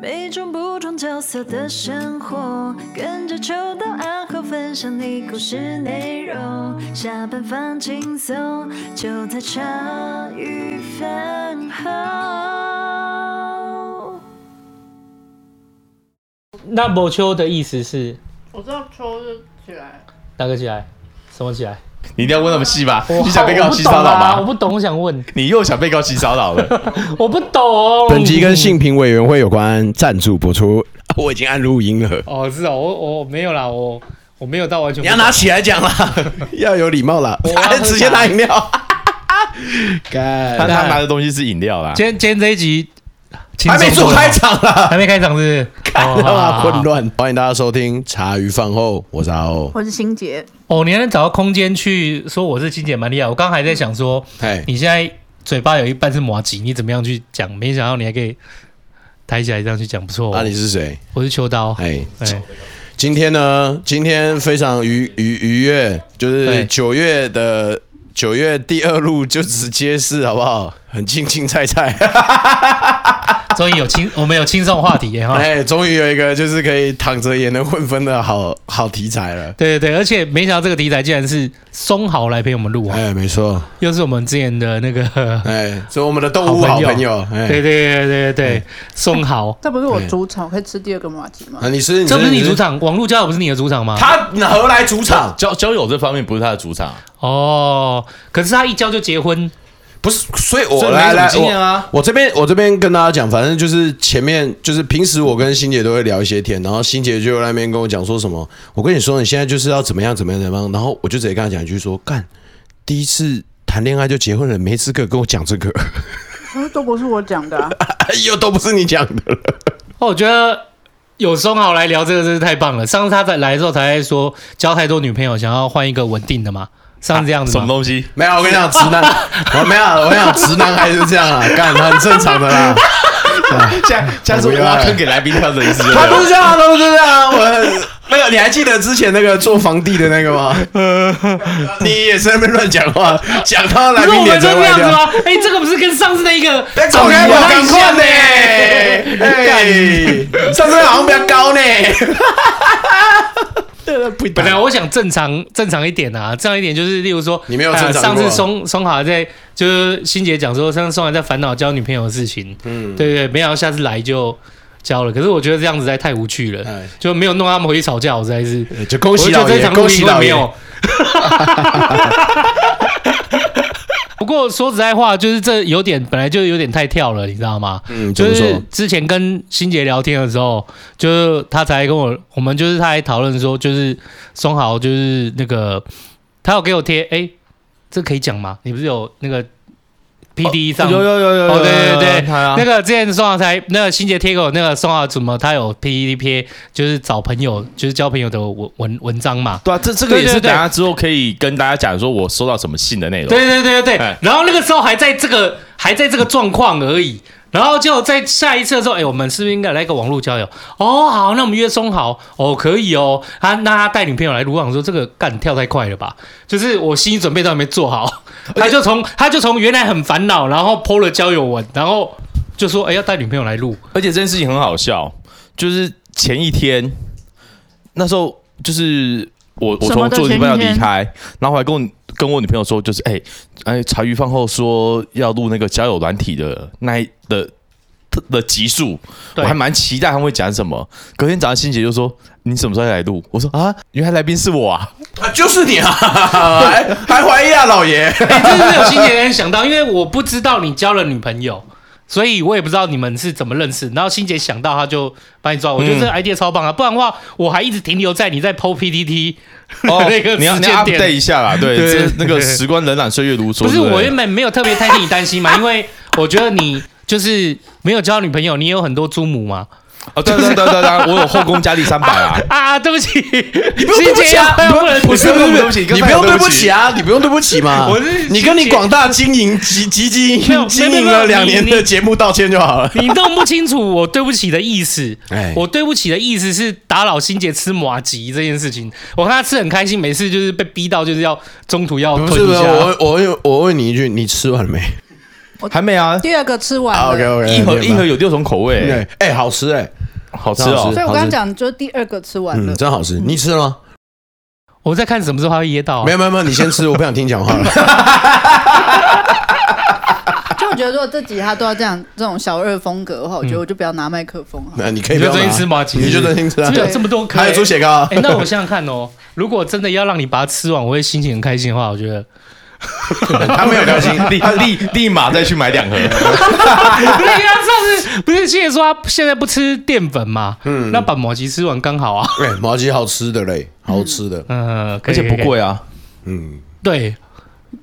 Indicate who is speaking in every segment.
Speaker 1: 每种不同角色的生活，跟着秋到暗号分享你故事内容。下班放轻松，就在茶余饭后。
Speaker 2: 那某秋的意思是
Speaker 3: 我知道秋就起来，
Speaker 2: 哪个起来？什么起 来？
Speaker 4: 你一定要问那么细吧？
Speaker 2: 我
Speaker 4: 你想被告
Speaker 2: 我不
Speaker 4: 性
Speaker 2: 懂
Speaker 4: 骚扰
Speaker 2: 啊我
Speaker 4: 吧？
Speaker 2: 不懂，我想问，
Speaker 4: 你又想被告性骚扰 了？
Speaker 2: 我不懂。
Speaker 5: 本集跟性平委员会有关，赞助播出。啊 我已经按录音 了，
Speaker 2: 哦，是哦，我我没有啦，我我没有到完全。
Speaker 4: 你要拿起来讲啦！
Speaker 5: 要有礼貌 啦
Speaker 2: 我要喝，茶
Speaker 5: 直接拿饮料。
Speaker 4: 他
Speaker 5: 干，
Speaker 4: 他拿的东西是饮料啦。
Speaker 2: 今天今天这一集轻松
Speaker 4: 还没做
Speaker 2: 多了
Speaker 4: 开，场啦，
Speaker 2: 还没开场是不是？哦看
Speaker 5: 干嘛啊 混乱？欢迎大家收听茶余饭后，我是阿欧。
Speaker 3: 我是心杰，
Speaker 2: 哦，你还能找到空间去说我是金姐蛮厉害。我刚刚还在想说，
Speaker 5: 嘿，
Speaker 2: 你现在嘴巴有一半是麻吉，你怎么样去讲？没想到你还可以抬起来这样去讲，不错、
Speaker 5: 那
Speaker 2: 哦。
Speaker 5: 啊你是谁？
Speaker 2: 我是秋刀，哎、
Speaker 5: 哎，今天呢？今天非常愉愉愉悦，就是
Speaker 2: 对
Speaker 5: 九月的九月第二路就直接是好不好？很青青 菜菜。
Speaker 2: 终于有轻，我们有轻松话题耶哈。
Speaker 5: 哎，终于有一个就是可以躺着也能混分的好好题材了。
Speaker 2: 对对对，而且没想到这个题材竟然是松豪来陪我们录啊，
Speaker 5: 哎，没错，
Speaker 2: 又是我们之前的 那个
Speaker 5: 哎，所以我们的动
Speaker 2: 好
Speaker 5: 物好
Speaker 2: 朋
Speaker 5: 朋友，哎，
Speaker 2: 对对对对对，松 豪，
Speaker 3: 这不是我
Speaker 5: 对
Speaker 3: 主场，可以吃第二个麻吉吗？
Speaker 5: 啊，你是
Speaker 2: 这不是你主，场，网络交友不是你的主场吗？
Speaker 5: 他何来主场？
Speaker 4: 交交友这方面不是他的主场，
Speaker 2: 哦，可是他一交就结婚，
Speaker 5: 不是，所以我
Speaker 4: 这没
Speaker 5: 来
Speaker 4: 什么
Speaker 5: 来
Speaker 4: 经验啊
Speaker 5: 我我这边我这边跟大家讲，反正就是前面就是平时我跟欣姐都会聊一些天，然后欣姐就在那边跟我讲说什么，我跟你说你现在就是要怎么样怎么样怎么样，然后我就直接跟她讲一句说，干，第一次谈恋爱就结婚了，没资格跟我讲这个，
Speaker 3: 可是都不是我讲的、啊，
Speaker 5: 哎又都不是你讲的了，
Speaker 2: 哦，我觉得有松豪来聊这个真是太棒了。上次他在来的时候才在说交太多女朋友，想要换一个稳定的嘛，上次这样子
Speaker 4: 什么
Speaker 2: 吗？
Speaker 4: 东西？
Speaker 5: 没有，我跟你讲，直男， 我没有，我跟你讲，直男还是这样啊，干，很正常的啦。
Speaker 4: 这样这样是挖坑给来宾跳的意思。
Speaker 5: 他不是这样啊，他不是这样啊。 我那个，你还记得之前那个做房地的那个吗？ 你也是在那边乱讲话，讲到来
Speaker 2: 不是我
Speaker 5: 宾脸
Speaker 2: 们
Speaker 5: 才
Speaker 2: 都这
Speaker 5: 歪
Speaker 2: 样子
Speaker 5: 掉。
Speaker 2: 吗？哎、这个不是跟上次那个
Speaker 5: 哎，走开，啊我赶快呢！
Speaker 2: 干
Speaker 5: 哎，上次好像比较高 呢。不
Speaker 2: 本来我想正常正常一点啊，正常一点就是，例如说，呃
Speaker 5: 你没有正常过啊
Speaker 2: 上次松松华在就是欣姐讲说，上次松华在烦恼交女朋友的事情，嗯，对对，没想到下次来就交了。可是我觉得这样子实在太无趣了，
Speaker 5: 哎
Speaker 2: 就没有弄他们回去吵架，我实在是
Speaker 5: 就恭
Speaker 2: 我觉
Speaker 5: 喜
Speaker 2: 得
Speaker 5: 老
Speaker 2: 这
Speaker 5: 爷，
Speaker 2: 场
Speaker 5: 恭
Speaker 2: 录
Speaker 5: 喜
Speaker 2: 音会
Speaker 5: 老
Speaker 2: 没
Speaker 5: 爷。
Speaker 2: 有。 不过说实在话，就是这有点本来就有点太跳了，你知道吗？
Speaker 5: 嗯，怎
Speaker 2: 就
Speaker 5: 么
Speaker 2: 是
Speaker 5: 说？
Speaker 2: 之前跟欣杰聊天的时候，就是他才跟我，我们就是他还讨论说，就是松豪就是那个，他有给我贴，哎、这可以讲吗？你不是有那个 P D E 上、
Speaker 4: 有有有有
Speaker 2: 哦，对对对，
Speaker 4: 他
Speaker 2: 那个之前宋浩才那个新杰贴给我那个宋浩怎么他有 P D P，就是找朋友就是交朋友的文文文章嘛。
Speaker 4: 对啊，这这个也
Speaker 2: 对
Speaker 4: 是
Speaker 2: 对对
Speaker 4: 等下之后可以跟大家讲，说我收到什么信的内容。
Speaker 2: 对对对对对
Speaker 4: 哎，
Speaker 2: 然后那个时候还在这个还在这个状况而已，然后就在下一次的时候，哎，我们是不是应该来个网络交友？哦，好，那我们约松豪，哦，可以哦。他那他带女朋友来鲁港说这个干跳太快了吧？就是我心理准备都还没做好，他就从他就从原来很烦恼，然后 PO 了交友文，然后就说哎要带女朋友来录，
Speaker 4: 而且这件事情很好笑，就是前一天，那时候就是我我
Speaker 3: 什么
Speaker 4: 从
Speaker 3: 的
Speaker 4: 做女朋友
Speaker 3: 前一天
Speaker 4: 离开，然后还跟我跟我女朋友说，就是哎哎、茶余饭后说要录那个交友软体的那一的的的集数，我
Speaker 2: 对
Speaker 4: 还蛮期待他们会讲什么。隔天早上，欣姐就说你什么时候要来录？我说啊，原来来宾是我啊，
Speaker 5: 啊就是你啊， 还还怀疑啊，老爷。
Speaker 2: 哎，这是有新杰人想到，因为我不知道你交了女朋友，所以我也不知道你们是怎么认识。然后新杰想到，他就把
Speaker 5: 嗯
Speaker 2: 你抓。我觉得这个 idea 超棒啊，不然的话我还一直停留在你在 PO PPT
Speaker 4: 哦
Speaker 2: 那个
Speaker 4: 你要
Speaker 2: 时
Speaker 4: 你要
Speaker 2: 间
Speaker 4: update
Speaker 2: 点。
Speaker 4: 一下啦，对，
Speaker 2: 对
Speaker 4: 这那个
Speaker 2: 对
Speaker 4: 时光荏苒，岁月如梭。
Speaker 2: 不是
Speaker 4: 对对
Speaker 2: 我原本没有特别太替你担 心嘛，因为我觉得你就是没有交女朋友，你也有很多猪母嘛。
Speaker 4: 哦，对对对对对，我有后宫佳丽三百 啊。
Speaker 2: 啊，对不起，
Speaker 5: 不用对
Speaker 2: 新
Speaker 5: 不
Speaker 2: 杰
Speaker 5: 起啊！
Speaker 2: 要不能
Speaker 5: 不是不是
Speaker 4: 对不起
Speaker 5: 你不用对不起啊！你不用对不起嘛！
Speaker 2: 我是
Speaker 5: 你跟你广大经营集集
Speaker 2: 没有没
Speaker 5: 经
Speaker 2: 有
Speaker 5: 经营
Speaker 2: 没有
Speaker 5: 了两年
Speaker 2: 你
Speaker 5: 的
Speaker 2: 你
Speaker 5: 节目道歉就好了。
Speaker 2: 你弄不清楚我对不起的意思。
Speaker 5: 哎
Speaker 2: 我对不起的意思是打扰欣姐吃麻吉这件事情。我看她吃很开心，每次就是被逼到就是要中途要
Speaker 5: 不
Speaker 2: 吞
Speaker 5: 是不
Speaker 2: 一
Speaker 5: 是，
Speaker 2: 下。
Speaker 5: 我我问我问你一句，你吃完了没？
Speaker 4: 还没啊，
Speaker 3: 第二个吃完
Speaker 5: 啊
Speaker 3: 了。
Speaker 5: ，OK OK，
Speaker 4: 一盒一盒有六种口味、
Speaker 5: 对，哎，好吃哎，
Speaker 4: 好吃
Speaker 5: 好
Speaker 4: 哦
Speaker 5: 吃。
Speaker 3: 所以我刚刚讲就是第二个
Speaker 2: 啊
Speaker 3: 吃完了
Speaker 5: 嗯，，真好吃。你吃了吗？
Speaker 2: 我在看什么时候它会噎到啊、
Speaker 5: 没有没有没有，你先吃，我不想听讲话了。
Speaker 3: 就我觉得如果这集他都要这样这种小二风格的话，我觉得我就不要拿麦克风好了。
Speaker 5: 那你可以
Speaker 2: 你
Speaker 5: 不
Speaker 2: 就
Speaker 5: 要
Speaker 2: 专心
Speaker 5: 拿
Speaker 2: 吃吗其实
Speaker 5: 你就专心吃啊
Speaker 2: 这。边有这么多颗、
Speaker 5: 还有猪血糕啊
Speaker 2: 哎、那我想想看哦，如果真的要让你把它吃完，我会心情很开心的话，我觉 得啊
Speaker 5: 他没有良 心，
Speaker 4: 立立立马再去买两
Speaker 2: 不
Speaker 4: 盒，
Speaker 2: 是因为他上次不是谢姐说他现在不吃淀粉嘛，嗯，那把马吉吃完刚好啊，
Speaker 5: 哎，毛鸡好吃的嘞，好吃的，
Speaker 2: 嗯，可
Speaker 4: 而
Speaker 2: 以
Speaker 4: 且不，
Speaker 2: 可以可以
Speaker 4: 贵啊。
Speaker 5: 嗯，
Speaker 2: 对，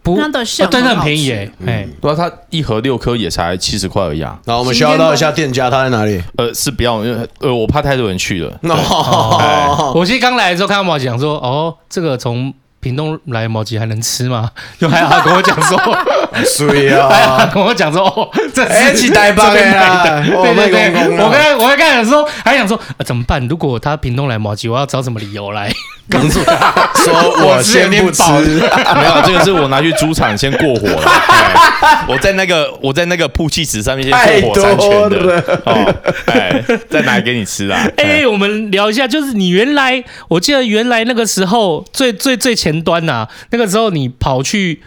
Speaker 2: 不，
Speaker 3: 那的馅
Speaker 2: 哦对，那
Speaker 3: 很
Speaker 2: 很
Speaker 3: 好
Speaker 2: 便宜
Speaker 3: 吃
Speaker 2: 哎，
Speaker 5: 嗯
Speaker 2: 哎，
Speaker 4: 对啊，它一盒六颗也才七十块而已啊。
Speaker 5: 那我们需
Speaker 3: 今
Speaker 5: 要
Speaker 3: 天
Speaker 5: 到
Speaker 3: 都
Speaker 5: 一下店家，他在哪里？
Speaker 4: 呃，是不要，因为呃，我怕太多人去了。
Speaker 5: 哦，
Speaker 2: 我其实刚来的时候看到毛吉讲说，哦，这个从屏东来的毛吉还能吃吗？就还有他跟我讲 说，
Speaker 5: 水
Speaker 2: 还 有他
Speaker 5: 啊，
Speaker 2: 跟我讲说，哦，这
Speaker 5: 哎，
Speaker 2: 是
Speaker 5: 几台棒
Speaker 2: 这边
Speaker 5: 的
Speaker 2: 买
Speaker 5: 啦
Speaker 2: 的，
Speaker 5: 哦
Speaker 2: 对对
Speaker 5: 卖
Speaker 2: 对
Speaker 5: 公公，啊
Speaker 2: 我 刚才我刚才想说，还想说、啊、怎么办？如果他屏东来毛吉，我要找什么理由来告诉他？
Speaker 5: 说我
Speaker 2: 我是有
Speaker 5: 先
Speaker 2: 点
Speaker 5: 不吃，
Speaker 2: 饱
Speaker 4: 没有，这个是我拿去猪场先过 火了。哎我在那个我在那个铺气池上面先过火三圈
Speaker 5: 太多
Speaker 4: 的哦，哎，再拿给你吃啦。啊
Speaker 2: 哎、我们聊一下，就是你原来，我记得原来那个时候最最最前端呐、那个时候你跑去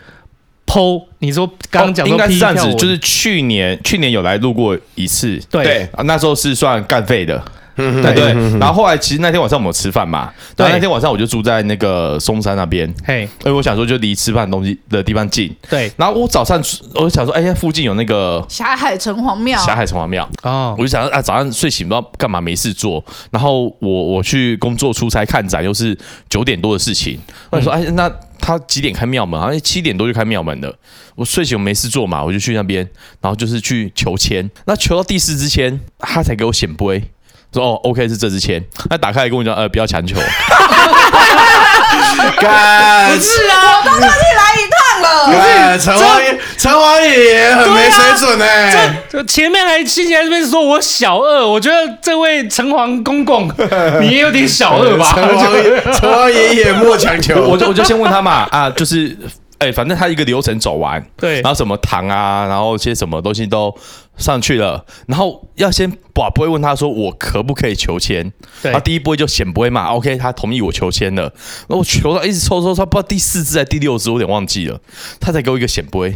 Speaker 2: 剖，你说刚刚讲
Speaker 4: 哦应
Speaker 2: 说
Speaker 4: 该是
Speaker 2: P
Speaker 4: 这
Speaker 2: 票
Speaker 4: 样子，
Speaker 2: 文
Speaker 4: 就是去年去年有来录过一次，
Speaker 2: 对
Speaker 5: 对
Speaker 4: 啊，那时候是算干费的，
Speaker 5: 嗯
Speaker 4: 对对。然后后来其实那天晚上我们有吃饭嘛，
Speaker 2: 对
Speaker 4: 然后那天晚上我就住在那个松山那边，
Speaker 2: 嘿，
Speaker 4: 因为我想说就离吃饭的东西的地方近。
Speaker 2: 对
Speaker 4: 然后我早上我就想说，哎、呀，附近有那个
Speaker 3: 霞海城隍庙，
Speaker 4: 霞海城隍庙，
Speaker 2: 哦
Speaker 4: 我，就想说啊，早上睡醒不知道干嘛没事做，然后我我去工作出差看展，又是九点多的事情。我想说，哎，那他几点开庙门？好像七点多就开庙门了。我睡醒我没事做嘛，我就去那边，然后就是去求签。那求到第四支签，他才给我显杯，说哦，OK 是这支签。那打开来跟我讲，呃，不要强求。
Speaker 5: 干，
Speaker 2: 是啊，
Speaker 3: 哦
Speaker 5: 干，陈华宇，陈华宇也很没水准
Speaker 2: 啊
Speaker 5: 哎，
Speaker 2: 这前面还亲戚在这边说我小二，我觉得这位城隍公 公你也有点小二吧？
Speaker 5: 陈华宇， 陈华宇也莫强求，
Speaker 4: 我就我就先问他嘛，啊，就是。哎，反正他一个流程走完，
Speaker 2: 对
Speaker 4: 然后什么糖啊，然后一些什么东西都上去了，然后要先把不会问他说我可不可以求签，
Speaker 2: 对
Speaker 4: 然后第一波就显不会嘛，OK，他同意我求签了，然后我求到一直抽抽抽，不知道第四支还是第六支，我有点忘记了，他才给我一个显不会，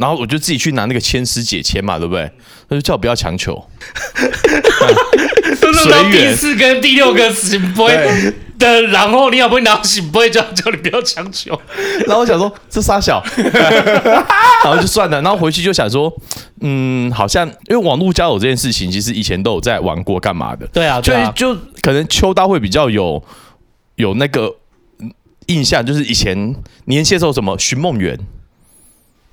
Speaker 4: 然后我就自己去拿那个签师解签嘛，对不对？他就叫我不要强求，
Speaker 2: 都弄到
Speaker 4: 随
Speaker 2: 第
Speaker 4: 缘
Speaker 2: 四跟第六个醒杯
Speaker 5: 对
Speaker 2: 的，然后你好不容易拿到醒杯，就要叫你不要强求。
Speaker 4: 然后我想说这傻小， 然后就算了。然后回去就想说，嗯，好像因为网络交友这件事情，其实以前都有在玩过，干嘛的？
Speaker 2: 对啊，
Speaker 4: 就
Speaker 2: 对啊，
Speaker 4: 就可能秋刀会比较有有那个嗯印象，就是以前年轻的时候什么寻梦园，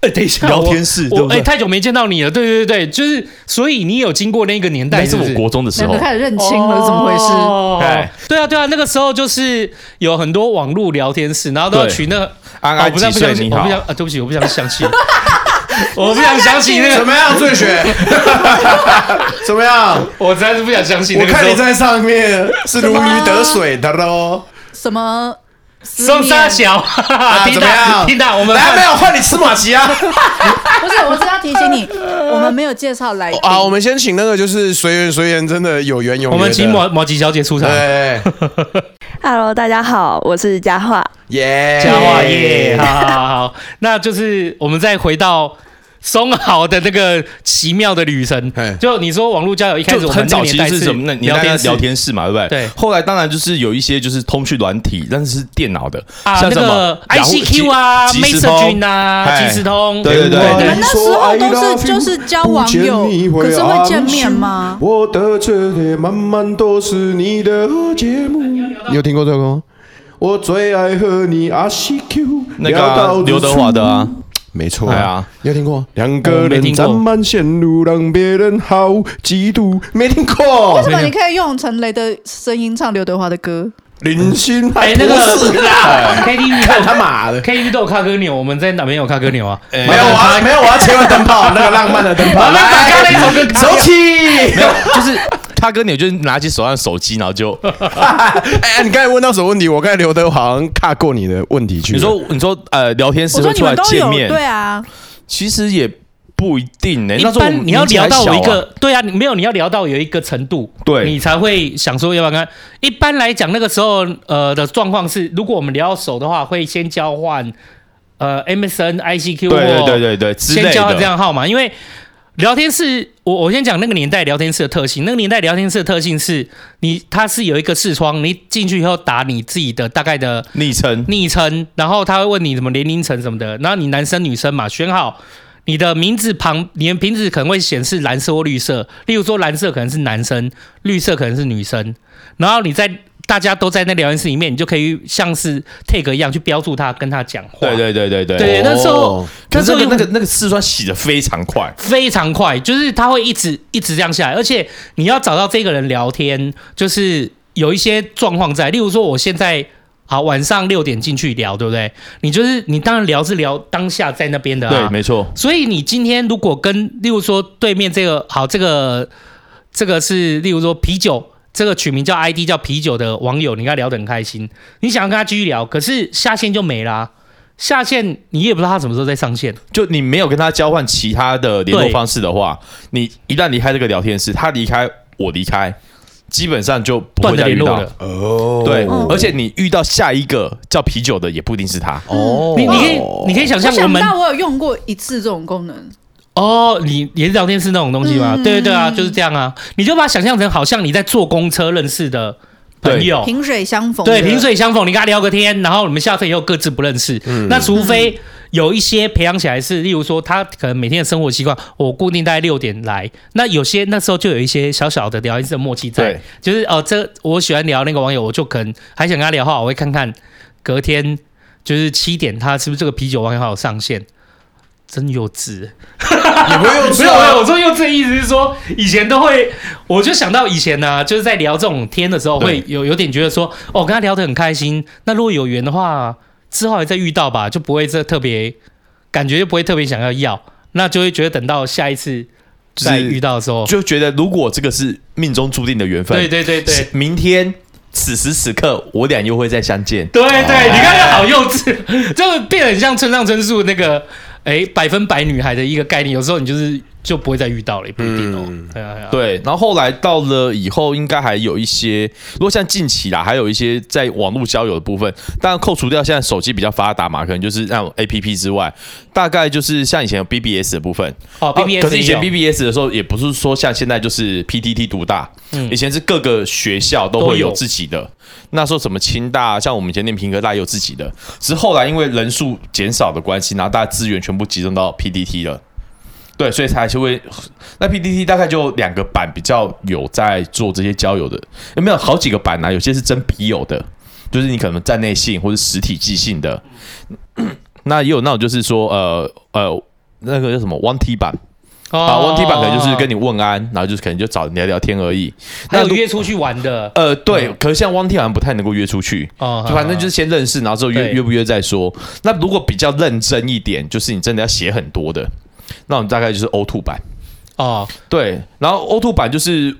Speaker 2: 哎、等一下，
Speaker 4: 聊天室
Speaker 2: 我
Speaker 4: 对不
Speaker 2: 我哎、
Speaker 4: 对
Speaker 2: 太久没见到你了，对对对，就是，所以你有经过那个年代
Speaker 4: 那
Speaker 2: 是
Speaker 4: 是
Speaker 2: 不
Speaker 4: 我
Speaker 2: 是，
Speaker 4: 国中的时
Speaker 3: 两
Speaker 4: 候
Speaker 3: 个。开始认清了，怎么回事？
Speaker 2: 哦
Speaker 4: 哎
Speaker 2: 对啊，对啊，那个时候就是有很多网络聊天室，然后都要
Speaker 4: 对
Speaker 2: 取那
Speaker 4: 安
Speaker 2: 啊，我
Speaker 4: 安
Speaker 2: 不
Speaker 4: 几
Speaker 2: 想不
Speaker 4: 岁
Speaker 2: 想
Speaker 4: 你
Speaker 2: 我
Speaker 4: 好
Speaker 2: 不？想啊，对不起，我不想想起，我不想想起那
Speaker 5: 怎
Speaker 2: 个，
Speaker 5: 么样，醉雪？ 怎么样？
Speaker 2: 我实在是不想想起那
Speaker 5: 我
Speaker 2: 个时候。
Speaker 5: 看你在上面是如鱼得水的喽。
Speaker 3: 什么思
Speaker 2: 松
Speaker 3: 念
Speaker 2: 沙小，啊听
Speaker 5: 啊 怎么
Speaker 2: 到
Speaker 5: 样
Speaker 2: 听到，我们
Speaker 5: 来，没有换你吃马吉 啊！
Speaker 3: 不是，我是要提醒你，我们没有介绍来宾。
Speaker 5: 啊，我们先请那个就是随缘随缘，真的有缘有缘的。
Speaker 2: 我们请啊毛毛吉小姐出场。
Speaker 5: 对，
Speaker 6: Hello，大家好，我是佳桦。
Speaker 5: 耶，
Speaker 2: 嘉桦耶，好好好好，那就是我们再回到松豪的那个奇妙的旅程
Speaker 5: 嘿。
Speaker 2: 就你说网络交友一开始
Speaker 4: 就
Speaker 2: 我
Speaker 4: 很
Speaker 2: 们那
Speaker 4: 早
Speaker 2: 个
Speaker 4: 期
Speaker 2: 年
Speaker 4: 就
Speaker 2: 代
Speaker 4: 是什么那年
Speaker 2: 聊
Speaker 4: 代
Speaker 2: 天室
Speaker 4: 聊天室嘛，对不对？
Speaker 2: 对
Speaker 4: 后来当然就是有一些就是通讯软体，但是是电脑的，
Speaker 2: 啊，
Speaker 4: 像
Speaker 2: 那
Speaker 4: 什么
Speaker 2: 个 ICQ 啊、
Speaker 4: 即时
Speaker 2: Message
Speaker 4: 通
Speaker 2: 啊、
Speaker 4: 哎
Speaker 2: 即时通，
Speaker 4: 对对对
Speaker 3: 我
Speaker 5: 对
Speaker 3: 们那时候都是就是交网友，可是会见面吗？
Speaker 5: 我的这些慢慢都是你的节目。你有听过这个吗？我最爱和你阿西 Q，
Speaker 4: 那个啊刘德华的啊，
Speaker 5: 没错，
Speaker 4: 哎呀，
Speaker 5: 你有听过？两
Speaker 2: 我
Speaker 5: 个
Speaker 2: 没听
Speaker 5: 人
Speaker 2: 过
Speaker 5: 沾满线路，让别人好嫉妒，没听过
Speaker 3: 为什。么你可以用陈雷的声音唱刘德华的歌？
Speaker 5: 林心
Speaker 2: 哎
Speaker 5: 还，
Speaker 2: 那
Speaker 5: 不是
Speaker 2: 个
Speaker 5: 啦，
Speaker 2: KTV
Speaker 5: 看
Speaker 2: 都
Speaker 5: 他妈 的，
Speaker 2: KTV 都有咖歌钮，我们在哪边有咖歌钮啊？
Speaker 5: 没有我要没有我要切换灯泡，那个浪漫的灯泡，
Speaker 2: 我们把刚才那首歌卡掉
Speaker 5: 走起！
Speaker 4: 没有，就是他跟你就是拿起手上的手机，然后就
Speaker 5: 哎，你刚才问到什么问题？我刚才刘德华好像卡过你的问题去了。
Speaker 4: 你说你说呃聊天室
Speaker 3: 我说
Speaker 4: 会
Speaker 3: 你
Speaker 4: 出来
Speaker 3: 们都
Speaker 4: 见
Speaker 3: 有，
Speaker 4: 面，
Speaker 3: 对啊，
Speaker 4: 其实也不一定呢、
Speaker 2: 啊
Speaker 4: 欸
Speaker 2: 一
Speaker 4: 哎那时候我
Speaker 2: 般
Speaker 4: 们
Speaker 2: 你要
Speaker 4: 年纪
Speaker 2: 聊
Speaker 4: 还
Speaker 2: 到有一
Speaker 4: 小啊
Speaker 2: 个，对啊，你没有你要聊到有一个程度，
Speaker 4: 对
Speaker 2: 你才会想说要不要跟他。一般来讲，那个时候呃的状况是，如果我们聊到手的话，会先交换呃 MSN、ICQ，
Speaker 4: 对对
Speaker 2: 或
Speaker 4: 对对对之类
Speaker 2: 先交换这
Speaker 4: 的，
Speaker 2: 样号码，因为聊天室，我我先讲那个年代聊天室的特性。那个年代聊天室的特性是你它是有一个视窗，你进去以后打你自己的大概的
Speaker 4: 昵称
Speaker 2: 昵称，然后他会问你什么年龄层什么的，然后你男生女生嘛选好。你的名字旁，你的名字可能会显示蓝色或绿色，例如说蓝色可能是男生，绿色可能是女生。然后你在大家都在那聊天室里面，你就可以像是 tag 一样去标注他，跟他讲话。
Speaker 4: 对对对对对
Speaker 2: 对，那时候、
Speaker 5: 哦
Speaker 2: 那
Speaker 4: 可
Speaker 2: 时
Speaker 4: 是
Speaker 2: 候
Speaker 4: 那
Speaker 2: 用
Speaker 4: 个那个那个四川洗的非常快，
Speaker 2: 非常快，就是他会一直一直这样下来，而且你要找到这个人聊天，就是有一些状况在，例如说我现在好晚上六点进去聊，对不对？你就是你当然聊是聊当下在那边的、
Speaker 4: 对，
Speaker 2: 啊，
Speaker 4: 没错，
Speaker 2: 所以你今天如果跟例如说对面这个好这个这个是例如说啤酒。这个取名叫 ID 叫啤酒的网友，你跟他聊得很开心，你想要跟他继续聊，可是下线就没啦、下线你也不知道他什么时候再上线，
Speaker 4: 就你没有跟他交换其他的联络方式的话，你一旦离开这个聊天室，他离开我离开，基本上就不
Speaker 2: 断
Speaker 4: 会
Speaker 2: 了
Speaker 4: 再
Speaker 2: 联
Speaker 4: 遇
Speaker 2: 络
Speaker 4: 到
Speaker 2: 了。。
Speaker 5: 哦，
Speaker 4: 对，而且你遇到下一个叫啤酒的也不一定是他，
Speaker 5: 哦，
Speaker 2: 你你可以你可以想
Speaker 3: 我
Speaker 2: 象我
Speaker 3: 想不
Speaker 2: 们
Speaker 3: 到我有用过一次这种功能，
Speaker 2: 哦，你也是聊天室那种东西吗？
Speaker 3: 嗯
Speaker 2: 对对对啊，就是这样啊，你就把它想象成好像你在坐公车认识的朋友。
Speaker 3: 萍水相逢。
Speaker 2: 哦对，萍。水相逢，你跟他聊个天，然后你们下次以后各自不认识。那除非有一些培养起来是，例如说他可能每天的生活习惯，我固定大概六点来。那有些那时候就有一些小小的聊天室的默契在
Speaker 4: 对，
Speaker 2: 就是哦，这我喜欢聊那个网友，我就可能还想跟他聊的话，我会看看隔天就是七点他是不是这个啤酒网友还有上线。真幼稚，
Speaker 5: 也 不用
Speaker 2: 没有没有，我说幼稚的意思是说，以前都会，我就想到以前呢、就是在聊这种天的时候，
Speaker 4: 对
Speaker 2: 会有有点觉得说，哦，跟他聊得很开心，那如果有缘的话，之后还再遇到吧，就不会这特别感觉就不会特别想要要，那就会觉得等到下一次
Speaker 4: 就是
Speaker 2: 再遇到的时候，
Speaker 4: 就觉得如果这个是命中注定的缘分，
Speaker 2: 哦对对对对。
Speaker 4: 明天此时此刻我俩又会再相见。哦
Speaker 2: 对对，你看这好幼稚，就变得很像村上春树那个哎百分百女孩的一个概念。有时候你就是就不会再遇到了，也不一定哦。对啊，对啊
Speaker 4: 嗯对，然后后来到了以后，应该还有一些，如果像近期啦，还有一些在网络交友的部分，当然扣除掉现在手机比较发达嘛，可能就是那种 A P P 之外，大概就是像以前有 B B S 的部分
Speaker 2: 哦，BBS
Speaker 4: 啊可是以前
Speaker 2: 也有
Speaker 4: B B S 的时候，也不是说像现在就是 P T T 独大，以前是各个学校都
Speaker 2: 都
Speaker 4: 会
Speaker 2: 有
Speaker 4: 有自己的，那时候什么清大，像我们以前念平科大也有自己的，只是后来因为人数减少的关系，然后大家资源全部集中到 P T T 了。对，所以才就会那 PDT 大概就两个版比较有在做这些交友的，有没有好几个版啊？有些是真笔友的，就是你可能站内信或者实体寄信的。那也有那种就是说，呃呃，那个叫什么 One T 版啊
Speaker 2: 哦
Speaker 4: ，One T 版可能就是跟你问安，然后就是可能就找你聊聊天而已。
Speaker 2: 还有
Speaker 4: 如
Speaker 2: 约出去玩的
Speaker 4: 呃，对，可是像 One T 好像不太能够约出去，
Speaker 2: 哦
Speaker 4: 就反正就是
Speaker 2: 是
Speaker 4: 先认识，然后之后约
Speaker 2: 对
Speaker 4: 约不约再说。那如果比较认真一点，就是你真的要写很多的，那我们大概就是 O Two 版。
Speaker 2: 哦，
Speaker 4: 对，然后 O two 版就是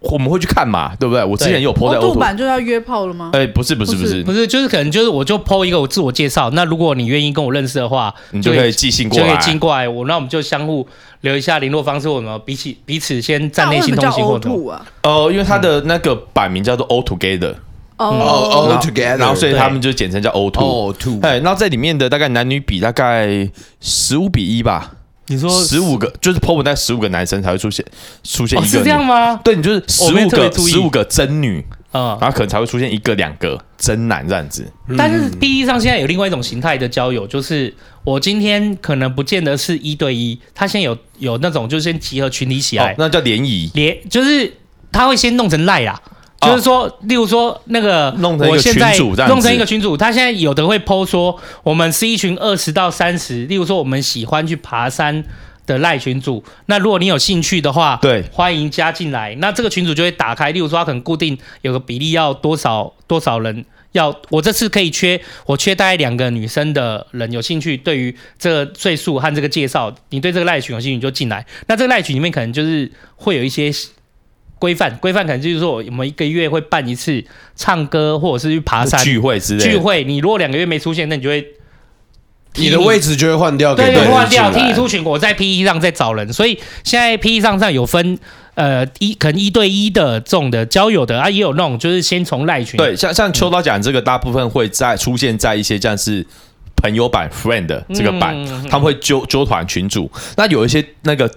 Speaker 4: 我们会去看嘛，对不对？我之前也有 PO 在
Speaker 3: 欧度
Speaker 4: O two，
Speaker 3: 哦版就要约炮了吗？
Speaker 2: 呃
Speaker 4: 哎，不是不是不
Speaker 3: 不是
Speaker 4: 是
Speaker 2: 不，是，就是可能就是我就 PO 一个我自我介绍，那如果你愿意跟我认识的话，
Speaker 4: 你就可以寄信过
Speaker 2: 就可
Speaker 4: 来
Speaker 2: 以。进过来我，那我们就相互留一下联络方式，我们彼此彼此先站
Speaker 3: 那
Speaker 2: 内
Speaker 3: 为什
Speaker 2: 心
Speaker 3: 么
Speaker 2: 通
Speaker 3: 叫
Speaker 2: 信或
Speaker 3: 欧
Speaker 2: 者
Speaker 3: 度啊？
Speaker 4: 哦，因为它的那个版名叫做 O Together，
Speaker 5: 哦
Speaker 4: 然
Speaker 5: all
Speaker 4: 后
Speaker 5: together，
Speaker 4: 然后所以
Speaker 2: 对
Speaker 4: 他们就简称叫 O two。
Speaker 5: 哦 two，
Speaker 4: 哎，然后在里面的大概男女比大概十五比一吧，
Speaker 2: 你说
Speaker 4: 十五个就是 PO 文在十五个男生才会出现出现
Speaker 2: 哦
Speaker 4: 一个
Speaker 2: 是
Speaker 4: 女
Speaker 2: 这样。吗？哦
Speaker 4: 对，你就是
Speaker 2: 我
Speaker 4: 十
Speaker 2: 没
Speaker 4: 五
Speaker 2: 特别
Speaker 4: 个
Speaker 2: 注意
Speaker 4: 十五个真女，
Speaker 2: 啊、
Speaker 4: 然后可能才会出现一个两个真男这样子。
Speaker 2: 但是第一上现在有另外一种形态的交友，就是我今天可能不见得是一对一，他现在有有那种就是先集合群体起来
Speaker 4: 哦，，那叫联谊，
Speaker 2: 连就是他会先弄成赖啦。
Speaker 4: 哦
Speaker 2: 就是说，例如说那个，
Speaker 4: 弄成一个
Speaker 2: 我现在
Speaker 4: 群组这样子
Speaker 2: 弄成一个群组，他现在有的会 PO 说，我们是一群二十到三十，例如说我们喜欢去爬山的赖群组，那如果你有兴趣的话，
Speaker 4: 对
Speaker 2: 欢迎加进来。那这个群组就会打开，例如说他可能固定有个比例要多少多少人要，我这次可以缺我缺大概两个女生的人有兴趣，对于这个赘述和这个介绍，你对这个赖群有兴趣你就进来。那这个赖群里面可能就是会有一些。规范规范可能就是说，我们一个月会办一次唱歌，或者是去爬山
Speaker 4: 聚会之类的。
Speaker 2: 聚会。你如果两个月没出现，那你就会
Speaker 5: 你的位置就会换掉给
Speaker 2: 对，
Speaker 5: 别
Speaker 2: 有
Speaker 5: 人进来，
Speaker 2: 换掉，踢你出群，我在 P E 上再找人，所以现在 P E 上上有分。呃，一可能一对一的这种的交友的啊，也有那种就是先从赖群
Speaker 4: 对，像像
Speaker 2: 嗯
Speaker 4: 秋刀讲这个，大部分会在出现在一些像是朋友版 friend 的这个版，
Speaker 2: 嗯
Speaker 4: 他们会揪揪团群组。那有一些那个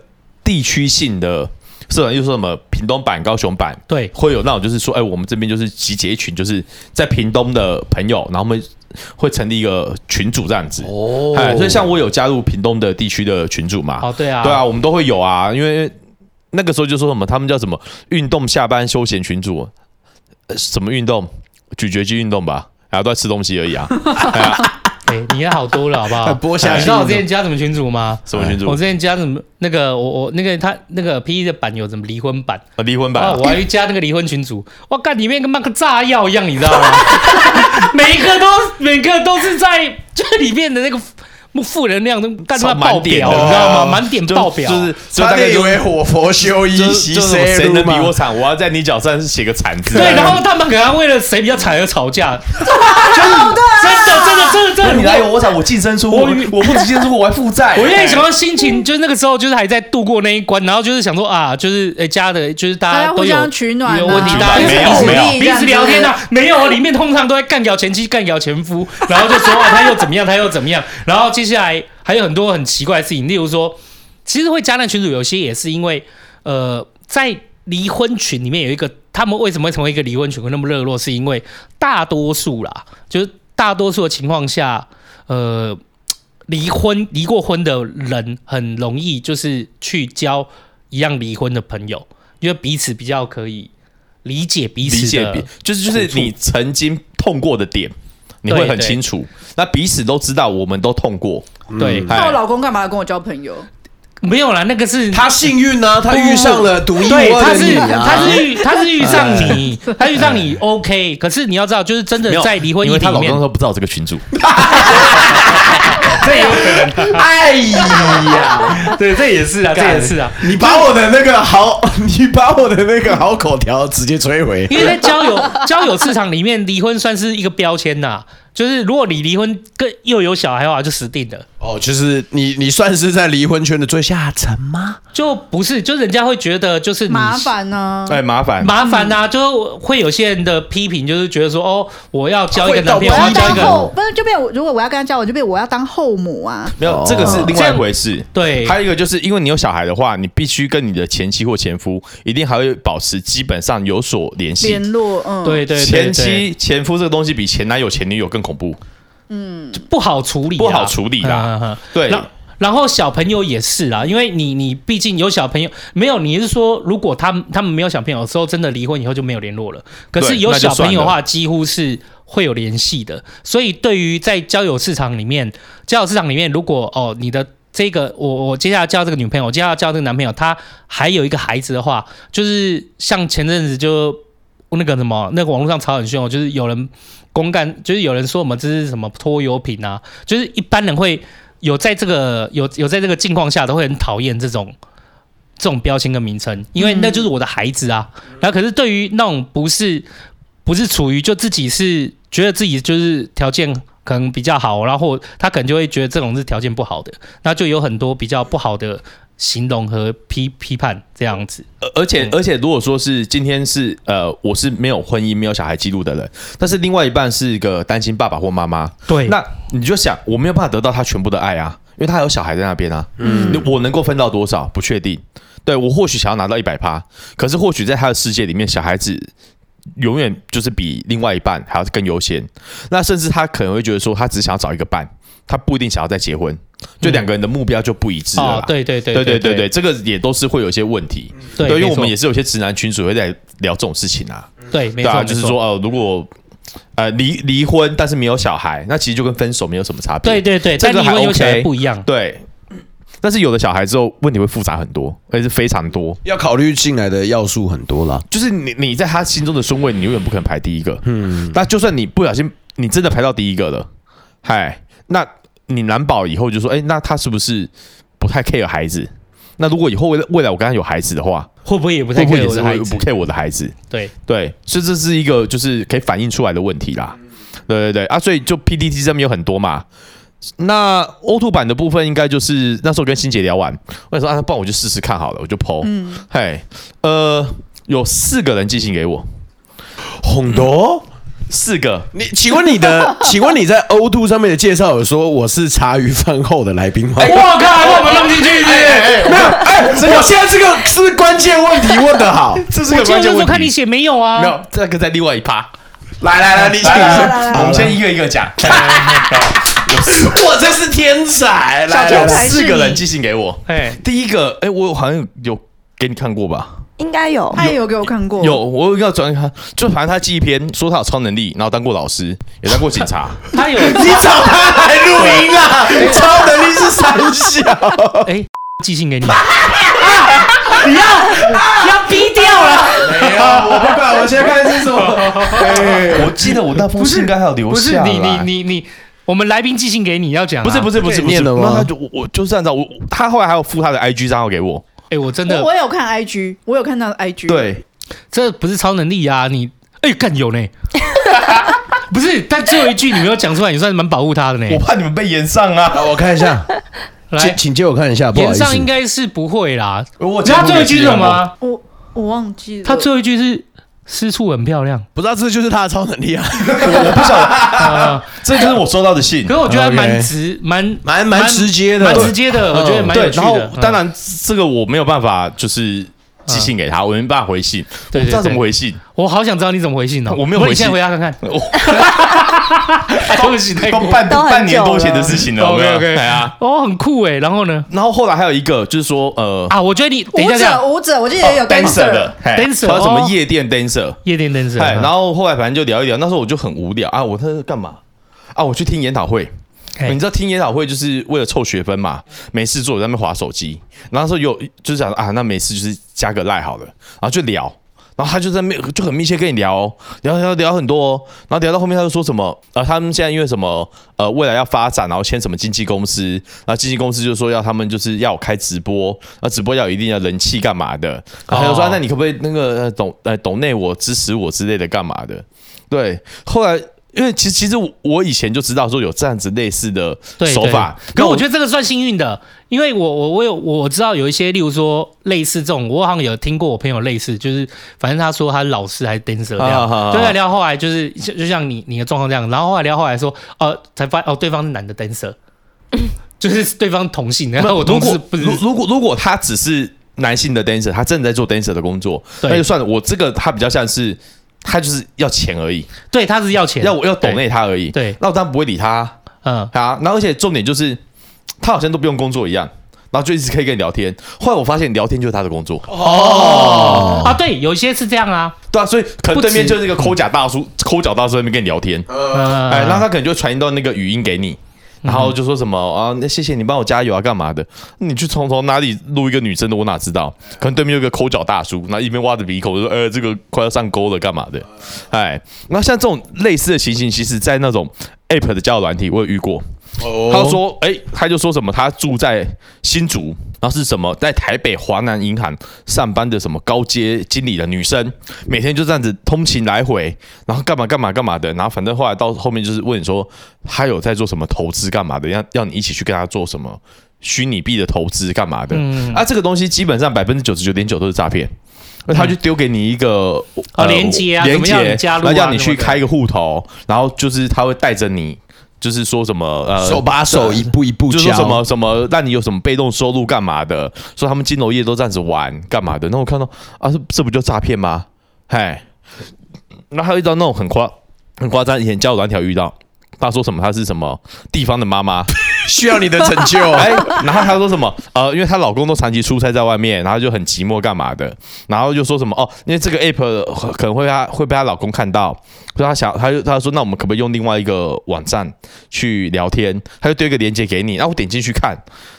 Speaker 4: 地区性的社团，又说什么屏东版、高雄版，
Speaker 2: 对
Speaker 4: 会有那种就是说，哎、我们这边就是集结一群就是在屏东的朋友，然后我们会成立一个群组这样子。
Speaker 5: 哦
Speaker 4: 哎，所以像我有加入屏东的地区的群组嘛，
Speaker 2: 哦对啊
Speaker 4: 对啊，我们都会有啊，因为那个时候就说什么，他们叫什么运动下班休闲群组，呃什么运动，咀嚼肌运动吧，然后都在吃东西而 已啊，
Speaker 2: 对，你也好多了，好不好？
Speaker 5: 播下去
Speaker 2: 你知道我之前加什么群主吗？
Speaker 4: 什么群组
Speaker 2: 哎我之，前加什么那个我我那个他那个 P E 的版有什么离婚版，
Speaker 4: 呃离婚版
Speaker 2: 啊，
Speaker 4: 啊
Speaker 2: 我，还去加那个离婚群组， 哇，干里面跟那个炸药一样，你知道吗？ 每一个都每个都是在这里面的那个负负能量都干他
Speaker 4: 超
Speaker 2: 妈爆
Speaker 4: 满点
Speaker 2: 表，
Speaker 4: 的啊
Speaker 2: 你知道吗？满点
Speaker 4: 就
Speaker 2: 爆表，
Speaker 4: 就是就
Speaker 5: 差
Speaker 4: 大概
Speaker 5: 点以
Speaker 4: 就
Speaker 5: 为火佛修一
Speaker 4: 就是
Speaker 5: 洗
Speaker 4: 就是
Speaker 5: 谁
Speaker 4: 谁能比
Speaker 5: 嘛
Speaker 4: 我惨，我要在你脚上写个惨字，
Speaker 2: 对，然后他们可能为了谁比较惨而吵架，真的真的真的真的，
Speaker 4: 你来我我惨，我净身出户，
Speaker 2: 我
Speaker 4: 我我不止净身出户，我还负债， 哎
Speaker 2: 我有点想到心情，就是那个时候就是还在度过那一关，然后就是想说啊，就是诶家的，就是大
Speaker 3: 大
Speaker 2: 家
Speaker 3: 家
Speaker 2: 都
Speaker 3: 互
Speaker 2: 有
Speaker 3: 相取暖啊
Speaker 2: 有问题，
Speaker 3: 取
Speaker 2: 大家
Speaker 4: 暖
Speaker 2: 就是
Speaker 4: 没
Speaker 2: 彼
Speaker 4: 有
Speaker 2: 此
Speaker 4: 没有
Speaker 2: 彼此聊天啊，没有，里面通常都在干掉前妻、干掉前夫，然后就说啊他又怎么样，他又怎么样，然后接下来还有很多很奇怪的事情，例如说，其实会加那群主有些也是因为呃在。离婚群里面有一个，他们为什么会成为一个离婚群会那么热络？是因为大多数啦，就是大多数的情况下，呃，离婚离过婚的人很容易就是去交一样离婚的朋友，因为彼此比较可以理解彼
Speaker 4: 理
Speaker 2: 此
Speaker 4: 解
Speaker 2: 的
Speaker 4: 彼，就是就是
Speaker 2: 苦处
Speaker 4: 你曾经痛过的点，你会
Speaker 2: 对
Speaker 4: 很
Speaker 2: 对
Speaker 4: 清楚。那彼此都知道，我们都痛过。
Speaker 2: 对，
Speaker 4: 哎
Speaker 3: 那我老公干嘛要跟我交朋友？
Speaker 2: 没有啦，那个是
Speaker 5: 他幸运呢、他遇上了独一
Speaker 2: 对，
Speaker 5: 无
Speaker 2: 他
Speaker 5: 二的
Speaker 2: 是
Speaker 5: 你啊！
Speaker 2: 他是遇他是遇上你，他遇上你 OK，可是你要知道，就是真的在离婚
Speaker 4: 因
Speaker 2: 议
Speaker 4: 为
Speaker 2: 题
Speaker 4: 她
Speaker 2: 里
Speaker 4: 老公
Speaker 2: 面
Speaker 4: 那时，候不知道这个群主，
Speaker 3: 嗯
Speaker 2: 这也有可能，
Speaker 5: 哎 呀，
Speaker 2: 对，这也是啊，这也是啊，
Speaker 5: 你把我的那个好， 你把我的那个好口条直接摧毁。
Speaker 2: 因为在交友交友市场里面，离婚算是一个标签呐、就是如果你离婚跟又有小孩的话，就死定了。
Speaker 5: 哦，就是你，你算是在离婚圈的最下层吗？
Speaker 2: 就不是，就人家会觉得就是你
Speaker 3: 麻烦啊呢？
Speaker 4: 哎，麻烦。
Speaker 2: 麻烦呐、就会有些人的批评，就是觉得说哦，我要交一个
Speaker 4: 会
Speaker 2: 男
Speaker 4: 到
Speaker 2: 朋友，我
Speaker 3: 我要
Speaker 2: 要交一
Speaker 3: 当
Speaker 2: 个
Speaker 3: 后，不是就变我？如果我要跟他交往，就变我要当后母啊！
Speaker 4: 没有，这个是另外一回事。
Speaker 2: 对
Speaker 4: 还有一个就是，因为你有小孩的话，你必须跟你的前妻或前夫一定还会保持基本上有所联系
Speaker 3: 联。络，嗯，
Speaker 2: 对对对
Speaker 4: 前
Speaker 2: 对
Speaker 4: 妻、前夫这个东西比前男友、前女友更恐怖，
Speaker 2: 不好处理啊，
Speaker 4: 不好处理啦
Speaker 2: 嗯。嗯嗯
Speaker 4: 对
Speaker 2: 然然后小朋友也是啊啦，因为你你毕竟有小朋友，没有你是说，如果他们他们没有小朋友的时候，真的离婚以后就没有联络了。可是
Speaker 4: 对
Speaker 2: 有
Speaker 4: 那就
Speaker 2: 小朋友的
Speaker 4: 算
Speaker 2: 话，几乎是会有联系的。所以对于在交友市场里面，交友市场里面，如果哦你的这个我我接下来交这个女朋友，我接下来交这个男朋友，他还有一个孩子的话，就是像前阵子就那个什么，那个网络上吵很凶哦，就是有人公干，就是有人说我们这是什么拖油瓶啊，就是一般人会有在这个有有在这个境况下都会很讨厌这种这种标签跟名称，因为那就是我的孩子啊。然后可是对于那种不是不是处于就自己是觉得自己就是条件可能比较好，然后他可能就会觉得这种是条件不好的，那就有很多比较不好的形容和批批判这样子。
Speaker 4: 而而
Speaker 2: 嗯
Speaker 4: 且而且，如果说是今天是呃，我是没有婚姻、没有小孩记录的人，但是另外一半是一个单亲爸爸或妈妈，
Speaker 2: 对
Speaker 4: 那你就想，我没有办法得到他全部的爱啊，因为他有小孩在那边啊，嗯，我能够分到多少不确定。对我或许想要拿到一百趴，可是或许在他的世界里面，小孩子永远就是比另外一半还要更优先。那甚至他可能会觉得说，他只想要找一个伴，他不一定想要再结婚，就两个人的目标就不一致了啦、
Speaker 2: 嗯哦，对对对
Speaker 4: 啊对对
Speaker 2: 对
Speaker 4: 对对，这个也都是会有一些问题。
Speaker 2: 对
Speaker 4: 因为我
Speaker 2: 没错
Speaker 4: 们也是有些直男群主会在聊这种事情啊。
Speaker 2: 对，没
Speaker 4: 对啊，
Speaker 2: 错，
Speaker 4: 就是
Speaker 2: 没错
Speaker 4: 说哦，如果呃离离婚但是没有小孩，那其实就跟分手没有什么差别。
Speaker 2: 对对对，
Speaker 4: 这
Speaker 2: 但
Speaker 4: 个
Speaker 2: 离
Speaker 4: 还
Speaker 2: 婚有小孩
Speaker 4: OK
Speaker 2: 不一样。
Speaker 4: 对。但是有了小孩之后，问题会复杂很多，而且是非常多。
Speaker 5: 要考虑进来的要素很多啦。
Speaker 4: 就是你你在他心中的顺位，你永远不可能排第一个。嗯，那就算你不小心，你真的排到第一个了，嗨，那你难保以后就说，哎、那他是不是不太 care 孩子？那如果以后未来未来我跟他有孩子的话，
Speaker 2: 会不会也不太
Speaker 4: 会不会
Speaker 2: care
Speaker 4: 也
Speaker 2: 我
Speaker 4: 是
Speaker 2: 的
Speaker 4: 会
Speaker 2: 孩
Speaker 4: 不
Speaker 2: 子？
Speaker 4: care 我的孩子？
Speaker 2: 对，
Speaker 4: 对，所以这是一个就是可以反映出来的问题啦。对对对啊，所以就 PDT 上面有很多嘛，那 O two 版的部分应该就是那时候我跟欣姐聊完，我想说啊，那不然我就试试看好了，我就 PO。嗯，嘿，呃，有四个人寄信给我，
Speaker 5: 红豆，
Speaker 4: 四个
Speaker 5: 嗯你请问你的，请问你在 O two 上面的介绍有说我是茶余饭后的来宾吗？
Speaker 4: 哎
Speaker 2: 我靠，把我们弄进去是不是？
Speaker 5: 没有，哎，我现在这个是不是关键问题问的好？
Speaker 4: 这是
Speaker 2: 我
Speaker 4: 个
Speaker 2: 今
Speaker 4: 关
Speaker 2: 天
Speaker 4: 键
Speaker 2: 就
Speaker 4: 问
Speaker 2: 说
Speaker 4: 题。
Speaker 2: 看你写没有啊？
Speaker 4: 没有，这个在另外一趴。
Speaker 5: 来来来，你请
Speaker 4: 我们先一个一个讲。
Speaker 5: 我这是天才，来
Speaker 4: 有
Speaker 5: 来来，
Speaker 4: 四个人寄信给我。
Speaker 2: 哎，
Speaker 4: 第一个，哎，我好像有给你看过吧？
Speaker 6: 应该有
Speaker 3: 他也有给我看
Speaker 2: 嗯
Speaker 3: 过，
Speaker 4: 有，我有要转给他，就反正他寄一篇，说他有超能力，然后当过老师，也当过警察。
Speaker 2: 他 有
Speaker 5: 你找他来录音啊？超能力是三小，
Speaker 2: 哎寄信给你，你要要逼掉了，
Speaker 5: 没有，啊我不管，我现在看是什 么？
Speaker 4: 哎我记得我那封信应该还有留
Speaker 2: 不是
Speaker 4: 下
Speaker 2: 你
Speaker 4: 来
Speaker 2: 你你你，我们来宾寄信给你要讲啊，
Speaker 4: 不是不是不是不是，
Speaker 5: 念了吗
Speaker 4: 那他就我我就是按照我他后来还有附他的 IG 账号给我，
Speaker 2: 哎，我真的
Speaker 3: 我我有看 IG，我有看到 IG，，
Speaker 4: 对，
Speaker 2: 这不是超能力啊！你哎，干有呢？ 不是，但最后一句你没有讲出来，也算是蛮保护他的呢。
Speaker 4: 我怕你们被延上啊，
Speaker 5: 我看一下，
Speaker 2: 来
Speaker 5: 请，请借我看一下，不好
Speaker 2: 言
Speaker 5: 意思
Speaker 2: 上，应该是不会啦。
Speaker 4: 我
Speaker 2: 他最后一句是什么？
Speaker 3: 我我忘记了，
Speaker 2: 他最后一句是私处很漂亮。
Speaker 5: 不知道这就是他的超能 力啊，
Speaker 4: 我不想，
Speaker 2: 啊，
Speaker 4: 这就是我收到的信
Speaker 2: 呃可是。我觉得还
Speaker 5: OK
Speaker 2: 蛮直，蛮
Speaker 5: 蛮蛮直接的，
Speaker 2: 蛮直接的，我觉得蛮有
Speaker 4: 对，
Speaker 2: 趣
Speaker 4: 然后
Speaker 2: 的。嗯嗯
Speaker 4: 当，然这个我没有办法，就是寄信给他，我没办法回信，
Speaker 2: 对
Speaker 4: 我不知道
Speaker 2: 对
Speaker 4: 怎么
Speaker 2: 对
Speaker 4: 回信，
Speaker 2: 我好想知道你怎么回信哦。
Speaker 4: 我没有
Speaker 2: 不然
Speaker 4: 回
Speaker 2: 你现在
Speaker 4: 信
Speaker 2: 回答看看。
Speaker 4: 我
Speaker 2: 恭喜太
Speaker 4: 都半
Speaker 6: 都很久了
Speaker 4: 半年多前的事情了，有没有
Speaker 2: 哎 OK，OK
Speaker 4: 对啊。
Speaker 2: 哦，很酷哎。然后呢？
Speaker 4: 然后后来还有一个就是说，呃哦
Speaker 2: 啊，我觉得你等一
Speaker 3: 舞
Speaker 2: 下，等一下哦
Speaker 3: 者舞者，我记得也有
Speaker 4: dancer 的嘿
Speaker 2: dancer，
Speaker 4: 还有什
Speaker 2: 哦
Speaker 4: 么夜店 dancer，
Speaker 2: 夜店 dancer。
Speaker 4: 哎，然后后来反正就聊一聊，那时候我就很无聊啊，我那是干嘛啊？我去听研讨会，
Speaker 2: 嘿
Speaker 4: 你知道听研讨会就是为了凑学分嘛，没事做我在那边划手机，然后那时候有就是想说啊，那没事就是加个赖好了，然后就聊。然后他就在密就很密切跟你聊、哦，聊聊聊很多哦，然后聊到后面他就说什么，呃，他们现在因为什么，呃，未来要发展，然后签什么经纪公司，然后经纪公司就说要他们就是要开直播，那直播要有一定的人气干嘛的，然后他就说、
Speaker 2: 哦
Speaker 4: 啊那你可不可以那个呃懂呃懂内我支持我之类的干嘛的？对，后来因为其实其实我我以前就知道说有这样子类似的
Speaker 2: 对
Speaker 4: 手法，
Speaker 2: 对可我觉
Speaker 4: 得
Speaker 2: 得这个算幸运的，因为我我我有我知道有一些，例如说类似这种，我好像有听过我朋友类似，就是反正他说他是老师还是 dancer 这
Speaker 4: 啊啊啊
Speaker 2: 样，
Speaker 4: 啊
Speaker 2: 对啊，聊后来就是就就像你你的状况这样，然后后来聊后来说，哦，才发哦对方是男的 dancer，就是对方同性，然后我
Speaker 4: 如
Speaker 2: 同事
Speaker 4: 果
Speaker 2: 不是
Speaker 4: 如如果如果他只是男性的 dancer，他正在做 dancer 的工作，
Speaker 2: 对
Speaker 4: 那就算了。我这个他比较像是他就是要钱而已，
Speaker 2: 对他是要钱，
Speaker 4: 要我要懂欸
Speaker 2: 对，
Speaker 4: 内他而已。
Speaker 2: 对
Speaker 4: 那我当然不会理他
Speaker 2: 嗯，
Speaker 4: 啊。然后而且重点就是他好像都不用工作一样。然后就一直可以跟你聊天，后来我发现聊天就是他的工作，
Speaker 2: 哦啊，对，有一些是这样啊，
Speaker 4: 对啊，所以可能
Speaker 2: 不
Speaker 4: 对面
Speaker 2: 止
Speaker 4: 就是一个抠脚大叔，抠脚大叔在那边跟你聊天，
Speaker 2: 呃
Speaker 4: 哎，然后他可能就传一段那个语音给你，然后就说什么啊，那谢谢你帮我加油啊，干嘛的？你去从从哪里录一个女生的，我哪知道？可能对面有个抠脚大叔，那一边挖着鼻孔就说，呃，这个快要上钩了，干嘛的？哎，那像这种类似的情形，其实在那种 App 的交友软体，我有遇过。他
Speaker 5: 他
Speaker 4: 说，哎、他就说什么，他住在新竹，然后是什么在台北华南银行上班的什么高阶经理的女生，每天就这样子通勤来回，然后干嘛干嘛干嘛的，然后反正后来到后面就是问你说，他有在做什么投资干嘛的，要要你一起去跟他做什么虚拟币的投资干嘛的，
Speaker 2: 嗯
Speaker 4: 啊，这个东西基本上百分之九十九点九都是诈骗。那他就丢给你一个、呃
Speaker 2: 啊连结啊
Speaker 4: 连
Speaker 2: 怎么样
Speaker 4: 接，
Speaker 2: 你加入啊
Speaker 4: 然后要你
Speaker 2: 什
Speaker 4: 去
Speaker 2: 么的
Speaker 4: 开一个户头，然后就是他会带着你，就是说什么呃
Speaker 5: 手把手一步一步
Speaker 4: 就说
Speaker 5: 教
Speaker 4: 什么什么让你有什么被动收入干嘛的，说他们金融业都这样子玩干嘛的。那我看到啊，这这不就诈骗吗？嗨，那还有一招那种很夸很夸张，以前交友软条遇到。他说什么？他是什么地方的妈妈？
Speaker 5: 需要你的拯救，
Speaker 4: 哎，然后他说什么？呃，因为她老公都长期出差在外面，然后就很寂寞干嘛的，然后就说什么哦，因为这个 app 可能会被她会被她老公看到，所以她想，她就她说那我们可不可以用另外一个网站去聊天？她就丢一个链接给你，然后我点进去看，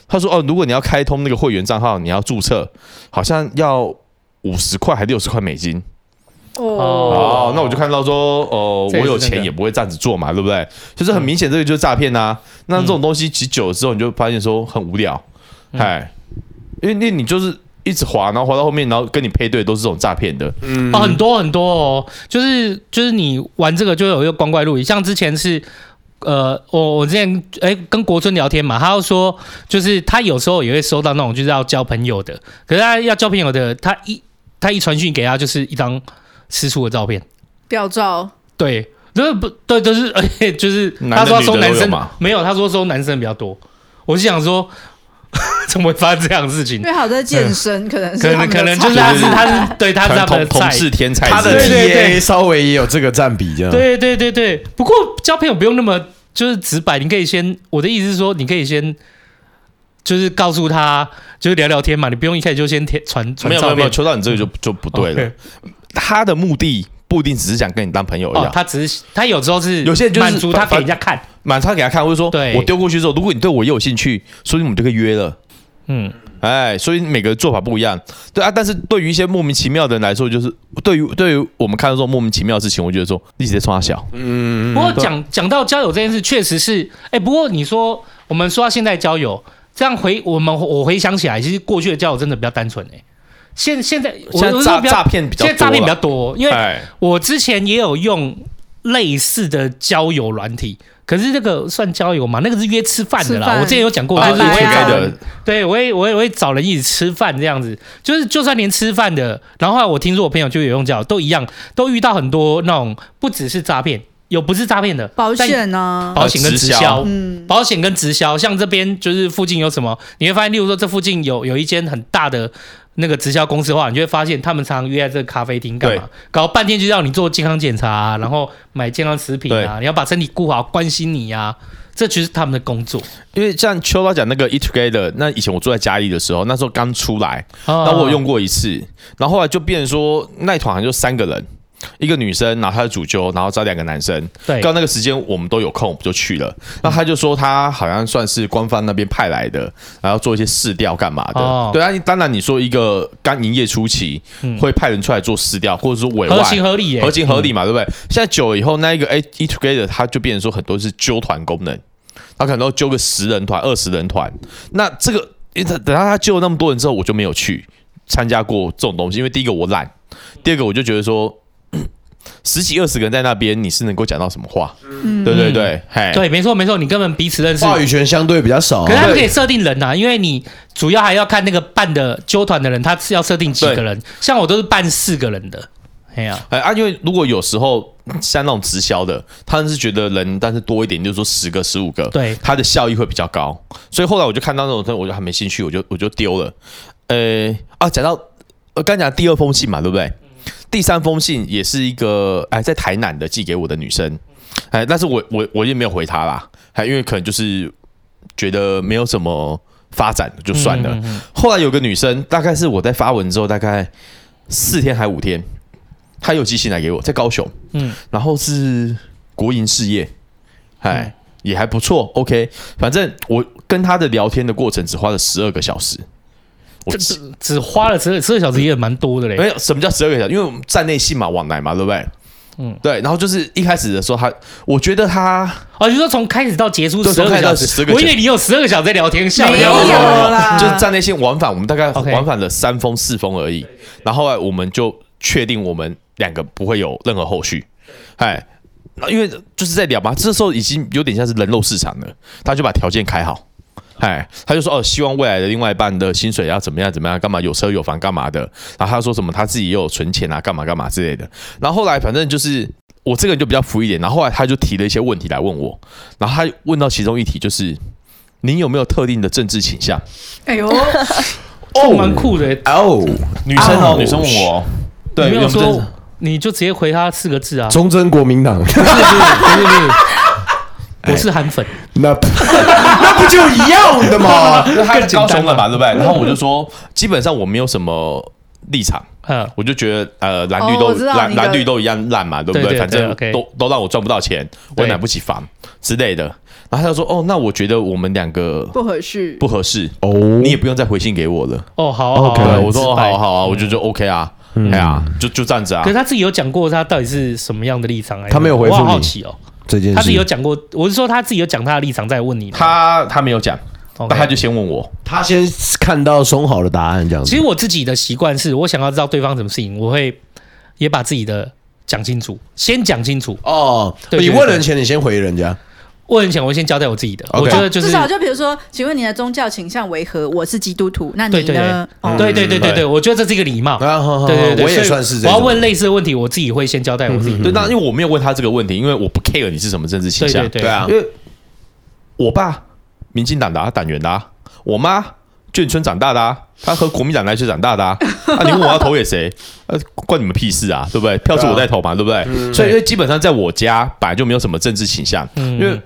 Speaker 4: 她说哦，如果你要开通那个会员账号，你要注册，好像要。五十块还六十块美金
Speaker 3: 哦，
Speaker 2: 哦
Speaker 4: 哦，那我就看到说，哦、
Speaker 2: 这也
Speaker 4: 我
Speaker 2: 是
Speaker 4: 有
Speaker 2: 真
Speaker 4: 钱
Speaker 2: 的
Speaker 4: 也不会这样子做嘛，对不对？就是很明显，这个就是诈骗呐。
Speaker 2: 嗯
Speaker 4: 那这种东西，其实久了之后，你就发现说很无聊，
Speaker 2: 嗯
Speaker 4: 哎、因为那你就是一直滑，然后滑到后面，然后跟你配对都是这种诈骗的，
Speaker 5: 嗯
Speaker 2: 哦，很多很多哦，就是就是你玩这个就有一个光怪陆离，像之前是呃，我我之前哎、跟国尊聊天嘛，他就说，就是他有时候也会收到那种就是要交朋友的，可是他要交朋友的，他一他一传讯给他就是一张吃醋的照片，
Speaker 3: 吊照，
Speaker 2: 对，那不对，就是 而且就是
Speaker 4: 男的
Speaker 2: 他说要收
Speaker 4: 女的
Speaker 2: 男
Speaker 4: 都有
Speaker 2: 生
Speaker 4: 嘛，
Speaker 2: 没有，他说收男生比较多，我就想说， 怎么会发生这样的事情
Speaker 3: 因？为好在健身，可能是
Speaker 2: 嗯可
Speaker 3: 他
Speaker 2: 能
Speaker 3: 们的
Speaker 2: 可能就是
Speaker 3: 菜啊
Speaker 2: 他是他是对他是
Speaker 4: 可
Speaker 2: 他
Speaker 4: 能
Speaker 2: 们的
Speaker 4: 同
Speaker 2: 菜
Speaker 4: 同，是天才
Speaker 5: 他
Speaker 4: 之类
Speaker 5: 的
Speaker 4: 的，
Speaker 2: 对对
Speaker 5: TA
Speaker 2: 对
Speaker 5: 稍微也有这个占比，这样。
Speaker 2: 对对对对。不过交朋友不用那么就是直白，你可以先，我的意思是说，你可以先就是告诉他，就是聊聊天嘛，你不用一开始就先贴传传
Speaker 4: 没有没
Speaker 2: 照
Speaker 4: 有没
Speaker 2: 片。
Speaker 4: 有，
Speaker 2: 哦
Speaker 4: 邱导你这个就就不对了
Speaker 2: OK。
Speaker 4: 他的目的不一定只是想跟你当朋友一
Speaker 2: 哦，
Speaker 4: 样，
Speaker 2: 他只是他有时候是
Speaker 4: 有些人就是
Speaker 2: 满足他
Speaker 4: 把
Speaker 2: 给人家看，
Speaker 4: 满他给他看，或者说
Speaker 2: 对
Speaker 4: 我丢过去之后，如果你对我也有兴趣，所以我们就可以约了。
Speaker 2: 嗯，
Speaker 4: 哎，所以每个做法不一样，对啊。但是对于一些莫名其妙的人来说，就是对于对于我们看到这种莫名其妙的事情，我觉得说一直在冲他笑，
Speaker 5: 嗯，
Speaker 2: 不过讲讲到交友这件事，确实是，哎、不过你说我们说到现在交友，这样回我们我回想起来，其实过去的交友真的比较单纯哎、现现在我
Speaker 4: 现
Speaker 2: 我
Speaker 4: 在
Speaker 2: 是
Speaker 4: 诈
Speaker 2: 说比较
Speaker 4: 诈骗比较
Speaker 2: 现
Speaker 4: 多
Speaker 2: 在诈
Speaker 4: 了，
Speaker 2: 骗比较多，啊因为
Speaker 4: 哎，
Speaker 2: 我之前也有用类似的交友软体。可是这个算交友嘛？那个是约吃饭的
Speaker 3: 吃
Speaker 2: 啦。
Speaker 3: 饭
Speaker 2: 我之前有讲过，
Speaker 4: 啊
Speaker 2: 就
Speaker 3: 拜
Speaker 2: 是我
Speaker 3: 拜
Speaker 2: 会
Speaker 3: 啊
Speaker 2: 找
Speaker 4: 应该
Speaker 2: 人
Speaker 4: 的，
Speaker 2: 对，我也我也我会找人一起吃饭这样子，就是就算连吃饭的，然后后来我听说我朋友就有用交友，都一样，都遇到很多那种不只是诈骗，有不是诈骗的
Speaker 3: 保、
Speaker 2: 但
Speaker 3: 险啊，
Speaker 2: 呃保险跟直
Speaker 4: 呃直
Speaker 2: 销
Speaker 4: 销。
Speaker 3: 嗯，
Speaker 2: 保险跟直销，像这边就是附近有什么，你会发现，例如说这附近有有一间很大的那个直销公司的话，你就会发现他们常常约在这个咖啡厅干嘛，搞半天就让你做健康检查、啊，然后买健康食品啊，你要把身体顾好，关心你呀、啊，这就是他们的工作。
Speaker 4: 因为像邱老讲那个 Eat Together，那以前我住在嘉义的时候，那时候刚出来，
Speaker 2: 啊
Speaker 4: 那我有用过一次，然后后来就变成说那一团好像就三个人，一个女生，然后她是主揪，然后招两个男生。
Speaker 2: 对
Speaker 4: 刚好那个时间我们都有空，我们就去了。那他就说他好像算是官方那边派来的，然后做一些试调干嘛的。
Speaker 2: 哦嗯
Speaker 4: 对啊，你当然你说一个刚营业初期、会派人出来做试调，或者说委外
Speaker 2: 合情合理耶、
Speaker 4: 合情合理嘛，对不对？现在久了以后，那一个哎 e together 它就变成说很多是揪团功能，它可能都揪个十人团、二十人团。那这个因为它等到他揪了那么多人之后，我就没有去参加过这种东西，因为第一个我懒，第二个我就觉得说。 十几二十个人在那边，你是能够讲到什么话？对对对，嘿，
Speaker 2: 嗯对，没错没错，你根本彼此认识。
Speaker 5: 话语权相对比较少啊
Speaker 2: 可是，他们可以设定人呐、啊因为你主要还要看那个办的纠团的人，他是要设定几个人。像我都是办四个人的，哎呀、
Speaker 4: 哎啊，因为如果有时候像那种直销的，他们是觉得人但是多一点，就是说十个、十五个，
Speaker 2: 对
Speaker 4: 它的效益会比较高。所以后来我就看到那种，真的我就还没兴趣，我就我就丢了。呃啊，讲到呃，刚讲第二封信嘛，对不对？第三封信也是一个哎，在台南的寄给我的女生，哎，但是我我我也没有回她啦，还因为可能就是觉得没有什么发展就 算了。
Speaker 2: 嗯嗯嗯
Speaker 4: 后来有个女生，大概是我在发文之后，大概四天还五天，她有寄信来给我，在高雄，
Speaker 2: 嗯
Speaker 4: 嗯，然后是国营事业，哎，也还不错，OK。反正我跟她的聊天的过程只花了十二个小时，我
Speaker 2: 这只只花了十十二小时也蛮多的嘞。
Speaker 4: 没有什么叫十二个小时，因为我们站内信嘛，往来嘛，对不对？嗯，对。然后就是一开始的时候她，我觉得她
Speaker 2: 哦，你说从开始到结束
Speaker 4: 对
Speaker 2: 十二
Speaker 4: 从
Speaker 2: 个
Speaker 4: 开始
Speaker 2: 小时
Speaker 4: 到12，个
Speaker 2: 我以
Speaker 4: 小
Speaker 2: 为
Speaker 4: 时
Speaker 2: 你有十二个小时在聊天，吓我一
Speaker 3: 没有
Speaker 2: 跳
Speaker 3: 啦
Speaker 4: 就是站内线往返，我们大概
Speaker 2: OK
Speaker 4: 往返了三封四封而已。然后后来我们就确定我们两个不会有任何后续，哎，那因为就是在聊嘛，这时候已经有点像是人肉市场了，他就把条件开好。哎，他就说哦，希望未来的另外一半的薪水要怎么样怎么样，干嘛有车有房干嘛的。然后他说什么他自己也有存钱啊，干嘛干嘛之类的。然后后来反正就是我这个人就比较浮一点，然后后来他就提了一些问题来问我，然后他问到其中一题就是你有没有特定的政治倾向？
Speaker 3: 哎呦，
Speaker 2: 这蛮酷的。
Speaker 5: 哦，
Speaker 4: 女生哦，
Speaker 5: 哦
Speaker 4: 女生问我哦，
Speaker 2: 你
Speaker 4: 对，
Speaker 2: 没有
Speaker 4: 不
Speaker 2: 说
Speaker 4: 是，
Speaker 2: 你就直接回他四个字啊，
Speaker 5: 忠贞国民党，
Speaker 2: 不是 不是，
Speaker 4: 哎
Speaker 2: 我是韩粉，
Speaker 5: 那那不就一样的 吗？
Speaker 4: 他是高雄的嘛，对不对？然后 我就说，基本上我没有什么立场，
Speaker 2: 嗯，
Speaker 4: 我就觉得呃，蓝
Speaker 3: 哦
Speaker 4: 绿都
Speaker 3: 我知道
Speaker 4: 蓝
Speaker 3: 你的
Speaker 4: 蓝绿都一样烂嘛，对不
Speaker 2: 对对
Speaker 4: 反
Speaker 2: 对
Speaker 4: 正
Speaker 2: ，OK
Speaker 4: 都都让我赚不到钱，我也
Speaker 2: 对
Speaker 4: 买不起房之类的。然后他就说，哦，那我觉得我们两个
Speaker 3: 不合适，
Speaker 4: 不合适，
Speaker 5: 哦，
Speaker 4: 你也不用再回信给我了。
Speaker 2: 哦，好啊好啊，
Speaker 5: OK
Speaker 2: 好啊
Speaker 4: 对，我说
Speaker 2: 很
Speaker 4: 哦
Speaker 2: 直白
Speaker 4: 好啊好啊，我就就 OK 啊，哎呀，就就这样子啊
Speaker 2: 嗯可是。他自己有讲过他到底是什么样的立场来的？
Speaker 5: 他没有回复
Speaker 2: 我好好
Speaker 5: 你
Speaker 2: 奇哦。
Speaker 5: 这件
Speaker 2: 他自己有
Speaker 5: 事，
Speaker 2: 讲过，我是说他自己有讲他的立场，再问你嘛。
Speaker 4: 他他没有讲，
Speaker 2: OK
Speaker 4: 那他就先问我，
Speaker 5: 他先看到松好的答案，这样
Speaker 2: 其
Speaker 5: 子
Speaker 2: 实。我自己的习惯是，我想要知道对方什么事情，我会也把自己的讲清楚，先讲清楚。
Speaker 5: 哦，
Speaker 2: 对对
Speaker 5: 你问人前，你先回人家。
Speaker 2: 问前我先交代我自己的，
Speaker 5: OK
Speaker 2: 我觉得就是
Speaker 3: 哦至少就比如说，请问你的宗教倾向为何？我是基督徒，那你
Speaker 2: 对对嗯
Speaker 3: 呢？哦
Speaker 2: 对对
Speaker 5: 嗯
Speaker 2: 对对对，我觉得这是一个礼貌。
Speaker 5: 啊，好好好
Speaker 2: 对对对，
Speaker 5: 我
Speaker 2: 所
Speaker 5: 也
Speaker 2: 以
Speaker 5: 算是这
Speaker 2: 我
Speaker 5: 种。
Speaker 2: 要问类似的问题，我自己会先交代我自己。
Speaker 4: 对，那因为我没有问他这个问题，因为我不 care 你是什么政治倾
Speaker 2: 对
Speaker 4: 向
Speaker 2: 对，对
Speaker 5: 对啊
Speaker 4: 因为我爸民进党的、啊，党员的、啊，我妈眷村长大的、啊，她和国民党来学长大的啊。啊，你问我要投给谁？ 呃，关你们屁事啊，对不对？票是我在投嘛，对
Speaker 2: 啊
Speaker 4: 不对？
Speaker 2: 嗯
Speaker 4: 所以因为基本上在我家本来就没有什么政治倾向，
Speaker 5: 嗯
Speaker 4: 因为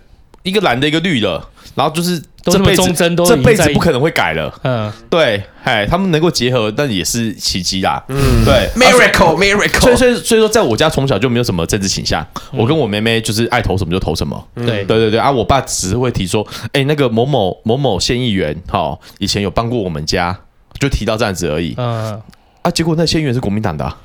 Speaker 4: 一个蓝的，一个绿的，然后就是
Speaker 2: 嗯都那
Speaker 4: 这
Speaker 2: 么
Speaker 4: 辈子
Speaker 2: 忠贞都已
Speaker 4: 这
Speaker 2: 经
Speaker 4: 辈子
Speaker 2: 在
Speaker 4: 不可能会改了。
Speaker 2: 嗯，
Speaker 4: 对，哎，他们能够结合，但也是奇迹啦。嗯，对。
Speaker 5: miracle
Speaker 4: 所以，
Speaker 5: miracle，
Speaker 4: 所以，所以说，在我家从小就没有什么政治倾向，
Speaker 2: 嗯
Speaker 4: 我跟我妹妹就是爱投什么就投什么。
Speaker 2: 对
Speaker 4: 对对对啊！我爸只是会提说，哎、那个某某某某县议员，哈、以前有帮过我们家，就提到这样子而已
Speaker 2: 嗯，
Speaker 4: 啊。结果那县议员是国民党的啊、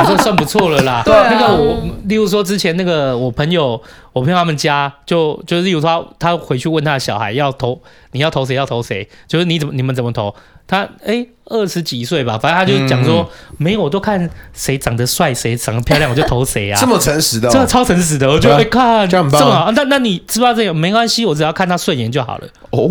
Speaker 2: 你这算不错了 啦。
Speaker 3: 对啊
Speaker 2: 那个我，例如说之前那个我朋友，我朋友他们家就就是例如说他他回去问他的小孩要投你要投谁要投谁，就是你怎么你们怎么投？他哎二十几岁吧，反正他就讲说、
Speaker 5: 嗯
Speaker 2: 没有，我都看谁长得帅谁长得漂亮我就投谁啊。
Speaker 5: 这么诚实的
Speaker 2: 这个
Speaker 5: 哦，
Speaker 2: 超诚实的，我就
Speaker 5: 对啊
Speaker 2: 会看，
Speaker 5: 这样很棒啊
Speaker 2: 么好。那那你知不知道这个没关系，我只要看他顺眼就好了。哦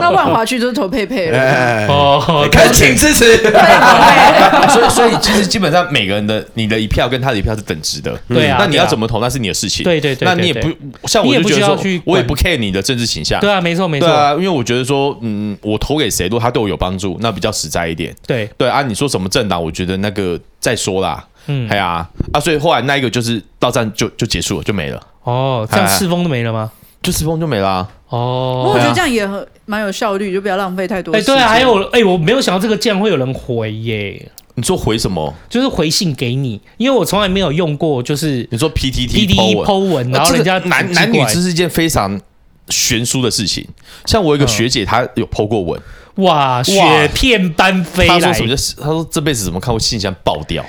Speaker 3: 那万华区就是投佩佩了。
Speaker 5: 哎，
Speaker 2: 哦，
Speaker 5: 恳请支持。
Speaker 2: 啊
Speaker 4: 所以所以其实基本上每个人的你的一票跟他的一票是等值的，
Speaker 2: 对啊
Speaker 4: 那你
Speaker 2: 对啊
Speaker 4: 要怎么投那是你的事情，
Speaker 2: 对对对对
Speaker 4: 那你也不像我
Speaker 2: 你也
Speaker 4: 就
Speaker 2: 不
Speaker 4: 觉
Speaker 2: 需
Speaker 4: 得
Speaker 2: 要
Speaker 4: 说
Speaker 2: 去，
Speaker 4: 我也
Speaker 2: 管
Speaker 4: 不 care 你的政治倾
Speaker 5: 哎
Speaker 4: 向，
Speaker 2: 对啊，没错没
Speaker 4: 对
Speaker 2: 错，
Speaker 4: 啊，因为我觉得说，嗯，我投给谁，如果他对我有帮助，那比较实在一点。
Speaker 2: 对，
Speaker 4: 对啊，你说什么政党？我觉得那个再说啦。
Speaker 2: 嗯
Speaker 4: 哎，呀啊，所以后来那一个就是到站就就结束了，就没了，
Speaker 2: 哦，这样
Speaker 5: 哎
Speaker 2: 赤峰都没了吗？
Speaker 4: 就失风就没了、啊。
Speaker 3: 不
Speaker 2: 哦
Speaker 3: 过我，觉得这样也很蛮有效率，就不要浪费太多。
Speaker 2: 哎，对啊，还，有哎，我没有想到这个竟然会有人回耶，
Speaker 4: 你说回什么？
Speaker 2: 就是回信给你，因为我从来没有用过，就是
Speaker 4: 你说 PTT
Speaker 2: P D
Speaker 4: 抛
Speaker 2: E
Speaker 4: 文，哦
Speaker 2: Po 文，然后人家
Speaker 4: 这个男
Speaker 2: 寄
Speaker 4: 男
Speaker 2: 过
Speaker 4: 女
Speaker 2: 来
Speaker 4: 之是一件非常悬殊的事情。像我有一个
Speaker 2: 嗯
Speaker 4: 学姐，她有抛过文，
Speaker 2: 哇，雪片般嗯飞
Speaker 4: 她
Speaker 2: 来，
Speaker 4: 说什么？就是她说这辈子怎么看过信箱爆 掉？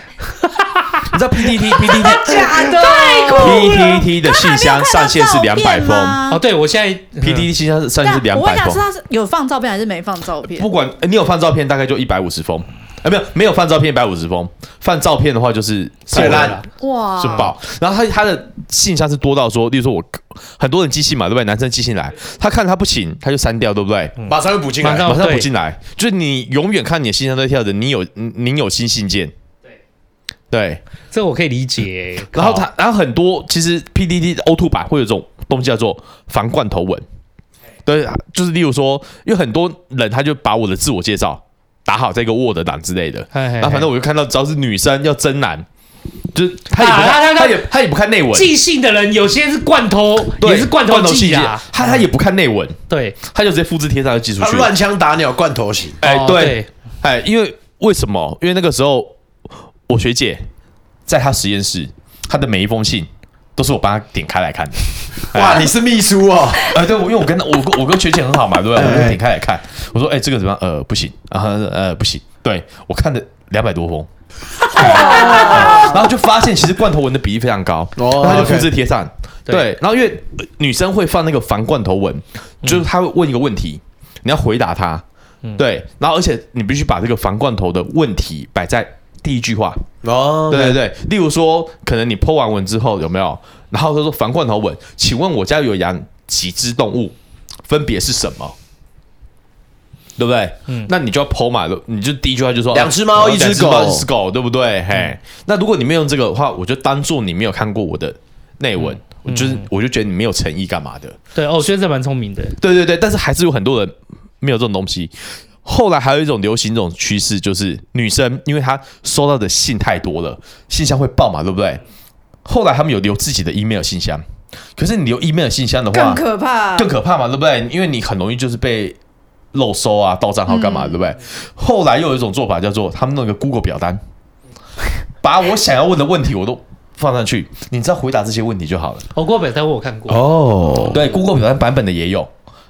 Speaker 4: 你知道 PTT PTT
Speaker 3: 假的，太
Speaker 4: PTT 的信箱上限是两百封
Speaker 2: 哦，对我现在
Speaker 4: ，PTT 信箱上限是
Speaker 3: 但
Speaker 4: 两
Speaker 3: 我
Speaker 4: 百
Speaker 3: 想
Speaker 4: 封
Speaker 3: 知。道是有放照片还是没放照片
Speaker 4: 不。管、呃你有放照片，大概就一百五十封。啊，没有没有放照片一百五十封，放照片的话就是
Speaker 5: 最烂
Speaker 4: 是
Speaker 3: 哇，
Speaker 4: 爆。然后他他的信箱是多到说，例如说我很多人寄信嘛，对不对？男生寄信来，他看他不行，他就删掉，对不对？
Speaker 5: 马上又补进
Speaker 2: 马
Speaker 5: 来，
Speaker 2: 上
Speaker 4: 马上
Speaker 2: 对
Speaker 4: 补进来，就是你永远看你的信箱都在跳着，你有你你有新信件，对
Speaker 2: 这我可以理解。
Speaker 4: 然后他然后很多其实 PDD O two 版会有这种东西叫做防罐头文，对，就是例如说，因为很多人他就把我的自我介绍打好在一个 Word 档之类的，
Speaker 2: 嘿嘿嘿
Speaker 4: 然后反正我就看到只要是女生要真男，就是他也不
Speaker 2: 啊他他
Speaker 4: 看，
Speaker 2: 他
Speaker 4: 他也他也不看内文，
Speaker 2: 寄信的人有些是罐头，
Speaker 4: 对
Speaker 2: 也是罐头
Speaker 4: 头
Speaker 2: 寄
Speaker 4: 件
Speaker 2: 啊，，
Speaker 4: 他他也不看内文，
Speaker 2: 对，
Speaker 4: 他就直接复制贴上就寄出
Speaker 5: 他
Speaker 4: 去，
Speaker 5: 乱枪打鸟，罐头型。
Speaker 4: 哎
Speaker 2: 哦
Speaker 4: 对，哎，因为为什么？因为那个时候我学姐在她实验室，她的每一封信都是我帮她点开来看的。
Speaker 5: 哇，你是秘书哦，
Speaker 4: 啊，对，我因为我跟我跟我跟学姐很好嘛，对不对？
Speaker 5: 哎
Speaker 4: 我就点开来看，我说，哎、这个怎么样？呃，不行，啊，呃，不行，对我看的两百多封。然后就发现，其实罐头文的比例非常高，然
Speaker 5: 哦
Speaker 4: 后他就
Speaker 5: OK
Speaker 4: 复制贴上。
Speaker 2: 对
Speaker 4: 对，然后因为呃女生会放那个防罐头文，就是她会问一个问题，你要回答她。对，然后而且你必须把这个防罐头的问题摆在第一句话。
Speaker 5: 哦，
Speaker 4: 对对对，例如说，可能你剖完文之后有没有？然后他说反罐头文，请问我家有养几只动物，分别是什么？对不对？嗯，那你就要剖嘛，你就第一句话就说
Speaker 5: 两只猫
Speaker 4: 哦
Speaker 5: 一只
Speaker 4: 两
Speaker 5: 狗
Speaker 4: 猫一只狗，对不对？嘿，那如果你没有用这个的话，我就当做你没有看过我的内文，我就是我就觉得你没有诚意干嘛的。
Speaker 2: 对哦，我觉得这蛮聪明的。
Speaker 4: 对对对，但是还是有很多人没有这种东西。后来还有一种流行这种趋势，就是女生因为她收到的信太多了，信箱会爆嘛，对不对？后来他们有留自己的 email 信箱，可是你留 email 信箱的话
Speaker 3: 更，可怕，
Speaker 4: 更可怕嘛，对不对？因为你很容易就是被漏收啊、盗账号干嘛，
Speaker 3: 嗯
Speaker 4: 对不对？后来又有一种做法叫做他们弄一个 Google 表单，把我想要问的问题我都放上去，你只要回答这些问题就好了。
Speaker 2: 哦，郭北丹我有看过，
Speaker 5: 哦，
Speaker 4: 对，Google 表单版本的也有，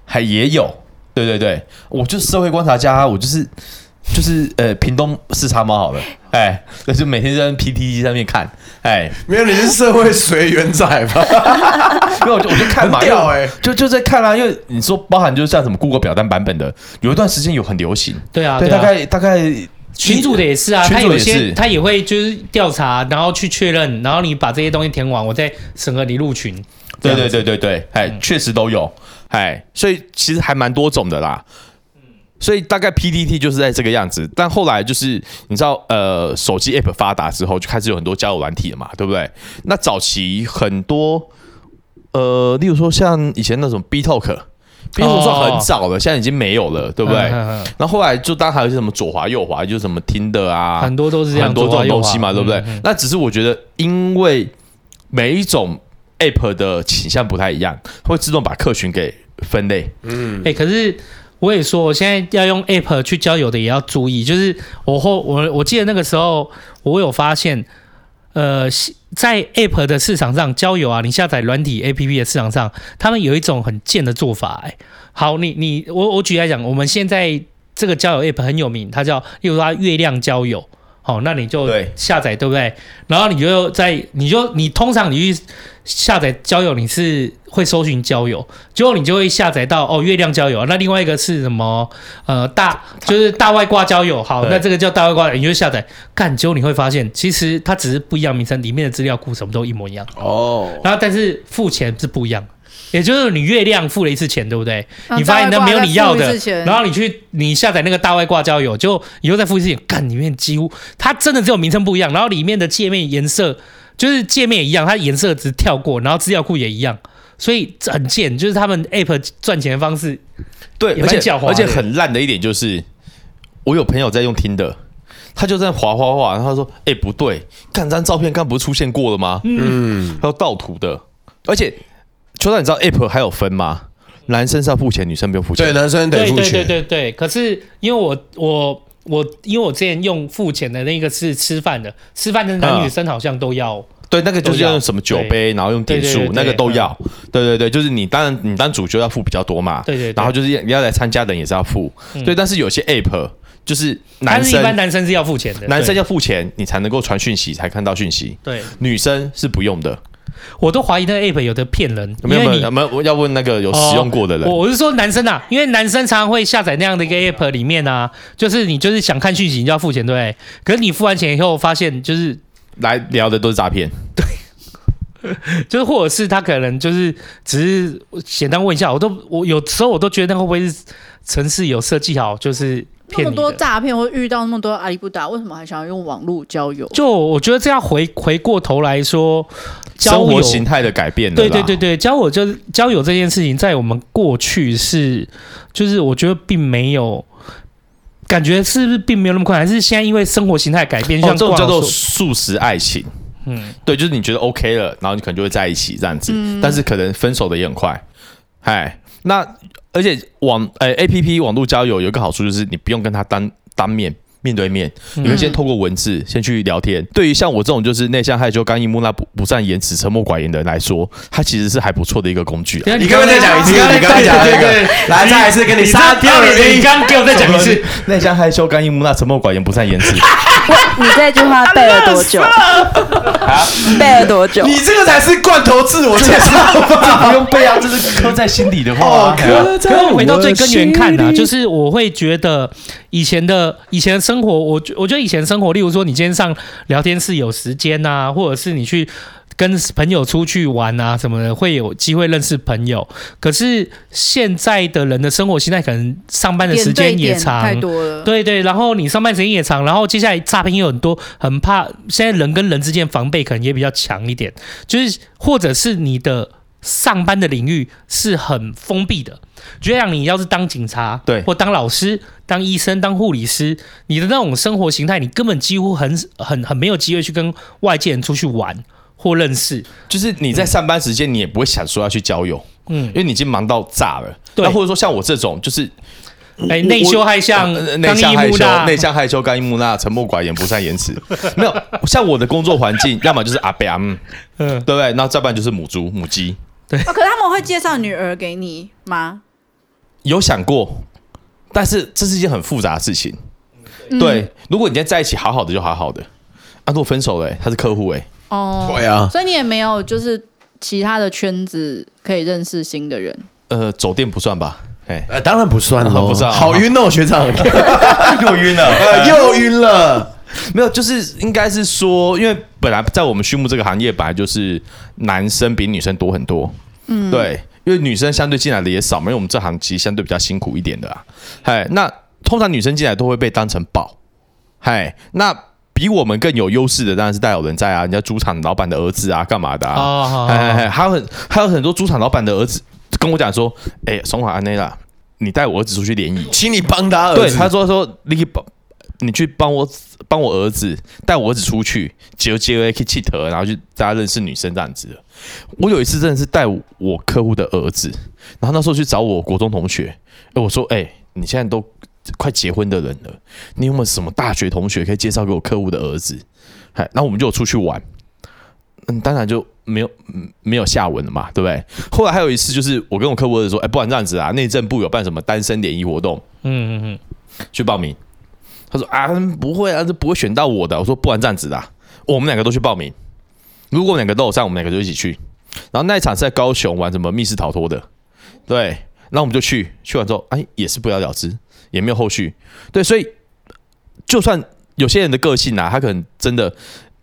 Speaker 4: 还也有，对对对，我就是社会观察家，我就是就是呃，屏东视察猫好了，哎，那就每天在 PTT 上面看，哎，
Speaker 5: 没有，你是社会随缘仔吧？
Speaker 4: 因为我就我就看嘛，
Speaker 5: 很屌
Speaker 4: 因为
Speaker 5: 欸
Speaker 4: 就就在看啦、啊因为你说包含就是像什么 Google 表单版本的，有一段时间有很流行，
Speaker 2: 对啊，
Speaker 4: 对，
Speaker 2: 啊
Speaker 4: 大概大概
Speaker 2: 群主的也是啊，
Speaker 4: 群
Speaker 2: 他
Speaker 4: 主
Speaker 2: 有
Speaker 4: 也是
Speaker 2: 些他也会就是调查，然后去确认，然后你把这些东西填完，我再审核你入群。这
Speaker 4: 对对
Speaker 2: 样子嗯
Speaker 4: 对对对，哎，确实都有，哎，所以其实还蛮多种的啦。
Speaker 2: 嗯
Speaker 4: 所以大概 PDT 就是在这个样子，但后来就是你知道，呃，手机 App 发达之后，就开始有很多交友软体了嘛，对不对？那早期很多，呃，例如说像以前那种 B Talk，B Talk 算很早了，现在已经没有了，对不对？
Speaker 2: 哦嗯嗯嗯
Speaker 4: 然后后来就当然还有一些什么左滑右滑，就是什么听的啊，
Speaker 2: 很多都是这样，
Speaker 4: 很多这
Speaker 2: 左滑
Speaker 4: 种
Speaker 2: 右
Speaker 4: 东
Speaker 2: 滑
Speaker 4: 西嘛，对不对？？
Speaker 2: 嗯
Speaker 4: 那只是我觉得，因为每一种 app 的倾向不太一样，会自动把客群给分类。
Speaker 2: 哎、可是我也说，我现在要用 App 去交友的也要注意，就是我后我我记得那个时候我有发现，呃，西在 App 的市场上交友啊，你下载软体 APP 的市场上，他们有一种很贱的做法、哎，好，你你我我举例来讲，我们现在这个交友 App 很有名，它叫例如它月亮交友。好，那你就
Speaker 4: 对
Speaker 2: 下载，对不对？然后你就在，你就你通常你去下载交友，你是会搜寻交友，结果你就会下载到哦月亮交友啊，那另外一个是什么？呃，大就是大外挂交友，好，
Speaker 4: 对
Speaker 2: 那这个叫大外挂，你就下载干，结果你会发现，其实它只是不一样名称，里面的资料库什么都一模一样，
Speaker 5: 哦，
Speaker 2: 然后但是付钱是不一样的。也就是你月亮付了一次钱，对不对？
Speaker 3: 嗯
Speaker 2: 你发现那没有你要
Speaker 3: 大外挂再付
Speaker 2: 的
Speaker 3: 一次，钱
Speaker 2: 然后你去你下载那个大外挂交友，就以后再付一次钱，干里面几乎它真的只有名称不一样，然后里面的界面颜色就是界面也一样，它颜色只跳过，然后资料库也一样，所以很贱，就是他们 App 赚钱的方式。
Speaker 4: 对，
Speaker 2: 也
Speaker 4: 而
Speaker 2: 蛮
Speaker 4: 且
Speaker 2: 狡猾的
Speaker 4: 而且很烂的一点就是，我有朋友在用听的。他就在滑滑滑，然后他说：“哎、不对，看这张照片，刚不是出现过了吗？
Speaker 5: 嗯，
Speaker 4: 他说盗图的，而且，秋到你知道 App 还有分吗？男生是要付钱，女生不用付
Speaker 5: 对，
Speaker 4: 钱。
Speaker 5: 男生得
Speaker 2: 对
Speaker 5: 付
Speaker 2: 对对
Speaker 5: 钱，
Speaker 2: 对对，可是因为我我我因为我之前用付钱的那个是吃饭的，吃饭的男女生好像都要。
Speaker 4: 对，那个就是
Speaker 2: 都要
Speaker 4: 要用什么酒
Speaker 2: 对
Speaker 4: 杯，然后用
Speaker 2: 对
Speaker 4: 点
Speaker 2: 对
Speaker 4: 数
Speaker 2: 对，对嗯
Speaker 4: 那个都要。对对对，就是你当然你当主角要付比较多嘛。
Speaker 2: 对对对
Speaker 4: 然后就是你要来参加的人也是要付，对。但是有些 app 就是男
Speaker 2: 但是一
Speaker 4: 生
Speaker 2: 般男生是要付钱的，
Speaker 4: 男生
Speaker 2: 对
Speaker 4: 要付钱，你才能够传讯息，才看到讯息。
Speaker 2: 对，
Speaker 4: 女生是不用的，
Speaker 2: 我都怀疑那个 app 有的骗人，
Speaker 4: 有没有？
Speaker 2: 因
Speaker 4: 有
Speaker 2: 为
Speaker 4: 没
Speaker 2: 你
Speaker 4: 有有没有？我要问那个有使用过的人
Speaker 2: 我。我是说男生啊，因为男生常常会下载那样的一个 app 里面啊，就是你就是想看讯息，你就要付钱，对不对？可是你付完钱以后，发现就是
Speaker 4: 来聊的都是诈骗，
Speaker 2: 就是，或者是他可能就是只是简单问一下，我都我有时候我都觉得那会不会是城市有设计好，就是
Speaker 3: 那
Speaker 2: 骗
Speaker 3: 么
Speaker 2: 你
Speaker 3: 多
Speaker 2: 的。
Speaker 3: 诈骗，会遇到那么多阿里不达，为什么还想要用网络交友？
Speaker 2: 就我觉得这样回回过头来说，交
Speaker 4: 生
Speaker 2: 友
Speaker 4: 活形态的改变了
Speaker 2: 对
Speaker 4: 啦。
Speaker 2: 对对对，交友就是交友这件事情，在我们过去是，就是我觉得并没有。感觉是不是并没有那么快？还是现在因为生活形态改变，
Speaker 4: 哦，
Speaker 2: 像
Speaker 4: 这种
Speaker 2: 冠
Speaker 4: 叫
Speaker 2: 豪
Speaker 4: 做
Speaker 2: 说
Speaker 4: 素食爱情。
Speaker 2: 嗯，
Speaker 4: 对，就是你觉得 OK 了，然后你可能就会在一起这样子，但是可能分手的也很快。哎，那而且网呃 A P P 网络交友有一个好处就是你不用跟他当当面。面对面，你可以先透过文字、先去聊天。对于像我这种就是内向害羞、刚毅木讷、不不善言辞、沉默寡言的人来说，它其实是还不错的一个工具、 啊。
Speaker 2: 等一下
Speaker 5: 你刚刚再讲一次，你刚刚讲那个，来再来一次，给你杀掉
Speaker 2: 你你
Speaker 5: 你。
Speaker 2: 刚刚给我再讲一次，
Speaker 4: 内向害羞、刚毅木讷、沉默寡言、不善言辞。
Speaker 6: 你这句话背了多久？
Speaker 2: 啊
Speaker 6: 背了多久？
Speaker 5: 你这个才是罐头自我 介绍吧？
Speaker 4: 不用背啊， 这是刻在心底的话、
Speaker 5: 哦
Speaker 4: 啊。，
Speaker 5: 可
Speaker 2: 可是回到最根源看啊，就是我会觉得以前的以前的生活，我觉我觉得以前生活，例如说你今天上聊天室有时间呐、或者是你去跟朋友出去玩啊什么的，会有机会认识朋友。可是现在的人的生活现在可能上班的时
Speaker 3: 点对
Speaker 2: 间也
Speaker 3: 点
Speaker 2: 长，
Speaker 3: 太多了。
Speaker 2: 对对，然后你上班时间也长，然后接下来诈骗又很多，很怕现在人跟人之间防备可能也比较强一点，就是或者是你的上班的领域是很封闭的，就像你要是当警察，
Speaker 4: 对
Speaker 2: 或当老师、当医生、当护理师，你的那种生活形态，你根本几乎很很很没有机会去跟外界人出去玩或认识，
Speaker 4: 就是你在上班时间，你也不会想说要去交友。
Speaker 2: 嗯
Speaker 4: 因，为你已经忙到炸了。
Speaker 2: 对
Speaker 4: 那或者说像我这种，就是
Speaker 2: 哎，内
Speaker 4: 我
Speaker 2: 羞害相
Speaker 4: 呃，内
Speaker 2: 刚
Speaker 4: 向
Speaker 2: 毅
Speaker 4: 害
Speaker 2: 木
Speaker 4: 羞、
Speaker 2: 讷
Speaker 4: 内，向害羞、干毅木讷、沉默寡言、不善言辞。 没有，像我的工作环境，要么就是阿伯阿姆，
Speaker 2: 嗯，
Speaker 4: 对不对？那再不然就是母猪、母鸡。
Speaker 3: 哦，可是他们会介绍女儿给你吗？
Speaker 4: 有想过，但是这是一件很复杂的事情。
Speaker 3: 嗯
Speaker 4: 对，如果你今天在一起好好的就好好的，啊，如果分手了、欸他是客户哎、欸
Speaker 3: 哦，
Speaker 5: 对啊，
Speaker 3: 所以你也没有就是其他的圈子可以认识新的人。
Speaker 4: 呃，走店不算吧？哎，
Speaker 5: 呃，当然不算了，
Speaker 4: 不算啊
Speaker 5: 好晕哦，学长，
Speaker 4: 又晕了，
Speaker 5: 呃又晕了。
Speaker 4: 没有，就是应该是说，因为本来在我们畜牧这个行业，本来就是男生比女生多很多，嗯，对，因为女生相对进来的也少嘛，因为我们这行其实相对比较辛苦一点的啊，哎，那通常女生进来都会被当成宝，哎，那比我们更有优势的当然是带有人在啊，人家猪场老板的儿子啊，干嘛的啊，
Speaker 2: 哦好好
Speaker 4: 哎哎，还有很还有很多猪场老板的儿子跟我讲说，哎，松华安内啦，你带我儿子出去联谊，
Speaker 5: 请你帮他儿
Speaker 4: 对，
Speaker 5: 子，
Speaker 4: 他说说你可以帮，你去帮我帮我儿子带我儿子出去，结结 A K 气头，然后去大家认识女生这样子。我有一次真的是带我客户的儿子，然后那时候去找我国中同学，哎，我说哎、你现在都快结婚的人了，你有没有什么大学同学可以介绍给我客户的儿子？哎，然后我们就有出去玩，嗯，当然就没有嗯没有下文了嘛，对不对？后来还有一次就是我跟我客户儿子说，哎、不然这样子啊，内政部有办什么单身联谊活动。
Speaker 2: 嗯嗯嗯，
Speaker 4: 去报名。他说啊，不会啊，这不会选到我的。我说不然这样子的啊、我们两个都去报名。如果我们两个都有上，我们两个就一起去。然后那一场是在高雄玩什么密室逃脱的，对，然后我们就去，去完之后，哎，也是不了了之，也没有后续。对，所以就算有些人的个性啊，他可能真的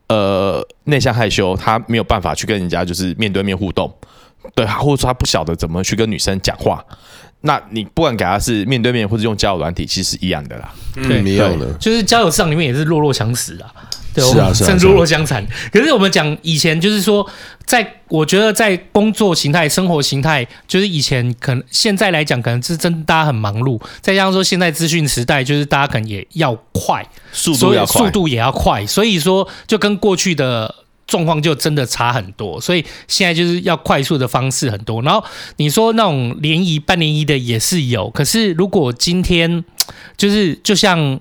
Speaker 4: 呃内向害羞，他没有办法去跟人家就是面对面互动，对，或者说他不晓得怎么去跟女生讲话。那你不管给他是面对面或者用交友软体，其实是一样的啦。
Speaker 2: 对
Speaker 5: 嗯，一样的。
Speaker 2: 就是交友市场里面也是弱肉强食啊，对，
Speaker 5: 是
Speaker 2: 我
Speaker 5: 啊
Speaker 2: 们
Speaker 5: 是啊
Speaker 2: 甚至
Speaker 5: 是啊
Speaker 2: 弱肉相残。可是我们讲以前就是说，在我觉得在工作形态、生活形态，就是以前可能现在来讲，可能是真的大家很忙碌，再加上说现在资讯时代，就是大家可能也要快，
Speaker 4: 速
Speaker 2: 所
Speaker 4: 度
Speaker 2: 以
Speaker 4: 要快，
Speaker 2: 速度也要快，所以说就跟过去的状况就真的差很多，所以现在就是要快速的方式很多。然后你说那种联谊、半联谊的也是有，可是如果今天就是就像。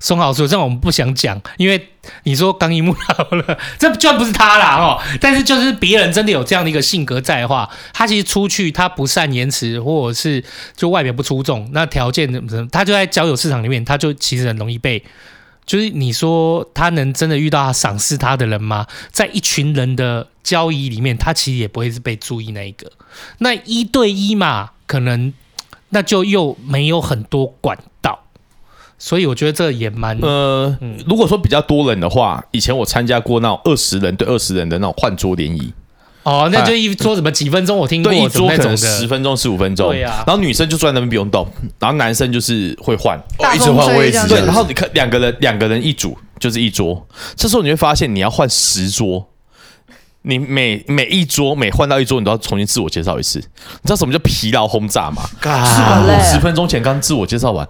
Speaker 2: 松豪说：“这样我们不想讲，因为你说刚一木老了，这就算不是他啦哦。但是就是别人真的有这样的一个性格在的话，他其实出去他不善言辞，或者是就外表不出众，那条件怎么怎么，他就在交友市场里面，他就其实很容易被就是你说他能真的遇到赏识他的人吗？在一群人的交易里面，他其实也不会是被注意那一个。那一对一嘛，可能那就又没有很多管道，所以我觉得这也蛮……
Speaker 4: 呃，
Speaker 2: 嗯
Speaker 4: 如果说比较多人的话，以前我参加过那种二十人对二十人的那种换桌联谊，
Speaker 2: 哦，那就一桌怎么几分钟，我听过
Speaker 4: 哎对一
Speaker 2: 怎么
Speaker 4: 桌
Speaker 2: 那
Speaker 4: 可
Speaker 2: 种
Speaker 4: 能十
Speaker 2: 的。
Speaker 4: 分钟、十五分钟，
Speaker 2: 对啊
Speaker 4: 然后女生就坐在那边不用动，然后男生就是会换，
Speaker 3: 大
Speaker 5: 一直
Speaker 3: 风
Speaker 5: 换
Speaker 3: 吹
Speaker 5: 位
Speaker 3: 这
Speaker 5: 置
Speaker 2: 啊
Speaker 3: 样，
Speaker 5: 这
Speaker 4: 对，
Speaker 5: 样
Speaker 4: 然
Speaker 5: 子
Speaker 4: 后你看两个人两个人一组就是一桌，这时候你会发现你要换十桌。你每每一桌每换到一桌，你都要重新自我介绍一次。你知道什么叫疲劳轰炸吗？是吧？
Speaker 6: 累
Speaker 4: 啊我十分钟前刚自我介绍完，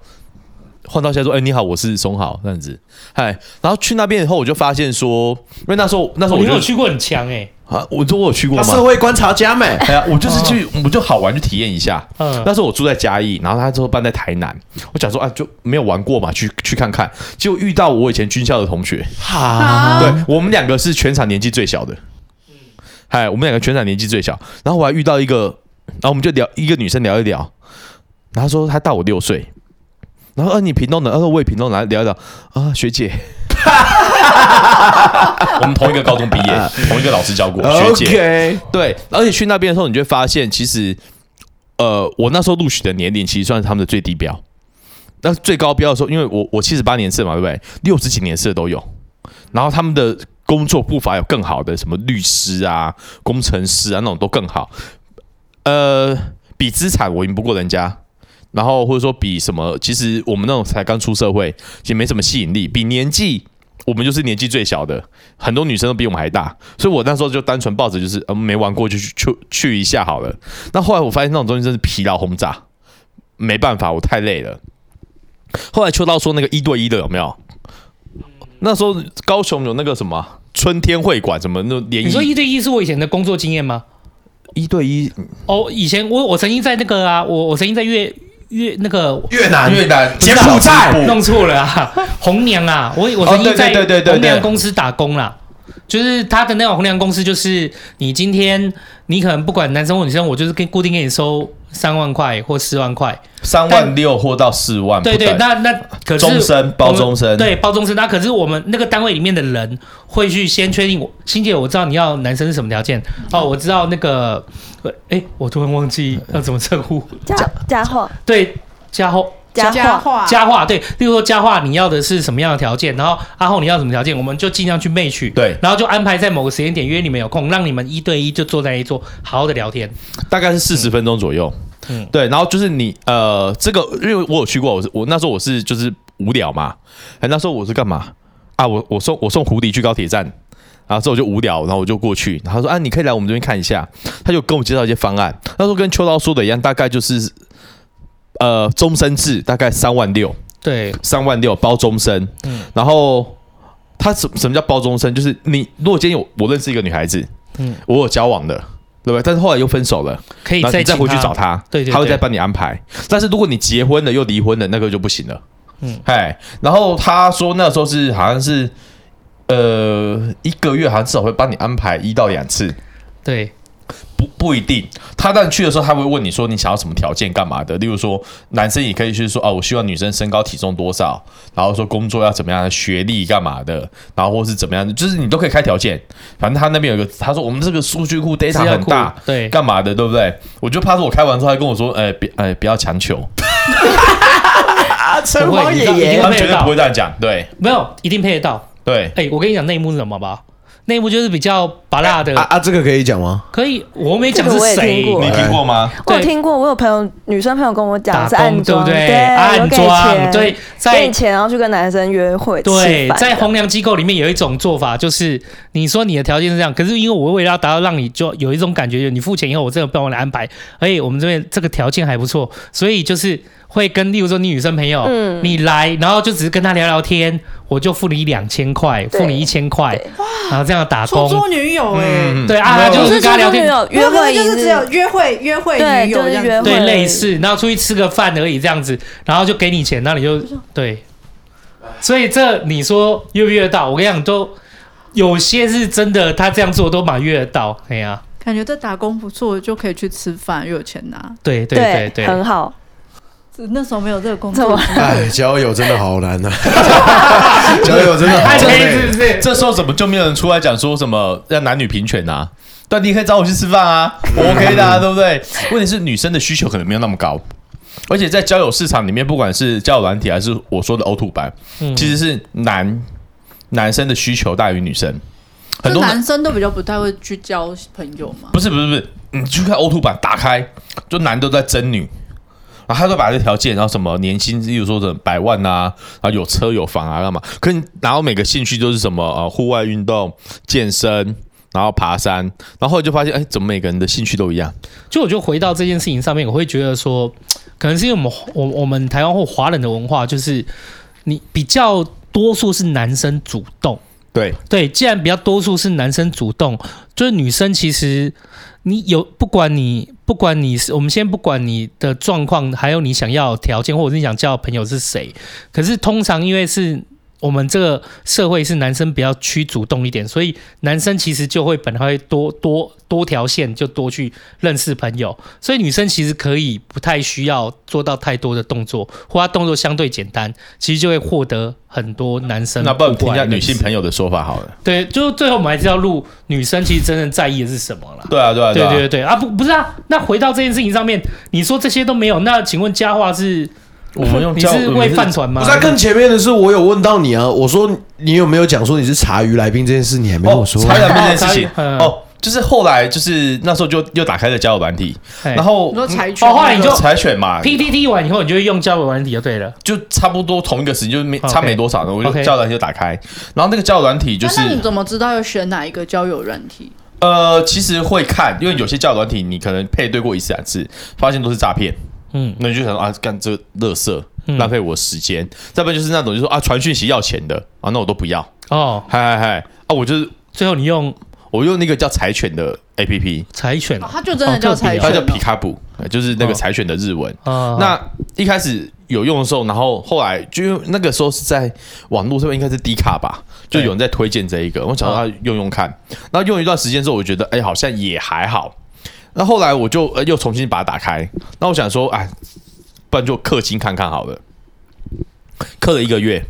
Speaker 4: 换到现在说：“哎、你好，我是松豪。”这样子，嗨。然后去那边以后，我就发现说，因为那时候那时候
Speaker 2: 我
Speaker 4: 我
Speaker 2: 没有
Speaker 4: 就
Speaker 2: 去过很强哎、
Speaker 4: 啊，我说我有去过
Speaker 5: 他
Speaker 4: 吗？
Speaker 5: 社会观察家美，
Speaker 4: 哎呀，我就是去，我就好玩去体验一下。
Speaker 2: 嗯
Speaker 4: 那时候我住在嘉义，然后他之后办在台南，我想说啊，就没有玩过嘛，去去看看。结果遇到我以前军校的同学，
Speaker 5: 哈，
Speaker 4: 对我们两个是全场年纪最小的，嗨，我们两个全场年纪最小。然后我还遇到一个，然后我们就聊一个女生聊一聊，然后她说她大我六岁，然后呃、你屏东的，她说我也屏东的，聊一聊啊学姐。 我们同一个高中毕业，同一个老师教过，学姐。
Speaker 5: ，OK，
Speaker 4: 对，而且去那边的时候，你就会发现，其实，呃，我那时候录取的年龄其实算是他们的最低标。那最高标的时候，因为我我七十八年次嘛，对不对？六十几年次的都有。然后他们的工作步伐有更好的，什么律师啊、工程师啊那种都更好。呃，比资产我赢不过人家，然后或者说比什么，其实我们那种才刚出社会，也没什么吸引力。比年纪，我们就是年纪最小的，很多女生都比我们还大，所以我那时候就单纯抱着就是，嗯，没玩过就去去去一下好了。那后来我发现那种东西真是疲劳轰炸，没办法，我太累了。后来秋刀说那个一对一的有没有？那时候高雄有那个什么春天会馆，什么那种联
Speaker 2: 你说
Speaker 4: 谊
Speaker 2: 一对一是我以前的工作经验吗？
Speaker 4: 一对一
Speaker 2: 哦，以前我我曾经在那个啊，我我曾经在越越那个
Speaker 5: 越南
Speaker 4: 越南
Speaker 5: 柬埔寨
Speaker 4: 不
Speaker 2: 弄错了啊，红娘啊，我我
Speaker 4: 哦
Speaker 2: 曾经在
Speaker 4: 对对对对对对
Speaker 2: 红娘公司打工啦。就是他的那种衡量公式，就是你今天你可能不管男生或女生，我就是跟固定给你收三万块或四万块，
Speaker 7: 三万六或到四万不
Speaker 2: 对
Speaker 7: 等，
Speaker 2: 对，那那可是
Speaker 7: 终身包
Speaker 2: 我们
Speaker 7: 终身
Speaker 2: 对包终身。那可是我们那个单位里面的人会去先确定我，欣姐，我知道你要男生是什么条件哦，我知道那个，呃哎，我突然忘记要怎么称呼，
Speaker 6: 加加货
Speaker 2: 对，加厚。
Speaker 3: 加
Speaker 6: 货，
Speaker 3: 话
Speaker 2: 佳话对，例如说佳话，你要的是什么样的条件，然后阿后你要什么条件，我们就尽量去 match，
Speaker 7: 对
Speaker 2: 然后就安排在某个时间点约你们有空，让你们一对一就坐在一桌好好的聊天。
Speaker 4: 大概是四十分钟左右。
Speaker 2: 嗯
Speaker 4: 对，然后就是你呃，这个因为我有去过，我是我那时候我是就是无聊嘛，哎，那时候我是干嘛啊？我我送我送胡迪去高铁站，然后之后我就无聊，然后我就过去，然后他说啊，你可以来我们这边看一下，他就跟我介绍一些方案。那时候跟秋刀说的一样，大概就是呃终身制，大概三万六，
Speaker 2: 对，
Speaker 4: 三万六包终身，
Speaker 2: 嗯
Speaker 4: 然后他什什么叫包终身？就是你如果今天有我认识一个女孩子，
Speaker 2: 嗯
Speaker 4: 我有交往的，对不对？但是后来又分手了。
Speaker 2: 可以
Speaker 4: 然后
Speaker 2: 再
Speaker 4: 你再
Speaker 2: 请
Speaker 4: 回去找，他，
Speaker 2: 对对对
Speaker 4: 他会再帮你安排。但是如果你结婚了又离婚了，那个就不行了。
Speaker 2: 嗯
Speaker 4: 嗯，哎，然后他说那时候是好像是，呃，一个月好像至少会帮你安排一到两次，
Speaker 2: 对，
Speaker 4: 不不一定。他但去的时候，他会问你说你想要什么条件干嘛的，例如说男生也可以去说哦，我希望女生身高体重多少，然后说工作要怎么样，学历干嘛的，然后或是怎么样，就是你都可以开条件。反正他那边有一个，他说我们这个数据库 data
Speaker 2: 资料
Speaker 4: 很
Speaker 2: 库
Speaker 4: 大，
Speaker 2: 对，
Speaker 4: 干嘛的，对不对？我就怕是我开完之后，他跟我说，哎、别，哎、不要强求，
Speaker 2: 不会，一定一定
Speaker 4: 他
Speaker 2: 配
Speaker 4: 绝
Speaker 2: 得
Speaker 4: 对不
Speaker 2: 到，
Speaker 4: 会这样讲，对
Speaker 2: 没有，一定配得到。
Speaker 4: 对。
Speaker 2: 哎，我跟你讲内幕是什么吧？内幕就是比较拔辣
Speaker 4: 哎
Speaker 5: 啊
Speaker 2: 的，
Speaker 5: 啊，这个可以讲吗？
Speaker 2: 可以，我没讲
Speaker 6: 这
Speaker 2: 是
Speaker 6: 个我也
Speaker 2: 谁
Speaker 6: 听，过
Speaker 4: 你听过吗？
Speaker 6: 我有
Speaker 2: 对
Speaker 6: 听过，我有朋友女生朋友跟我
Speaker 2: 打
Speaker 6: 讲是暗
Speaker 2: 工对不
Speaker 6: 装，
Speaker 2: 对？啊
Speaker 6: 有
Speaker 2: 暗
Speaker 6: 给
Speaker 2: 装
Speaker 6: 钱，
Speaker 2: 对，
Speaker 6: 给
Speaker 2: 在
Speaker 6: 你钱然后去跟男生约会，
Speaker 2: 对
Speaker 6: 吃，饭
Speaker 2: 在。衡量机构里面有一种做法，就是你说你的条件是这样，可是因为我为了要达到让你就有一种感觉，就是你付钱以后我真的帮我来安排，而且我们这边这个条件还不错，所以就是会跟，例如说你女生朋友，
Speaker 6: 嗯
Speaker 2: 你来，然后就只是跟她聊聊天，我就付你两千块，
Speaker 6: 对
Speaker 2: 付你一千块，然后这样打
Speaker 3: 出
Speaker 2: 工，
Speaker 3: 租女友哎，
Speaker 4: 嗯
Speaker 2: 对啊，她就
Speaker 6: 不
Speaker 2: 是
Speaker 6: 是
Speaker 2: 跟她
Speaker 6: 说
Speaker 2: 聊
Speaker 6: 女
Speaker 2: 天。
Speaker 6: 友约会一
Speaker 3: 就是只
Speaker 6: 日
Speaker 3: 有约会约会
Speaker 6: 对
Speaker 3: 女友
Speaker 6: 就
Speaker 3: 这
Speaker 6: 是
Speaker 3: 样子
Speaker 6: 约会。
Speaker 2: 对，类似，然后出去吃个饭而已这样子，然后就给你钱，那你就对。所以这你说约不约得到？我跟你讲，都有些是真的，他这样做都蛮约得到。哎呀、
Speaker 3: 感觉这打工不错，就可以去吃饭，又有钱拿。
Speaker 2: 对对对对，
Speaker 6: 很好。
Speaker 3: 那时候没有这个工
Speaker 6: 怎
Speaker 3: 作
Speaker 6: 么，
Speaker 5: 哎，交友真的好难呐、交友真的好
Speaker 4: 哎
Speaker 2: 太黑
Speaker 5: 累
Speaker 2: 是。不是？
Speaker 4: 这时候怎么就没有人出来讲说什么要男女平权啊？但你可以找我去吃饭啊，我 OK 的、啊，对不对？问题是女生的需求可能没有那么高，而且在交友市场里面，不管是交友软体还是我说的 O two 版，
Speaker 2: 嗯
Speaker 4: 其实是男男生的需求大于女生，很
Speaker 3: 就
Speaker 4: 多男
Speaker 3: 男生都比较不太会去交朋友嘛。
Speaker 4: 不是不是不是，你去看 O two 版打开，就男都在争女，然后他都把这条件，然后什么年薪，例如说什么百万啊，然后有车有房啊，干嘛？可你然后每个兴趣都是什么呃户外运动、健身，然后爬山，然后后来就发现哎，怎么每个人的兴趣都一样？
Speaker 2: 就我就回到这件事情上面，我会觉得说，可能是因为我们我我们台湾或华人的文化，就是你比较多数是男生主动。
Speaker 4: 对，
Speaker 2: 对，既然比较多数是男生主动，就是女生其实你有不管你不管你是我们先不管你的状况，还有你想要的条件，或者是你想交的朋友是谁，可是通常因为是。我们这个社会是男生比较趋主动一点，所以男生其实就会本来会多多多条线就多去认识朋友，所以女生其实可以不太需要做到太多的动作，或她动作相对简单，其实就会获得很多男生。
Speaker 4: 那不然我们听一
Speaker 2: 管
Speaker 4: 下女性
Speaker 2: 友。
Speaker 4: 朋友的说法好了。
Speaker 2: 对，就最后我们还是要录女生其实真正在意的是什么啦。
Speaker 4: 对啊，对啊，
Speaker 2: 对
Speaker 4: 啊。
Speaker 2: 对对对啊，不不是啊，那回到这件事情上面，你说这些都没有，那请问佳话是
Speaker 4: 我 们用
Speaker 2: 你
Speaker 4: 交
Speaker 2: 是为
Speaker 4: 我们是
Speaker 2: 饭团吗
Speaker 5: 不是、？啊、更前面的是，我有问到你啊，我说你有没有讲说你是茶余来宾这件事，你还没跟我说。
Speaker 4: 哦，差点这件事
Speaker 2: 哦
Speaker 4: 情
Speaker 2: 差 点嗯
Speaker 4: 哦，就是后来就是那时候就又打开了交友软体，
Speaker 2: 哎
Speaker 4: 然嗯后
Speaker 3: 你说柴犬
Speaker 2: 哦，后来你就
Speaker 4: 柴犬嘛
Speaker 2: PTT 完以后，你就会用交友软体就对了。
Speaker 4: 就差不多同一个时间，就是没
Speaker 2: OK
Speaker 4: 差没多少的，我就
Speaker 2: OK
Speaker 4: 交友软体就打开，然后那个交友软体就
Speaker 3: 那
Speaker 4: 是
Speaker 3: 那你怎么知道要选哪一个交友软体？
Speaker 4: 呃，其实会看，因为有些交友软体你可能配对过一次两次，发现都是诈骗，
Speaker 2: 嗯，
Speaker 4: 那你就想啊，干这乐色
Speaker 2: 嗯
Speaker 4: 浪费我时间，再不然就是那种就说啊传讯息要钱的啊，那我都不要，
Speaker 2: 哦，
Speaker 4: 嗨嗨嗨啊，我就是
Speaker 2: 最后你用
Speaker 4: 我用那个叫柴犬的 A P P，
Speaker 2: 柴犬
Speaker 3: 哦，他就真的叫柴
Speaker 2: 哦
Speaker 3: 犬
Speaker 4: 它
Speaker 2: 特
Speaker 3: 哦，
Speaker 4: 叫皮卡布，呃就是那个柴犬的日文。
Speaker 2: 啊，
Speaker 4: 那一开始有用的时候，然后后来就因为那个时候是在网络上面应该是低卡吧，就有人在推荐这一个，我想
Speaker 2: 啊
Speaker 4: 要用用看。然后用一段时间之后，我觉得哎、好像也还好。那后来我就、呃、又重新把它打开，那我想说，哎，不然就氪金看看好了。氪了一个月，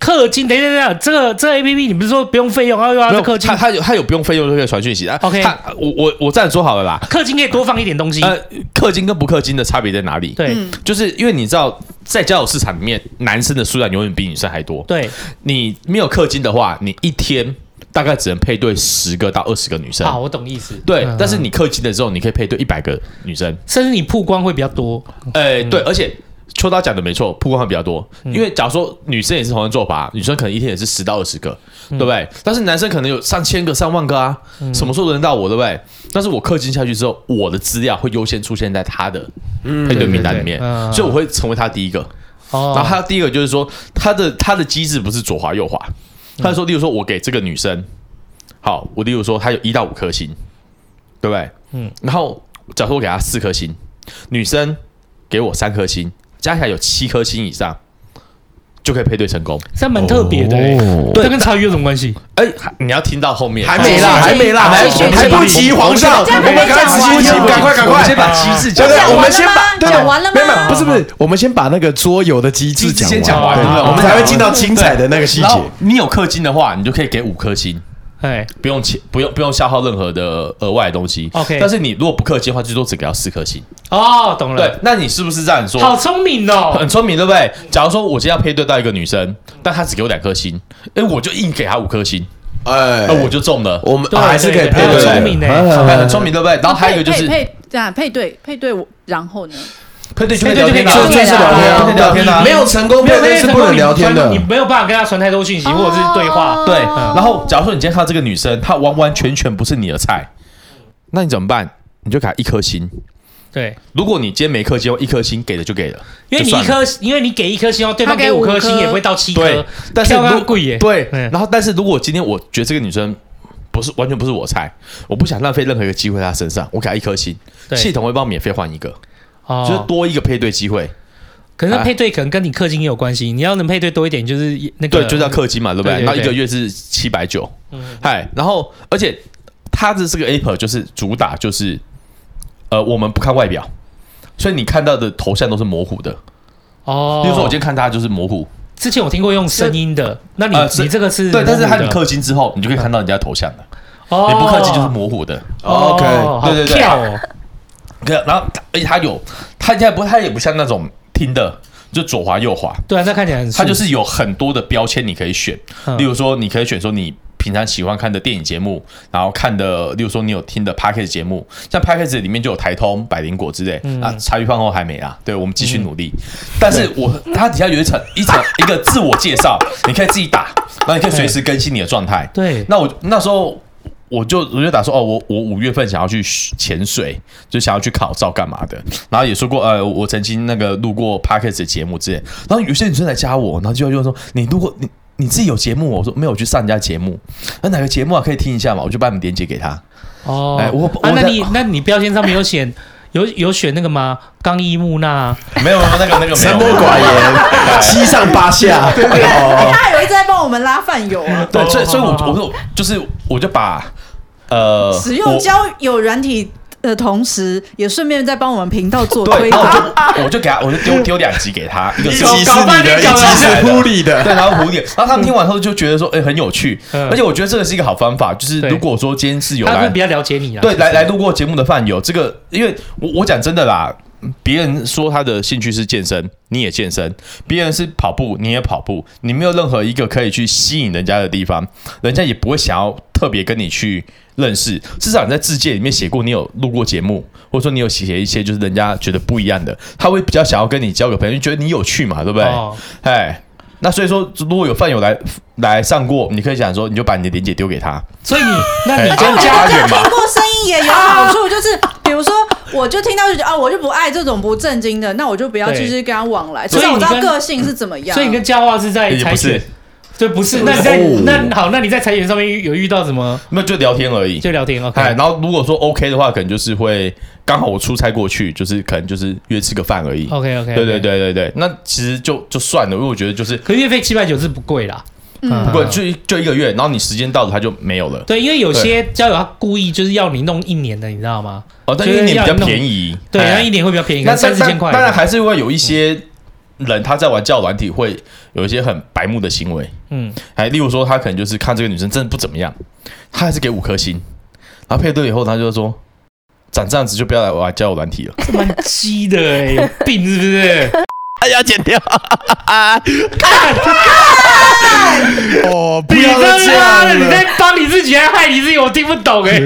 Speaker 2: 氪金，等一下等一下，这个这个 A P P 你不是说不用费用，然啊后又要
Speaker 4: 没
Speaker 2: 再
Speaker 4: 有
Speaker 2: 氪金
Speaker 4: 他？他有他有不用费用就可以传讯息啊。
Speaker 2: OK
Speaker 4: 他我我我这样说好了啦。
Speaker 2: 氪金可以多放一点东西，
Speaker 4: 呃，氪金跟不氪金的差别在哪里？
Speaker 2: 对、
Speaker 3: 嗯
Speaker 4: 就是因为你知道，在交友市场里面，男生的数量永远比女生还多。
Speaker 2: 对，
Speaker 4: 你没有氪金的话，你一天大概只能配对十个到二十个女生。
Speaker 2: 啊，我懂意思。
Speaker 4: 对，
Speaker 2: 嗯
Speaker 4: 但是你氪金的时候，你可以配对一百个女生。
Speaker 2: 甚至你曝光会比较多，
Speaker 4: 哎、对，而且秋刀讲的没错，曝光会比较多。
Speaker 2: 嗯
Speaker 4: 因为假如说女生也是同样做法，女生可能一天也是十到二十个，
Speaker 2: 嗯
Speaker 4: 对不对？但是男生可能有上千个、上万个啊，什么时候轮得到我，对不对？但是我氪金下去之后，我的资料会优先出现在他的配对名单里
Speaker 2: 对对
Speaker 4: 面，
Speaker 2: 对嗯
Speaker 4: 所以我会成为他第一个。
Speaker 2: 哦
Speaker 4: 然后他第一个就是说，他的他的机制不是左滑右滑，他说，例如说我给这个女生，好，我例如说她有一到五颗星，对不对？嗯
Speaker 2: 嗯，
Speaker 4: 然后假设我给她四颗星，女生给我三颗星，加起来有七颗星以上，就可以配对成功。
Speaker 2: 这蛮特别的、欸，
Speaker 4: 哦
Speaker 2: 这跟茶余有什么关系？
Speaker 4: 哎、还你要听到后面
Speaker 5: 还没
Speaker 4: 啦，
Speaker 5: 啦，还没啦，还还不及皇上，
Speaker 6: 这样还没讲
Speaker 5: 赶快
Speaker 6: 完
Speaker 5: 赶快赶快赶
Speaker 4: 我们
Speaker 5: 快，
Speaker 4: 先把机制
Speaker 5: 对
Speaker 4: 讲
Speaker 5: 对，
Speaker 4: 完。
Speaker 5: 我们先把对
Speaker 6: 讲完了吗
Speaker 5: 没有没有，不是不是，我们先把那个桌游的机制
Speaker 4: 机制先讲
Speaker 5: 完，
Speaker 4: 完
Speaker 5: 对
Speaker 4: 对
Speaker 5: 我们才会进到精彩的那个细
Speaker 4: 然
Speaker 5: 节
Speaker 4: 后。你有氪金的话，你就可以给五颗星，
Speaker 2: 哎，
Speaker 4: 不用钱，不用不用消耗任何的额外的东西。
Speaker 2: OK
Speaker 4: 但是你如果不氪金的话，最多只给到四颗星。
Speaker 2: 哦，懂
Speaker 4: 对
Speaker 2: 了，，
Speaker 4: 那你是不是这样说？
Speaker 2: 好聪明哦
Speaker 4: 很，聪明，对不对？假如说我今天要配对到一个女生，但她只给我两颗星，哎，我就硬给她五颗星，
Speaker 5: 哎
Speaker 4: 那我就中了。
Speaker 5: 我们
Speaker 2: 对
Speaker 5: 啊还是可以
Speaker 2: 对
Speaker 5: 配
Speaker 4: 对
Speaker 5: 对，
Speaker 4: 很聪
Speaker 2: 明欸
Speaker 4: 哎很聪明，对不对？
Speaker 2: 哦
Speaker 4: 然后还有一个就是
Speaker 3: 哦配配这样配对配对，我然后呢？
Speaker 4: 配对就
Speaker 2: 配
Speaker 4: 可以
Speaker 2: 对
Speaker 4: 聊
Speaker 2: 就可以
Speaker 4: 天啊，
Speaker 2: 聊天
Speaker 6: 就是聊
Speaker 4: 就可以
Speaker 6: 天啊
Speaker 4: 聊天
Speaker 2: 嗯
Speaker 4: 啊，
Speaker 5: 没有成功配对是不能聊天的
Speaker 2: 你。没有办法跟他传太多讯息或者是对话，
Speaker 4: 对。然后假如说你今天看到这个女生，她完完全全不是你的菜，那你怎么办？你就给她一颗星。
Speaker 2: 对，
Speaker 4: 如果你今天没颗星，一颗星给了就给了，
Speaker 2: 因为你
Speaker 4: 就
Speaker 2: 一
Speaker 4: 算了
Speaker 2: 颗，因为你给一颗星，然后哦对方给五颗
Speaker 3: 他给
Speaker 2: 星
Speaker 3: 五颗
Speaker 2: 也不会到七
Speaker 4: 对
Speaker 2: 颗，，
Speaker 4: 但是
Speaker 2: 票
Speaker 4: 如
Speaker 2: 很贵耶，
Speaker 4: 对，
Speaker 2: 嗯
Speaker 4: 然后但是如果今天我觉得这个女生不是完全不是我菜，我不想浪费任何一个机会在她身上，我给她一颗星，
Speaker 2: 对
Speaker 4: 系统会帮我免费换一个，
Speaker 2: 哦
Speaker 4: 就是多一个配对机会。
Speaker 2: 可是配对可能跟你氪金也有关系，你要能配对多一点，就是那个
Speaker 4: 对，就是要氪金嘛，对不
Speaker 2: 对
Speaker 4: 对？
Speaker 2: 对
Speaker 4: 然后一
Speaker 2: 对嗯
Speaker 4: 个月是七百九，嗨，然后而且它的这个 app 就是主打就是，呃，我们不看外表。所以你看到的头像都是模糊的，
Speaker 2: 哦。
Speaker 4: 比如说我今天看她就是模糊，
Speaker 2: 之前我听过用声音的，那你
Speaker 4: 呃是
Speaker 2: 你这个是
Speaker 4: 对，但是
Speaker 2: 他
Speaker 4: 它你氪金之后，你就可以看到人家的头像了，
Speaker 2: 哦
Speaker 4: 你不氪金就是模糊的。
Speaker 5: OK，
Speaker 2: 哦
Speaker 4: 对对对
Speaker 2: 好跳哦
Speaker 4: 对，然后它而且它有，它现在不，它也不像那种听的，就左滑右滑，
Speaker 2: 对啊，那看起来很素
Speaker 4: 它就是有很多的标签你可以选，
Speaker 2: 嗯
Speaker 4: 例如说你可以选说你平常喜欢看的电影节目，然后看的，例如说你有听的 p a c k a g e 节目，像 p a c k a g e 里面就有台通、百灵果之类，
Speaker 2: 嗯
Speaker 4: 啊，茶余饭后还没啊，对我们继续努力。但是我它底下有一层一层一个自我介绍，你可以自己打，然后你可以随时更新你的状态。
Speaker 2: 对
Speaker 4: 那我那时候。我就我就打说哦，我我五月份想要去潜水，就想要去考照干嘛的。然后也说过，呃，我曾经那个录过 p a c k a g e 节目之类。然后有些女生来加我，然后就就说你如果你你自己有节目哦，我说没有，我去上人家节目。那哪个节目啊？可以听一下嘛？我就把你们连接给他。
Speaker 2: 哦，
Speaker 4: 哎我我
Speaker 2: 啊，那
Speaker 4: 在
Speaker 2: 你那你标签上面有写有有选那个吗？冈伊木那
Speaker 4: 没有没有那个那个。
Speaker 5: 沉默寡言，七上八下。
Speaker 3: 哎
Speaker 5: 哦，
Speaker 3: 他有一直在帮我们拉饭友啊
Speaker 4: 对，所以所以我我说就是我就把呃
Speaker 3: 使用
Speaker 4: 我
Speaker 3: 交友软体的同时，也顺便在帮我们频道做
Speaker 4: 对，
Speaker 3: 推
Speaker 4: 然后
Speaker 3: 广。
Speaker 4: 我就我就给他我就丢丢两集给他，一个
Speaker 5: 一
Speaker 4: 是
Speaker 5: 集是
Speaker 2: 搞
Speaker 5: 你
Speaker 2: 半
Speaker 5: 的，
Speaker 2: 天
Speaker 5: 一
Speaker 2: 讲
Speaker 5: 集
Speaker 2: 完
Speaker 5: 是扑你的。
Speaker 4: 对，然后蝴蝶，然后他们听完后就觉得说，哎、很有趣，
Speaker 2: 嗯
Speaker 4: 而且我觉得这个是一个好方法，就是
Speaker 2: 对
Speaker 4: 如果说今天是有
Speaker 2: 他会
Speaker 4: 来
Speaker 2: 比较了解你啊。
Speaker 4: 对来来路过节目的饭友，这个因为我我讲真的啦，别人说他的兴趣是健身，你也健身；别人是跑步，你也跑步，你没有任何一个可以去吸引人家的地方，人家也不会想要特别跟你去。认识，至少你在自介里面写过，你有录过节目，或者说你有写一些就是人家觉得不一样的，他会比较想要跟你交个朋友，就觉得你有趣嘛，对不对？
Speaker 2: 哦，
Speaker 4: 哎，那所以说，如果有饭友来来上过，你可以想说，你就把你的链接丢给他。
Speaker 2: 所以你那
Speaker 4: 哎
Speaker 2: 你跟
Speaker 4: 啊
Speaker 2: 家
Speaker 4: 啊
Speaker 3: 我
Speaker 4: 远
Speaker 3: 就
Speaker 4: 吧
Speaker 3: 听过声音也有好处，就是比如说，我就听到就觉得哦，我就不爱这种不正经的，那我就不要
Speaker 2: 对
Speaker 3: 继续跟他往来，
Speaker 2: 所
Speaker 3: 至
Speaker 2: 以
Speaker 3: 少我知道
Speaker 2: 你跟
Speaker 3: 个性是怎么
Speaker 2: 哎
Speaker 3: 样。
Speaker 2: 所以你跟嘉桦是在
Speaker 4: 也
Speaker 2: 采
Speaker 4: 不是
Speaker 2: 选，对，不是。那你在、
Speaker 5: 哦
Speaker 2: 那好，那你在裁剪上面有遇到什么？
Speaker 4: 那就聊天而已。
Speaker 2: 就聊天 OK。
Speaker 4: 哎，然后如果说 OK 的话，可能就是会刚好我出差过去，就是可能就是约吃个饭而已。
Speaker 2: OK OK，
Speaker 4: 对对。对对对，那其实就就算了，因为我觉得就是
Speaker 2: 可是月费七百九是不贵啦，嗯，
Speaker 4: 不过就就一个月，然后你时间到了它就没有了。
Speaker 2: 对，因为有些交友他故意就是要你弄一年的，你知道吗？
Speaker 4: 哦，但
Speaker 2: 就是
Speaker 4: 一年比
Speaker 2: 要
Speaker 4: 较
Speaker 2: 弄
Speaker 4: 便宜，
Speaker 2: 对，
Speaker 4: 哎
Speaker 2: 那一年会比较便宜，可
Speaker 4: 那
Speaker 2: 能三四千块。
Speaker 4: 当然还是会有一些人他在玩交友软体会有一些很白目的行为，
Speaker 2: 嗯，
Speaker 4: 哎，例如说他可能就是看这个女生真的不怎么样，他还是给五颗星，然后配对以后他就说。长这样子就不要来玩交友软体了。
Speaker 2: 这蛮鸡的哎、有病是不是？
Speaker 8: 哎呀，剪掉！
Speaker 5: 哦，不
Speaker 2: 你
Speaker 5: 要再这
Speaker 2: 这妈的
Speaker 5: 样
Speaker 2: 你
Speaker 5: 了。
Speaker 2: 在帮你自己，还害你自己，我听不懂哎、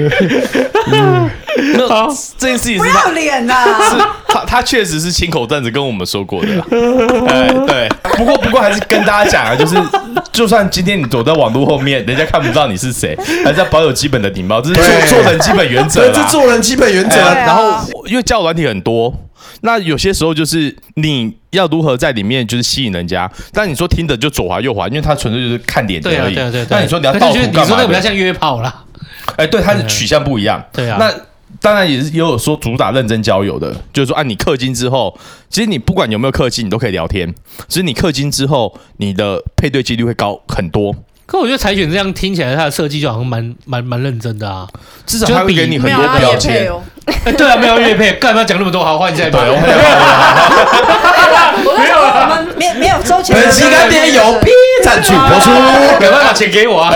Speaker 4: 没有
Speaker 2: 好
Speaker 8: 这件事情是他
Speaker 3: 要脸
Speaker 4: 啊
Speaker 3: 呐！
Speaker 8: 是他他确实是亲口站着跟我们说过的啦。
Speaker 4: 哎，对，不过不过还是跟大家讲啊，就是就算今天你躲在网络后面，人家看不到你是谁，还是要保有基本的礼貌，这是做
Speaker 5: 对
Speaker 4: 做人基本原则
Speaker 5: 这
Speaker 4: 啦
Speaker 5: 这。做人基 本原则
Speaker 8: 对啊，
Speaker 5: 啊。
Speaker 8: 然后因为交友软体很多，那有些时候就是你要如何在里面就是吸引人家，但你说听的就左滑右滑，因为它纯粹就是看脸的
Speaker 2: 对啊
Speaker 8: 而已。
Speaker 2: 对啊对啊。
Speaker 4: 那你说你要
Speaker 2: 可是
Speaker 4: 盗图
Speaker 2: 就是你
Speaker 4: 干
Speaker 2: 说
Speaker 4: 嘛
Speaker 2: 那个比较
Speaker 4: 的？
Speaker 2: 像约炮啦，
Speaker 4: 哎，对，它的取向不一样。
Speaker 2: 对啊。
Speaker 4: 那当然也是也有说主打认真交友的，就是说啊，你氪金之后，其实你不管有没有氪金，你都可以聊天。只是你氪金之后，你的配对几率会高很多，
Speaker 2: 可我觉得柴犬这样听起来，它的设计就好像蛮蛮蛮认真的啊。
Speaker 4: 至少它会给你
Speaker 3: 没
Speaker 4: 很
Speaker 3: 有
Speaker 4: 多
Speaker 3: 啊，
Speaker 4: 标
Speaker 3: 也配
Speaker 4: 签。
Speaker 3: 哦。
Speaker 2: 哎，对啊，没有乐配，干嘛讲那么多？好，换下一把。
Speaker 3: 我没有，我们没没有收钱。
Speaker 5: 本期干爹由 P 赞助播出。
Speaker 2: 没办法，钱给我啊！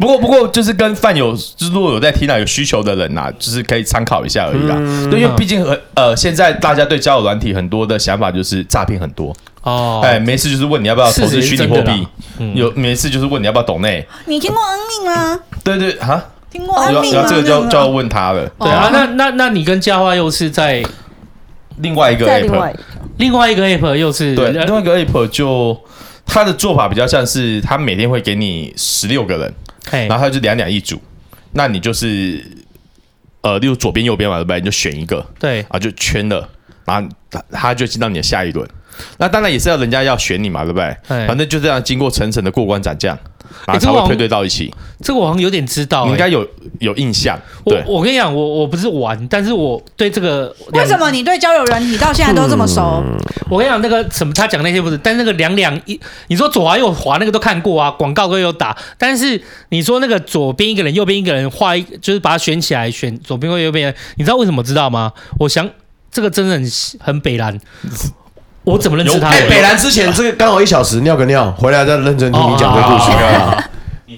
Speaker 4: 不过不过就是跟饭友，就是如果有在听到有需求的人呐、就是可以参考一下而已啦。
Speaker 2: 嗯
Speaker 4: 对，因为毕竟很呃，现在大家对交友软体很多的想法就是诈骗很多，
Speaker 2: 哦，
Speaker 4: 哎、没事就是问你要不要投资
Speaker 2: 是是是
Speaker 4: 虚拟货
Speaker 2: 真的
Speaker 4: 币
Speaker 2: 啦，嗯
Speaker 4: 有没事就是问你要不要懂内，
Speaker 3: 你听过恩命吗？
Speaker 4: 对对哈，
Speaker 3: 听过
Speaker 4: 然
Speaker 3: 恩
Speaker 4: 后
Speaker 3: 命
Speaker 4: 然
Speaker 3: 吗
Speaker 4: 后？这个就要就要问他了。
Speaker 2: 对啊，那那那你跟嘉花又是在
Speaker 4: 另外一个
Speaker 6: 再另
Speaker 4: app，
Speaker 6: 外
Speaker 2: 另外一个 app 又是
Speaker 4: 对，另外一个 app 就他的做法比较像是他每天会给你十六个人，
Speaker 2: 哎
Speaker 4: 然后他就两两一组，那你就是呃，例如左边右边嘛，对不对？你就选一个。
Speaker 2: 对
Speaker 4: 啊，就圈了，然后他他就进到你的下一轮。那当然也是要人家要选你嘛，对不对？
Speaker 2: 哎
Speaker 4: 反正就这样经过层层的过关斩将，然
Speaker 2: 这
Speaker 4: 后才
Speaker 2: 个
Speaker 4: 会
Speaker 2: 网
Speaker 4: 配对到一起。
Speaker 2: 这个我好像有点知道，
Speaker 4: 你应该
Speaker 2: 哎
Speaker 4: 有有印象，
Speaker 2: 我
Speaker 4: 对。
Speaker 2: 我跟你讲，我我不是玩，但是我对这个
Speaker 3: 为什么？你对交友软体到现在都这么熟？
Speaker 2: 我跟你讲那个什么，他讲那些不是，但那个两两一，你说左滑右滑那个都看过啊，广告都有打，但是你说那个左边一个人，右边一个人画一，就是把它选起来，选左边或右边，你知道为什么知道吗？我想这个真的很很北蓝，我怎么认识他的？
Speaker 5: 哎，北兰之前这个刚好一小时尿个尿，回来再认真听你讲这个故
Speaker 4: 哦
Speaker 5: 事。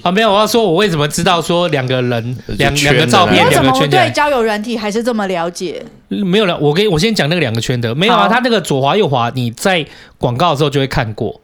Speaker 2: 啊，没有，我要说，我为什么知道说两个人两
Speaker 4: 就圈
Speaker 2: 两个
Speaker 4: 的
Speaker 2: 照
Speaker 3: 你
Speaker 2: 片
Speaker 3: 为
Speaker 2: 两
Speaker 3: 什
Speaker 2: 个
Speaker 3: 么我
Speaker 2: 圈起
Speaker 3: 对
Speaker 2: 来
Speaker 3: 交友软体还是这么了解？
Speaker 2: 没有了？我给我先讲那个两个圈的，没有啊，
Speaker 3: 好
Speaker 2: 他那个左滑右滑，你在广告的时候就会看过。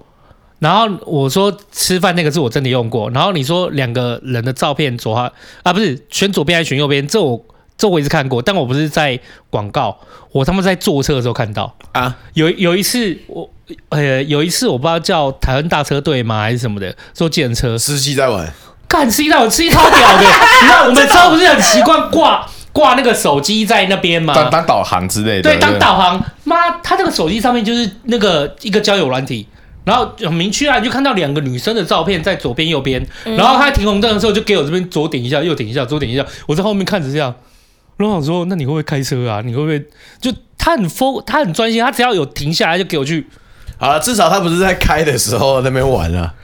Speaker 2: 然后我说吃饭那个是我真的用过，然后你说两个人的照片左滑啊，不是选左边还是选右边？这我这我也是看过，但我不是在广告，我他妈在坐车的时候看到
Speaker 8: 啊。
Speaker 2: 有有一次我呃有一次我不知道叫台湾大车队吗还是什么的，坐计程车，
Speaker 5: 啊司机在玩，
Speaker 2: 干吃一套，吃一套屌的。你知道我们知道不是很习惯挂挂那个手机在那边吗？
Speaker 4: 当当导航之类的，
Speaker 2: 啊对，当导航。妈，他这个手机上面就是那个一个交友软体。然后很明确啊，你就看到两个女生的照片在左边右边，
Speaker 3: 嗯
Speaker 2: 然后他停红灯的时候就给我这边左点一下，右点一下，左点一下，我在后面看着这样，然后我想说，那你会不会开车啊？你会不会就他很 f 他很专心，他只要有停下来就给我 去，
Speaker 5: 好了，至少他不是在开的时候在那边玩啊。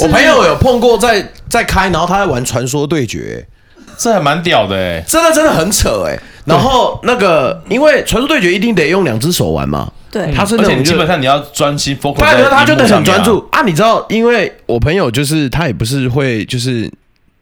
Speaker 5: 我朋友有碰过在在开，然后他在玩传说对决、
Speaker 4: 这还蛮屌的哎。
Speaker 5: 真的真的很扯哎、然后那个，因为传说对决一定得用两只手玩嘛，
Speaker 3: 对，
Speaker 5: 他是
Speaker 4: 而
Speaker 5: 那
Speaker 4: 且
Speaker 5: 种
Speaker 4: 你基
Speaker 5: 就
Speaker 4: 本上你要专心 focus，
Speaker 5: 对，
Speaker 4: 在
Speaker 5: 他就
Speaker 4: 荧幕
Speaker 5: 得
Speaker 4: 上
Speaker 5: 很
Speaker 4: 面
Speaker 5: 专
Speaker 4: 啊
Speaker 5: 注。啊。你知道，因为我朋友就是他也不是会就是。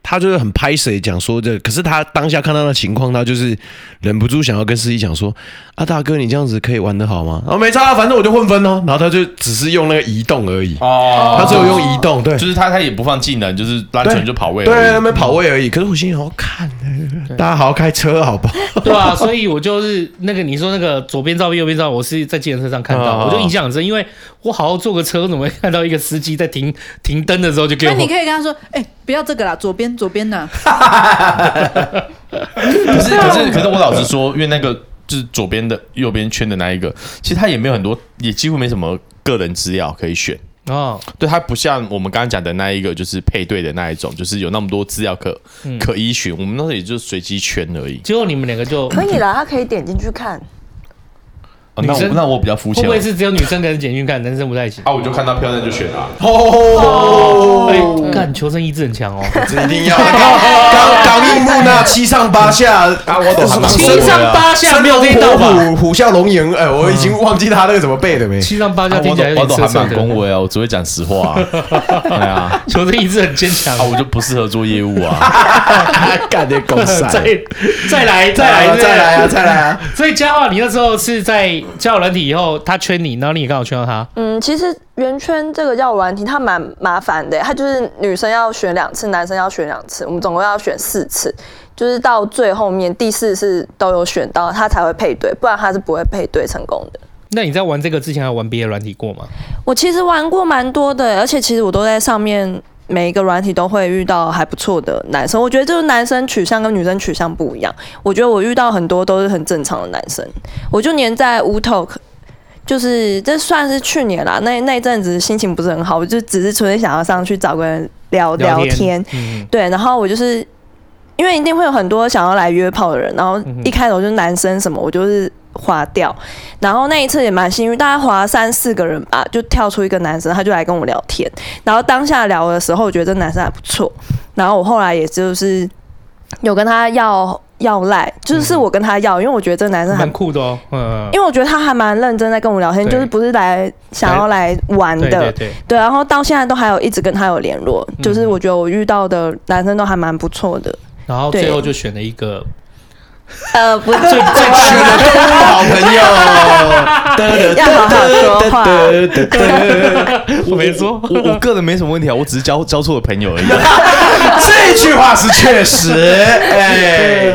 Speaker 5: 他就是很拍谁讲说这个，可是他当下看到那情况，他就是忍不住想要跟司机讲说：“啊，大哥，你这样子可以玩得好吗？”然后没差啊，反正我就混分哦。然后他就只是用那个移动而已，
Speaker 4: 哦。
Speaker 5: 他只有用移动，对，
Speaker 4: 就是他他也不放技能，就是单
Speaker 5: 对
Speaker 4: 纯就跑位而已。
Speaker 5: 对，那边跑位而已。可是我心里想要看，哎大家好好开车，好不好？
Speaker 2: 对啊，所以我就是那个你说那个左边照片右边照片，我是在计程车上看
Speaker 3: 啊
Speaker 2: 到，
Speaker 5: 哦
Speaker 2: 我就印象很深，因为我好好坐个车，怎么会看到一个司机在停停灯的时候就给
Speaker 3: 那你
Speaker 2: 我？
Speaker 3: 可以跟他说，哎，不要这个啦，左边左边的，
Speaker 4: 可是可是可是我老实说，因为那个就是左边的右边圈的那一个，其实他也没有很多，也几乎没什么个人资料可以选。
Speaker 2: 哦，
Speaker 4: 对，它不像我们刚刚讲的那一个，就是配对的那一种，就是有那么多资料可、可依循。我们那时候也就是随机圈而已。
Speaker 2: 结果你们两个就
Speaker 6: 可以啦，他可以点进去看。
Speaker 7: 哦那
Speaker 2: 女
Speaker 7: 我
Speaker 2: 生
Speaker 7: 那我比较肤
Speaker 2: 会
Speaker 7: 浅
Speaker 2: 不
Speaker 7: 哦，
Speaker 2: 会是只有女生跟简讯看，男生不太行？
Speaker 4: 啊，我就看到漂亮就选啊，
Speaker 5: 哦
Speaker 2: 哎，干求生意志很强哦，
Speaker 5: 这一定要的。刚刚硬木那七上八下啊，我懂，
Speaker 2: 七上八下没有这一道吧？
Speaker 5: 虎虎啸龙吟，哎，我已经忘记他那个怎么背的没。
Speaker 2: 七上八
Speaker 7: 啊
Speaker 2: 下听
Speaker 7: 我
Speaker 2: 起来
Speaker 7: 懂
Speaker 2: 有
Speaker 7: 我
Speaker 2: 点
Speaker 7: 懂
Speaker 2: 涩
Speaker 7: 还
Speaker 2: 涩
Speaker 7: 蛮恭
Speaker 2: 的。
Speaker 7: 维啊，我只会讲实话啊。对啊，
Speaker 2: 求生意志很坚强
Speaker 7: 啊，。我就不适合做业务啊。
Speaker 5: 干的狗
Speaker 2: 呃 再
Speaker 5: 塞，
Speaker 2: 再来再
Speaker 5: 再来
Speaker 2: 来
Speaker 5: 啊再来啊，！再来啊！
Speaker 2: 所以嘉桦，你那时候是在交友软体以后，他圈你，然后你也刚好圈到他。
Speaker 6: 嗯，其实圆圈这个要软体它蛮麻烦的，它就是女生要选两次，男生要选两次，我们总共要选四次，就是到最后面第四次都有选到，他才会配对，不然他是不会配对成功的。
Speaker 2: 那你在玩这个之前，还有玩别的软体过吗？
Speaker 6: 我其实玩过蛮多的，而且其实我都在上面每一个软体都会遇到还不错的男生。我觉得就是男生取向跟女生取向不一样。我觉得我遇到很多都是很正常的男生，我就连在 w Talk。就是这算是去年啦，那那一阵子心情不是很好，我就只是纯粹想要上去找个人聊哦聊天，
Speaker 2: 嗯，
Speaker 6: 对，然后我就是因为一定会有很多想要来约炮的人，然后
Speaker 2: 嗯
Speaker 6: 一开头就是男生什么，我就是划掉。然后那一次也蛮幸运，大概划三四个人吧，就跳出一个男生，他就来跟我聊天。然后当下聊的时候，我觉得这男生还不错。然后我后来也就是有跟他要要赖，就是是我跟他要，因为我觉得这男生还
Speaker 2: 蛮酷的哦。嗯，
Speaker 6: 因为我觉得他还蛮认真在跟我聊天，
Speaker 2: 对
Speaker 6: 就是不是来想要来玩
Speaker 2: 对
Speaker 6: 的，
Speaker 2: 对对，
Speaker 6: 对，然后到现在都还有一直跟他有联络，
Speaker 2: 嗯
Speaker 6: 就是我觉得我遇到的男生都还蛮不错的。
Speaker 2: 然后最后就选了一个
Speaker 6: 呃， 不是
Speaker 2: 最最
Speaker 5: 你的动物好朋友，
Speaker 6: 要好好说话，
Speaker 2: 我没说，
Speaker 7: 我我个人没什么问题啊，我只是交交错了朋友而已。
Speaker 5: 这句话是确实，哎，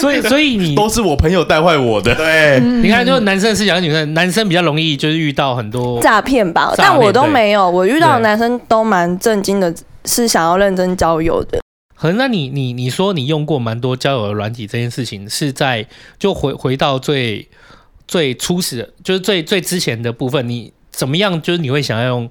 Speaker 2: 所以所以 你
Speaker 7: 都是我朋友带坏我的。
Speaker 5: 对，
Speaker 2: 你看，就是男生是讲女生，男生比较容易就是遇到很多
Speaker 6: 诈骗吧
Speaker 2: 诈？骗
Speaker 6: 但我都没有，我遇到的
Speaker 2: 对
Speaker 6: 男生都蛮震惊的，是想要认真交友的。
Speaker 2: 可是那你你你说你用过蛮多交友的软体这件事情，是在就回回到最最初始的，就是最最之前的部分，你怎么样？就是你会想要用，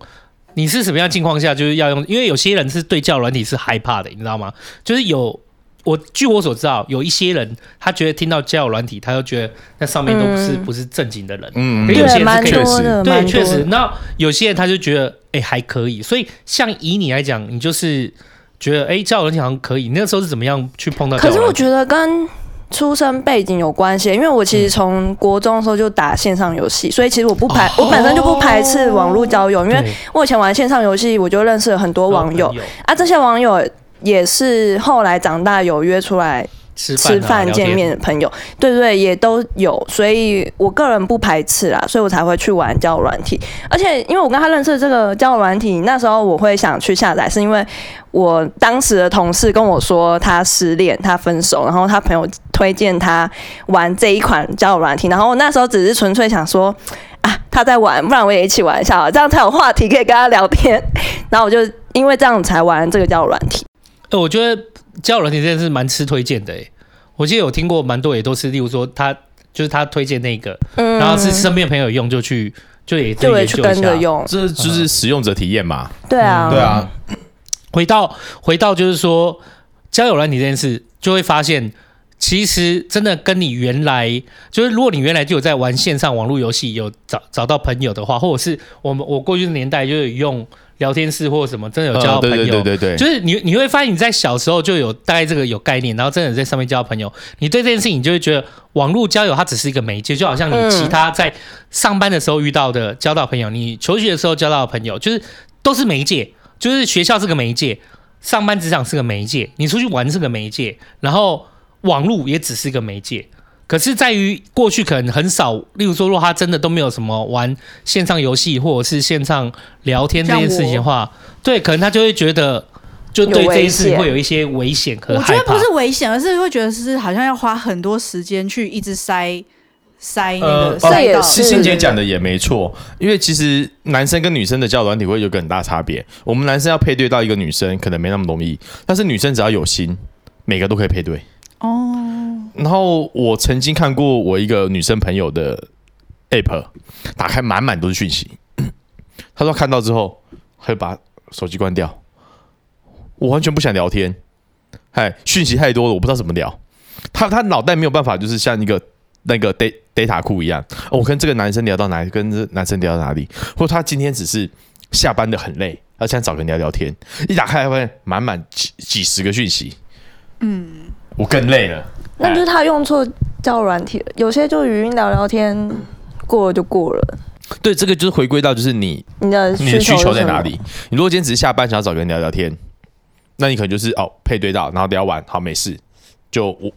Speaker 2: 你是什么样境况下就是要用？因为有些人是对交友软体是害怕的，你知道吗？就是有我据我所知道，有一些人他觉得听到交友软体，他就觉得那上面都不是、
Speaker 6: 嗯
Speaker 2: 不是正经的人，
Speaker 7: 嗯
Speaker 2: 可以有些
Speaker 6: 对，啊
Speaker 2: 人
Speaker 6: 蛮
Speaker 2: 是可以
Speaker 6: 多的，蛮
Speaker 2: 对，
Speaker 6: 多
Speaker 2: 确实
Speaker 6: 的。。
Speaker 2: 那有些人他就觉得，哎、还可以。所以像以你来讲，你就是觉得，哎、交友软体好像可以。你那时候是怎么样去碰到交
Speaker 6: 可
Speaker 2: 友
Speaker 6: 是
Speaker 2: 软
Speaker 6: 我
Speaker 2: 体？
Speaker 6: 觉得跟出生背景有关系，因为我其
Speaker 2: 嗯
Speaker 6: 实从国中的时候就打线上游戏，所以其实我不排，我本身就不排斥网络交友，因为
Speaker 2: 哦对
Speaker 6: 我以前玩线上游戏，我就认识了很多网友
Speaker 2: 朋，
Speaker 6: 啊，这些网友也是后来长大有约出来
Speaker 2: 吃饭、
Speaker 6: 吃
Speaker 2: 啊、
Speaker 6: 饭
Speaker 2: 聊
Speaker 6: 见
Speaker 2: 天
Speaker 6: 面的朋友，对对，也都有，所以我个人不排斥啦，所以我才会去玩交友软体。而且因为我跟他认识的这个交友软体，那时候我会想去下载，是因为我当时的同事跟我说他失恋，他分手，然后他朋友推荐他玩这一款交友软体，然后我那时候只是纯粹想说。啊，他在玩，不然我也一起玩一下好了，这样才有话题可以跟他聊天。然后我就因为这样才玩这个交友软体。
Speaker 2: 哎、我觉得交友软体真的是蛮吃推荐的、哎，我记得有听过蛮多，也都是，例如说他就是他推荐那个，
Speaker 6: 嗯
Speaker 2: 然后是身边朋友用就去就也
Speaker 6: 就会
Speaker 2: 研
Speaker 6: 去
Speaker 2: 究一
Speaker 6: 跟
Speaker 2: 下
Speaker 6: 着。用，
Speaker 7: 这就是使用者体验嘛？
Speaker 6: 啊对啊，
Speaker 7: 对啊，
Speaker 2: 回到回到就是说交友软体这件事，就会发现其实真的跟你原来就是，如果你原来就有在玩线上网络游戏，有找找到朋友的话，或者是我们我过去的年代就有用聊天室或什么，
Speaker 4: 嗯
Speaker 2: 真的有交到
Speaker 7: 呃
Speaker 2: 朋友。
Speaker 7: 对对对对
Speaker 2: 就
Speaker 7: 对，
Speaker 2: 是你你会发现你在小时候就有大概这个有概念，然后真的在上面交朋友，你对这件事情你就会觉得网络交友它只是一个媒介，就好像你其他在上班的时候遇到的交到朋友，你求学的时候交到的朋友，就是都是媒介，就是学校是个媒介，上班职场是个媒介，你出去玩是个媒介，然后网络也只是一个媒介。可是在于过去可能很少，例如说，如果他真的都没有什么玩线上游戏或者是线上聊天这件事情的话，对，可能他就会觉得，就对
Speaker 6: 有
Speaker 2: 这
Speaker 6: 危
Speaker 2: 件事情
Speaker 6: 险
Speaker 2: 会有一些危险和
Speaker 3: 我
Speaker 2: 害
Speaker 3: 觉得
Speaker 2: 怕。
Speaker 3: 不是危险，而是会觉得是好像要花很多时间去一直塞塞那
Speaker 7: 呃
Speaker 3: 个
Speaker 7: 哦
Speaker 3: 塞到。
Speaker 7: 是欣姐讲的也没错，因为其实男生跟女生的交友软体会有个很大差别。我们男生要配对到一个女生，可能没那么容易，但是女生只要有心，每个都可以配对。
Speaker 3: 哦，
Speaker 7: 然后我曾经看过我一个女生朋友的 app，打开满满都是讯息，
Speaker 4: 他说看到之后，他就把手机关掉。我完全不想聊天，嗨，讯息太多了，我不知道怎么聊。他他脑袋没有办法，就是像一个那个 data data 库一样、哦我跟这个男生聊到哪里，跟这男生聊到哪里，或者他今天只是下班的很累，他想找个人聊聊天，一打开发现满满几几十个讯息，
Speaker 7: 我更累了。
Speaker 6: 那
Speaker 4: 哎
Speaker 6: 就是他用错交友软体了。有些就语音聊聊天，过了就过了。
Speaker 4: 对，这个就是回归到就是你
Speaker 6: 你的
Speaker 4: 你的需
Speaker 6: 求
Speaker 4: 求
Speaker 6: 是
Speaker 4: 在
Speaker 6: 什么
Speaker 4: 哪？里？你如果今天只是下班想要找个人聊聊天，那你可能就是哦配对到，然后聊完好没事，就我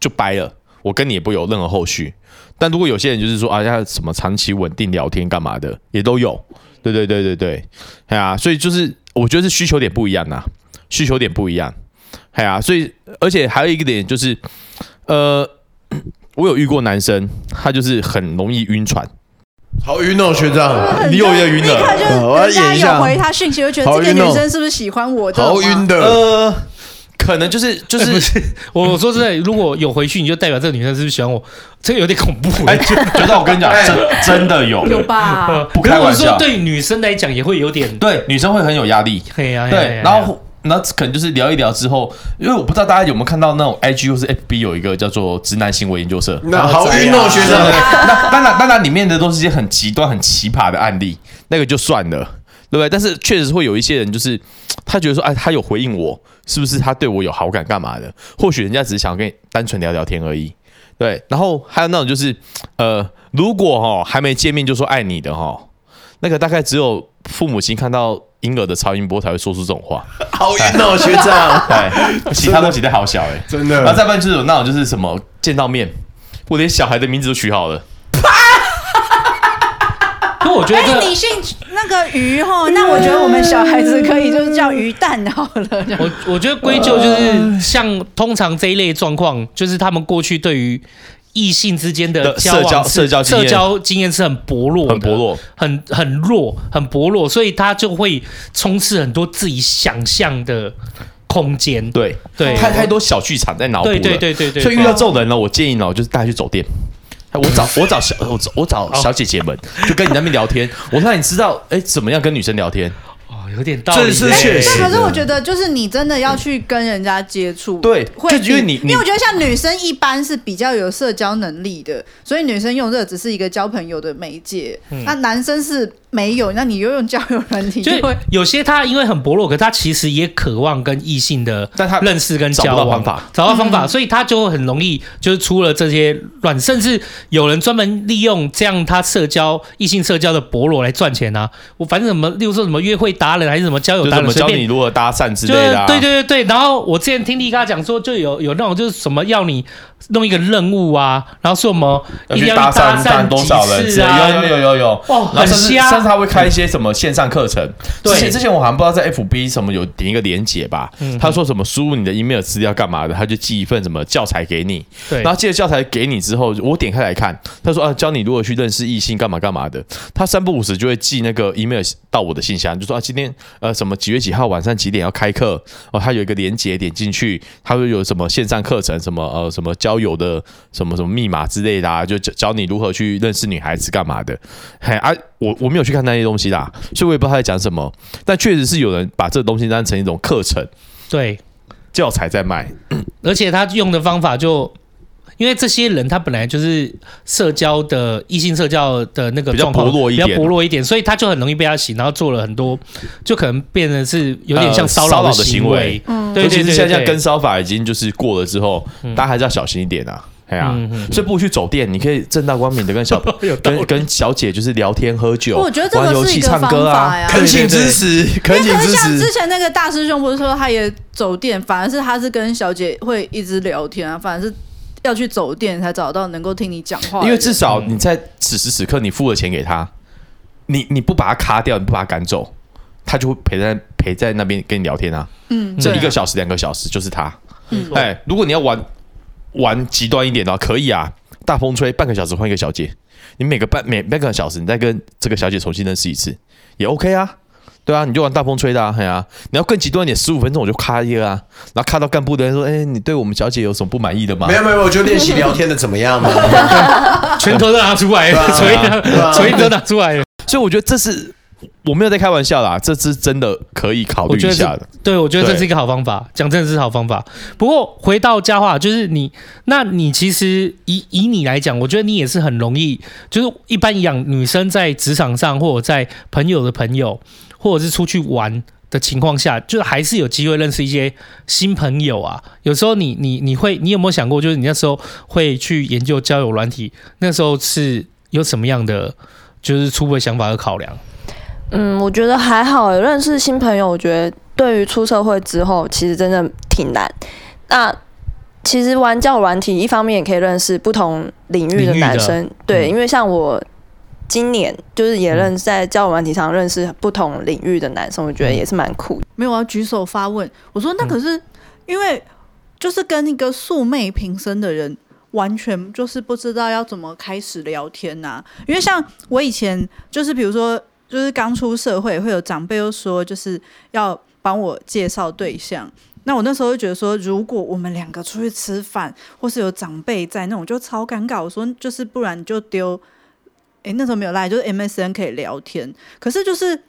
Speaker 4: 就掰了，我跟你也不有任何后续。但如果有些人就是说啊，要什么长期稳定聊天干嘛的，也都有。对对对对对，哎呀、所以就是我觉得是需求点不一样呐、需求点不一样。哎呀、所以而且还有一个点就是，呃， 我有遇过男生，他就是很容易晕船。
Speaker 5: 好晕哦，学长，
Speaker 4: 你又要晕了
Speaker 3: 立刻
Speaker 5: 嗯我要
Speaker 3: 就
Speaker 5: 演
Speaker 3: 人
Speaker 5: 一
Speaker 3: 家
Speaker 5: 下
Speaker 3: 有回他讯息，就觉得
Speaker 5: 好
Speaker 3: 这
Speaker 5: 晕
Speaker 3: 个
Speaker 5: 哦
Speaker 3: 女生是不是喜欢我？知道吗
Speaker 5: 好晕的，
Speaker 4: 呃，可能
Speaker 7: 哎
Speaker 4: 就是就
Speaker 2: 不
Speaker 4: 是，
Speaker 2: 是，我我说真的，如果有回去，你就代表这个女生是不是喜欢我？这个有点恐怖。欸
Speaker 7: 哎，就就让我跟你讲，
Speaker 4: 哎
Speaker 7: 真真的有，
Speaker 3: 有吧？
Speaker 7: 不
Speaker 2: 可
Speaker 7: 开
Speaker 2: 是我
Speaker 7: 玩
Speaker 2: 呃说
Speaker 7: 笑，，
Speaker 2: 对女生来讲也会有点，
Speaker 7: 对，女生会很有压力。
Speaker 2: 嘿
Speaker 4: 哎
Speaker 2: 呀，嘿呀嘿
Speaker 7: 对，
Speaker 2: 呀
Speaker 7: 然后然后可能就是聊一聊之后，因为我不知道大家有没有看到那种 IG 或是 FB 有一个叫做直男行为研究社。
Speaker 5: 那好晕哦，学
Speaker 7: 对对
Speaker 5: 长，
Speaker 7: 对那当然，当然，里面的都是一些很极端、很奇葩的案例，那个就算了，对不对？但是确实会有一些人，就是他觉得说，哎，他有回应我，是不是他对我有好感，干嘛的？或许人家只是想跟你单纯聊聊天而已，对。然后还有那种就是，呃，如果哦还没见面就说爱你的哦，那个大概只有父母亲看到婴儿的超音波才会说出这种话，
Speaker 5: 好晕哦，学长，啊
Speaker 7: 对，其他东西都好小哎、欸。
Speaker 5: 真
Speaker 7: 然后
Speaker 5: 的，
Speaker 7: 再不然就是有那种就是什么见到面，我连小孩的名字都取好了。
Speaker 2: 可我觉得
Speaker 3: 哎，
Speaker 2: 这，
Speaker 3: 你姓那个鱼吼，那我觉得我们小孩子可以就是叫鱼蛋好了。这样
Speaker 2: 我我觉得归咎就是像通常这一类状况，就是他们过去对于异性之间的
Speaker 4: 的
Speaker 2: 交往是
Speaker 4: 社交社交经
Speaker 2: 社
Speaker 4: 验
Speaker 2: 交经验是很薄弱的，
Speaker 4: 很薄弱。
Speaker 2: 很很弱，很薄弱，所以他就会充斥很多自己想象的空间。
Speaker 4: 对，
Speaker 2: 对
Speaker 4: 太太多小剧场在脑补了。
Speaker 2: 哎对对对对对，
Speaker 4: 所以遇到这种人呢，我建议呢，我就是带他去走店。我 找我找小我找我
Speaker 2: 哦
Speaker 4: 找小姐姐们，就跟你那边 聊天，我让你知道，哎，怎么样跟女生聊天？
Speaker 2: 哦，有点道理耶。
Speaker 5: 这哎是啊确实
Speaker 3: 可是我觉得，就是你真的要去跟人家接触，
Speaker 4: 对
Speaker 3: 会
Speaker 4: 就
Speaker 3: 比
Speaker 4: 因为你
Speaker 3: 因为我觉得像女生一般是比较有社交能力的，所以女生用这个只是一个交朋友的媒介。那、男生是没有，那你又用交友软体
Speaker 2: 就
Speaker 3: 就是会。
Speaker 2: 有些他因为很薄弱，可他其实也渴望跟异性的
Speaker 4: 但他
Speaker 2: 认识跟交
Speaker 4: 找不到
Speaker 2: 往，
Speaker 4: 方法
Speaker 2: 找到方
Speaker 3: 嗯
Speaker 2: 法，所以他就很容易就是出了这些乱，甚至有人专门利用这样他社交异性社交的薄弱来赚钱啊！我反正什么，例如说什么约会达人还是什么交
Speaker 4: 就
Speaker 2: 友
Speaker 4: 是
Speaker 2: 达
Speaker 4: 怎
Speaker 2: 人，
Speaker 4: 么
Speaker 2: 随
Speaker 4: 教
Speaker 2: 便
Speaker 4: 你如何搭讪之
Speaker 2: 就
Speaker 4: 类的啊。
Speaker 2: 对对对对，然后我之前听力嘎讲说，就有有那种就是什么要你弄一个任务啊，然后说什么
Speaker 7: 要
Speaker 2: 一定
Speaker 7: 去
Speaker 2: 要
Speaker 7: 搭
Speaker 2: 讪
Speaker 7: 讪讪多少人
Speaker 2: 几
Speaker 7: 之
Speaker 2: 次
Speaker 7: 类
Speaker 2: 啊，
Speaker 7: 的，有有有有有，
Speaker 2: 哦
Speaker 7: 然后
Speaker 2: 很
Speaker 7: 甚至
Speaker 2: 瞎
Speaker 7: 甚至他会开一些什么线上课程。
Speaker 2: 对
Speaker 7: 之前之前我好像不知道在 FB 什么有点一个连结吧，
Speaker 2: 嗯
Speaker 7: 他说什么输入你的 email 资料干嘛的，他就寄一份什么教材给你，
Speaker 2: 对，
Speaker 4: 然后借教材给你之后，我点开来看，他说啊，教你如何去认识异性，干嘛干嘛的。他三不五时就会寄那个 email 到我的信箱，就说啊，今天呃什么几月几号晚上几点要开课哦，他有一个连接点进去，他会有什么线上课程，什么呃什么交友的什么什么密码之类的啊，就教教你如何去认识女孩子干嘛的。嘿啊，我我没有去看那些东西啦，所以我也不知道他在讲什么。但确实是有人把这东西当成一种课程
Speaker 2: 对，
Speaker 4: 教材在卖，
Speaker 2: 而且他用的方法就，因为这些人他本来就是社交的异性社交的那个
Speaker 4: 比较
Speaker 2: 状况
Speaker 4: 薄弱一
Speaker 2: 比较
Speaker 4: 点啊
Speaker 2: 薄弱一点，所以他就很容易被他洗，然后做了很多，就可能变成是有点像
Speaker 4: 呃
Speaker 2: 骚
Speaker 4: 骚
Speaker 2: 扰
Speaker 4: 扰的
Speaker 2: 行
Speaker 4: 行为
Speaker 2: 嗯，
Speaker 4: 尤
Speaker 2: 对
Speaker 4: 其
Speaker 2: 对
Speaker 4: 是
Speaker 2: 对，
Speaker 4: 现在这样
Speaker 2: 对
Speaker 4: 跟骚法已经就是过了之后，大家还是要小心一点啊。哎呀、
Speaker 2: 嗯嗯
Speaker 4: 所以不如去走店，你可以正大光明的 跟小跟跟小姐就是聊天喝酒，
Speaker 3: 我觉得这
Speaker 4: 玩游
Speaker 3: 个是一
Speaker 4: 戏
Speaker 3: 个
Speaker 4: 唱
Speaker 3: 方
Speaker 4: 歌
Speaker 3: 法
Speaker 4: 啊。
Speaker 3: 呀、
Speaker 5: 恳请支持，恳
Speaker 3: 因为
Speaker 5: 请
Speaker 3: 可是
Speaker 5: 支
Speaker 3: 像之
Speaker 5: 持，
Speaker 3: 前那个大师兄不是说他也走店，反而是他是跟小姐会一直聊天啊，反而是要去走店才找到能够听你讲话的人。
Speaker 4: 因为至少你在此时此刻你付了钱给他，你你不把他卡掉，你不把他赶走，他就会陪在陪在那边跟你聊天啊。
Speaker 3: 嗯，
Speaker 4: 这
Speaker 3: 对
Speaker 4: 一
Speaker 3: 啊
Speaker 4: 个小时、两个小时就是他。
Speaker 3: 嗯
Speaker 4: 哎，如果你要玩玩极端一点的话，可以啊，大风吹半个小时换一个小姐，你每个半每半个小时你再跟这个小姐重新认识一次，也 OK 啊。对啊，你就玩大风吹的啊，哎呀、啊，你要更极端一点，十五分钟我就卡一个啊，然后卡到干部的人说，哎、你对我们小姐有什么不满意的吗？
Speaker 5: 没有没有，我就练习聊天的怎么样嘛，
Speaker 2: 拳头都拿出来了，
Speaker 5: 对啊
Speaker 2: 锤
Speaker 5: 对啊
Speaker 2: 锤都拿出来了，
Speaker 4: 所以我觉得这是我没有在开玩笑啦，这是真的可以考
Speaker 2: 我
Speaker 4: 虑
Speaker 2: 觉
Speaker 4: 一
Speaker 2: 得
Speaker 4: 下
Speaker 2: 这
Speaker 4: 的。
Speaker 2: 对，我觉得这
Speaker 4: 对
Speaker 2: 是一个好方法，讲真的是好方法。不过回到家话，就是你，那你其实以以你来讲，我觉得你也是很容易，就是一般养女生在职场上，或者在朋友的朋友，或者是出去玩的情况下，就是还是有机会认识一些新朋友啊。有时候你你你会，你有没有想过，就是你那时候会去研究交友软体，那时候是有什么样的就是初步的想法和考量？
Speaker 6: 嗯，我觉得还好欸，认识新朋友，我觉得对于出社会之后，其实真的挺难。那其实玩教软体，一方面也可以认识不同领域的
Speaker 2: 领域的
Speaker 6: 男生，对，
Speaker 2: 嗯
Speaker 6: 因为像我今年就是也认在教软体上认识不同领域的男生，我觉得
Speaker 4: 嗯
Speaker 6: 也是蛮酷的。
Speaker 3: 没有，我要举手发问。我说那可是、因为就是跟一个素昧平生的人，完全就是不知道要怎么开始聊天呐、因为像我以前就是比如说就是刚出社会，会有长辈又说就是要帮我介绍对象。那我那时候就觉得说，如果我们两个出去吃饭，或是有长辈在那种，就超尴尬。我说就是不然你就丢，诶，那时候没有赖，就是 MSN 可以聊天。可是就是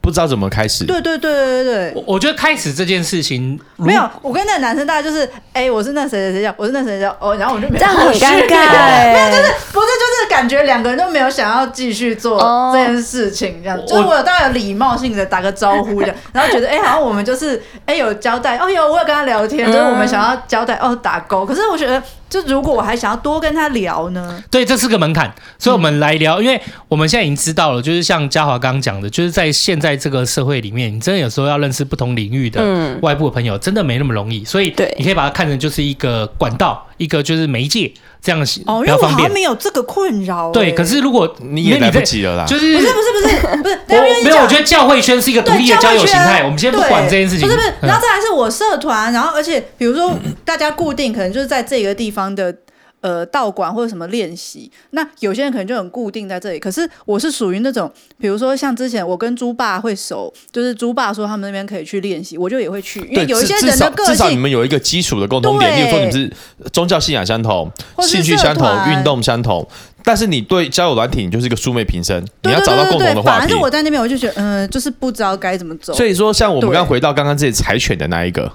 Speaker 4: 不知道怎么开始，
Speaker 3: 对对对对对对，
Speaker 2: 我我觉得开始这件事情，如
Speaker 3: 没有，我跟那个男生大概就是，哎、我是那谁谁谁叫，我是那谁谁叫，哦，然后我就没有
Speaker 6: 这样很
Speaker 3: 后续
Speaker 6: 尴尬 欸
Speaker 3: 没有，就是 不是就是感觉两个人都没有想要继续做
Speaker 6: 哦
Speaker 3: 这件事情，这样、
Speaker 2: 我
Speaker 3: 就是我有大概有礼貌性的打个招呼这样，然后觉得哎、好像我们就是哎、有交代，哦有我有跟他聊天，就是我们想要交代哦打勾，可是我觉得就如果我还想要多跟他聊呢，
Speaker 2: 对，这是个门槛，所以我们来聊，
Speaker 3: 嗯
Speaker 2: 因为我们现在已经知道了，就是像嘉华刚刚讲的，就是在现在这个社会里面，你真的有时候要认识不同领域的
Speaker 6: 嗯，
Speaker 2: 外部的朋友，真的没那么容易，所以
Speaker 6: 对
Speaker 2: 你可以把它看成就是一个管道，一个就是媒介，这样
Speaker 3: 哦，
Speaker 2: 比
Speaker 3: 因为
Speaker 2: 较
Speaker 3: 我
Speaker 2: 方
Speaker 3: 好
Speaker 2: 便
Speaker 3: 像。没有这个困扰、
Speaker 2: 对，
Speaker 3: 哎
Speaker 2: 可是如果
Speaker 4: 你
Speaker 2: 因
Speaker 4: 也
Speaker 2: 为
Speaker 4: 来不
Speaker 2: 在
Speaker 4: 及了啦。
Speaker 2: 就是
Speaker 3: 不是不是不是不 是，
Speaker 2: 我
Speaker 3: 等一下因为你
Speaker 2: 没有，
Speaker 3: 讲
Speaker 2: 我觉得教会圈是一个独
Speaker 3: 对，
Speaker 2: 立的交友
Speaker 3: 会
Speaker 2: 形
Speaker 3: 圈
Speaker 2: 态，我们先不
Speaker 3: 对
Speaker 2: 管这件事情。
Speaker 3: 不是不是，
Speaker 2: 嗯
Speaker 3: 然后再来是我社团，然后而且比如说大家固定可能就是在这个地方的。呃，道馆或者什么练习，那有些人可能就很固定在这里。可是我是属于那种，比如说像之前我跟猪爸会熟，就是猪爸说他们那边可以去练习，我就也会去，因为
Speaker 4: 对，
Speaker 3: 有一
Speaker 4: 至
Speaker 3: 些
Speaker 4: 至
Speaker 3: 人
Speaker 4: 少
Speaker 3: 的个
Speaker 4: 至少你
Speaker 3: 性，
Speaker 4: 们有一个基础的共同点，
Speaker 3: 对
Speaker 4: 例如说你们是宗教信仰相同、
Speaker 3: 或是
Speaker 4: 兴趣相
Speaker 3: 社
Speaker 4: 同、
Speaker 3: 团
Speaker 4: 运动相同，但是你对交友软体你就是一个素昧平生，你
Speaker 3: 对
Speaker 4: 要
Speaker 3: 对
Speaker 4: 找到
Speaker 3: 对
Speaker 4: 共同
Speaker 3: 对
Speaker 4: 的
Speaker 3: 对，
Speaker 4: 话
Speaker 3: 反
Speaker 4: 题
Speaker 3: 正。我在那边我就觉得，嗯、就是不知道该怎么走。
Speaker 4: 所以说，像我们
Speaker 3: 对
Speaker 4: 刚回到刚刚这里柴犬的那一个，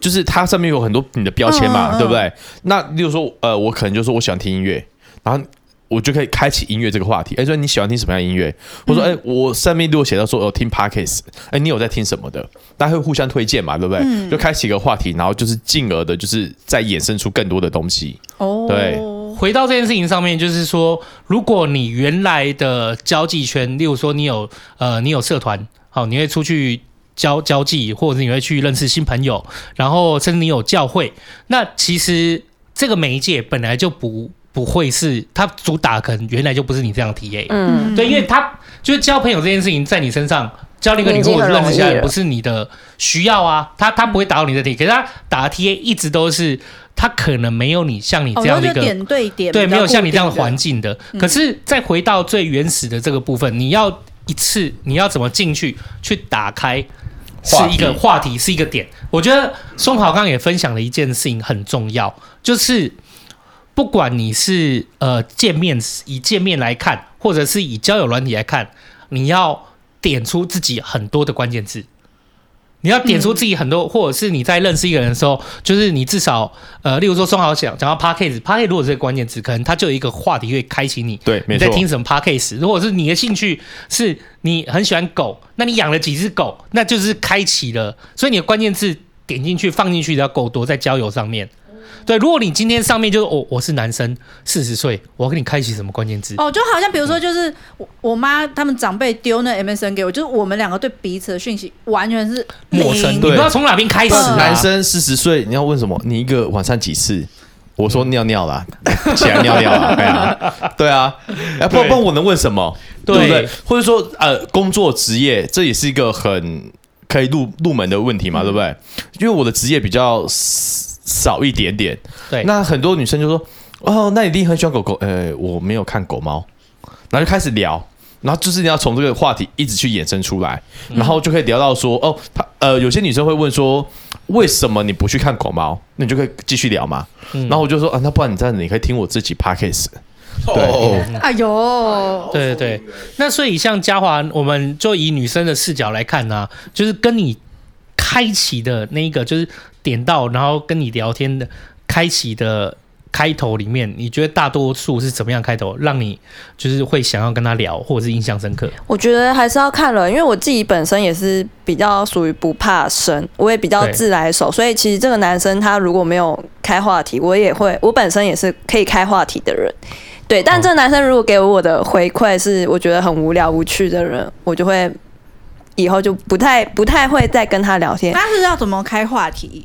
Speaker 4: 就是它上面有很多你的标签
Speaker 3: 嗯
Speaker 4: 嘛，
Speaker 3: 嗯嗯
Speaker 4: 对不对？那例如说，呃，我可能就说我喜欢听音乐，然后。我就可以开启音乐这个话题。哎、所以你喜欢听什么样的音乐？我说，
Speaker 3: 嗯
Speaker 4: 哎、我上面如果写到说，我、听 Pockets，哎、你有在听什么的？大家会互相推荐嘛，对不对？
Speaker 3: 嗯
Speaker 4: 就开启一个话题，然后就是进而的，就是再衍生出更多的东西。
Speaker 3: 哦，
Speaker 4: 对
Speaker 2: 回到这件事情上面，就是说，如果你原来的交际圈，例如说你有呃你有社团，好，你会出去交交际，或者是你会去认识新朋友，然后甚至你有教会，那其实这个媒介本来就不不会是它主打，可能原来就不是你这样的 TA，、
Speaker 6: 嗯，
Speaker 2: 对，因
Speaker 3: 哦
Speaker 2: 为他就是交朋友这件事情在你身上。交了一个女朋友或者认识下
Speaker 6: 嗯已经很容
Speaker 2: 来
Speaker 6: 易了
Speaker 2: 不是你的需要啊，他他不会打扰你的 T，可是他打 T A 一直都是他可能没有你像你
Speaker 3: 哦，
Speaker 2: 这
Speaker 3: 然
Speaker 2: 样
Speaker 3: 后
Speaker 2: 的
Speaker 3: 就
Speaker 2: 一个
Speaker 3: 点对点，
Speaker 2: 对，
Speaker 3: 比
Speaker 2: 没
Speaker 3: 较
Speaker 2: 有像你这样的
Speaker 3: 固定
Speaker 2: 环境的。
Speaker 3: 嗯
Speaker 2: 可是再回到最原始的这个部分，你要一次，你要怎么进去去打开？是
Speaker 4: 话
Speaker 2: 一个话题，是一个点。我觉得松好刚刚也分享了一件事情很重要，就是不管你是呃见面以见面来看，或者是以交友软体来看，你要点出自己很多的关键字。你要点出自己很多，或者是你在认识一个人的时候，就是你至少呃，例如说松好讲讲到 p a c k a g e p a c k a g e 如果是这个关键字，可能它就有一个话题会开启你。
Speaker 4: 对，没
Speaker 2: 你
Speaker 4: 错
Speaker 2: 在。听什么 podcast？如果是你的兴趣是你很喜欢狗，那你养了几只狗，那就是开启了。所以你的关键字点进去放进去要够多，在交友上面。对，如果你今天上面就是我、哦我是男生，四十岁，我要跟你开启什么关键字？
Speaker 3: 哦，就好像比如说，就是我我妈他们长辈丢那 MSN 给我，就是我们两个对彼此的讯息完全是
Speaker 2: 陌生，
Speaker 3: 零
Speaker 2: 你
Speaker 4: 对
Speaker 2: 不知道从哪边开始、啊。
Speaker 4: 男生四十岁，你要问什么？你一个晚上几次？我说尿尿啦，起来尿尿啦，哎呀， 对啊，哎，不
Speaker 2: 对
Speaker 4: 不然我能问什么？
Speaker 2: 对
Speaker 4: 对不对？或者说呃，工作职业这也是一个很可以入入门的问题嘛，对不对？因为我的职业比较少一点点，
Speaker 2: 对
Speaker 4: 那很多女生就说，哦，那你一定很喜欢狗狗，呃，我没有看狗猫，然后就开始聊。然后就是你要从这个话题一直去衍生出来，然后就可以聊到说，哦，他呃，有些女生会问说，为什么你不去看狗猫？那你就可以继续聊嘛。然后我就说啊，那不然你这样，你可以听我自己 podcast，
Speaker 5: 哦，
Speaker 3: 哎呦，
Speaker 2: 对对对，那所以像嘉华，我们就以女生的视角来看呢、就是跟你开启的那一个，就是点到然后跟你聊天的开启的开头里面，你觉得大多数是怎么样开头，让你就是会想要跟他聊，或者是印象深刻？
Speaker 6: 我觉得还是要看人，因为我自己本身也是比较属于不怕生，我也比较
Speaker 2: 对
Speaker 6: 自来熟，所以其实这个男生他如果没有开话题，我也会，我本身也是可以开话题的人。对，但这个男生如果给我的回馈是我觉得很无聊无趣的人，我就会以后就不太不太会再跟他聊天。
Speaker 3: 他是要怎么开话题？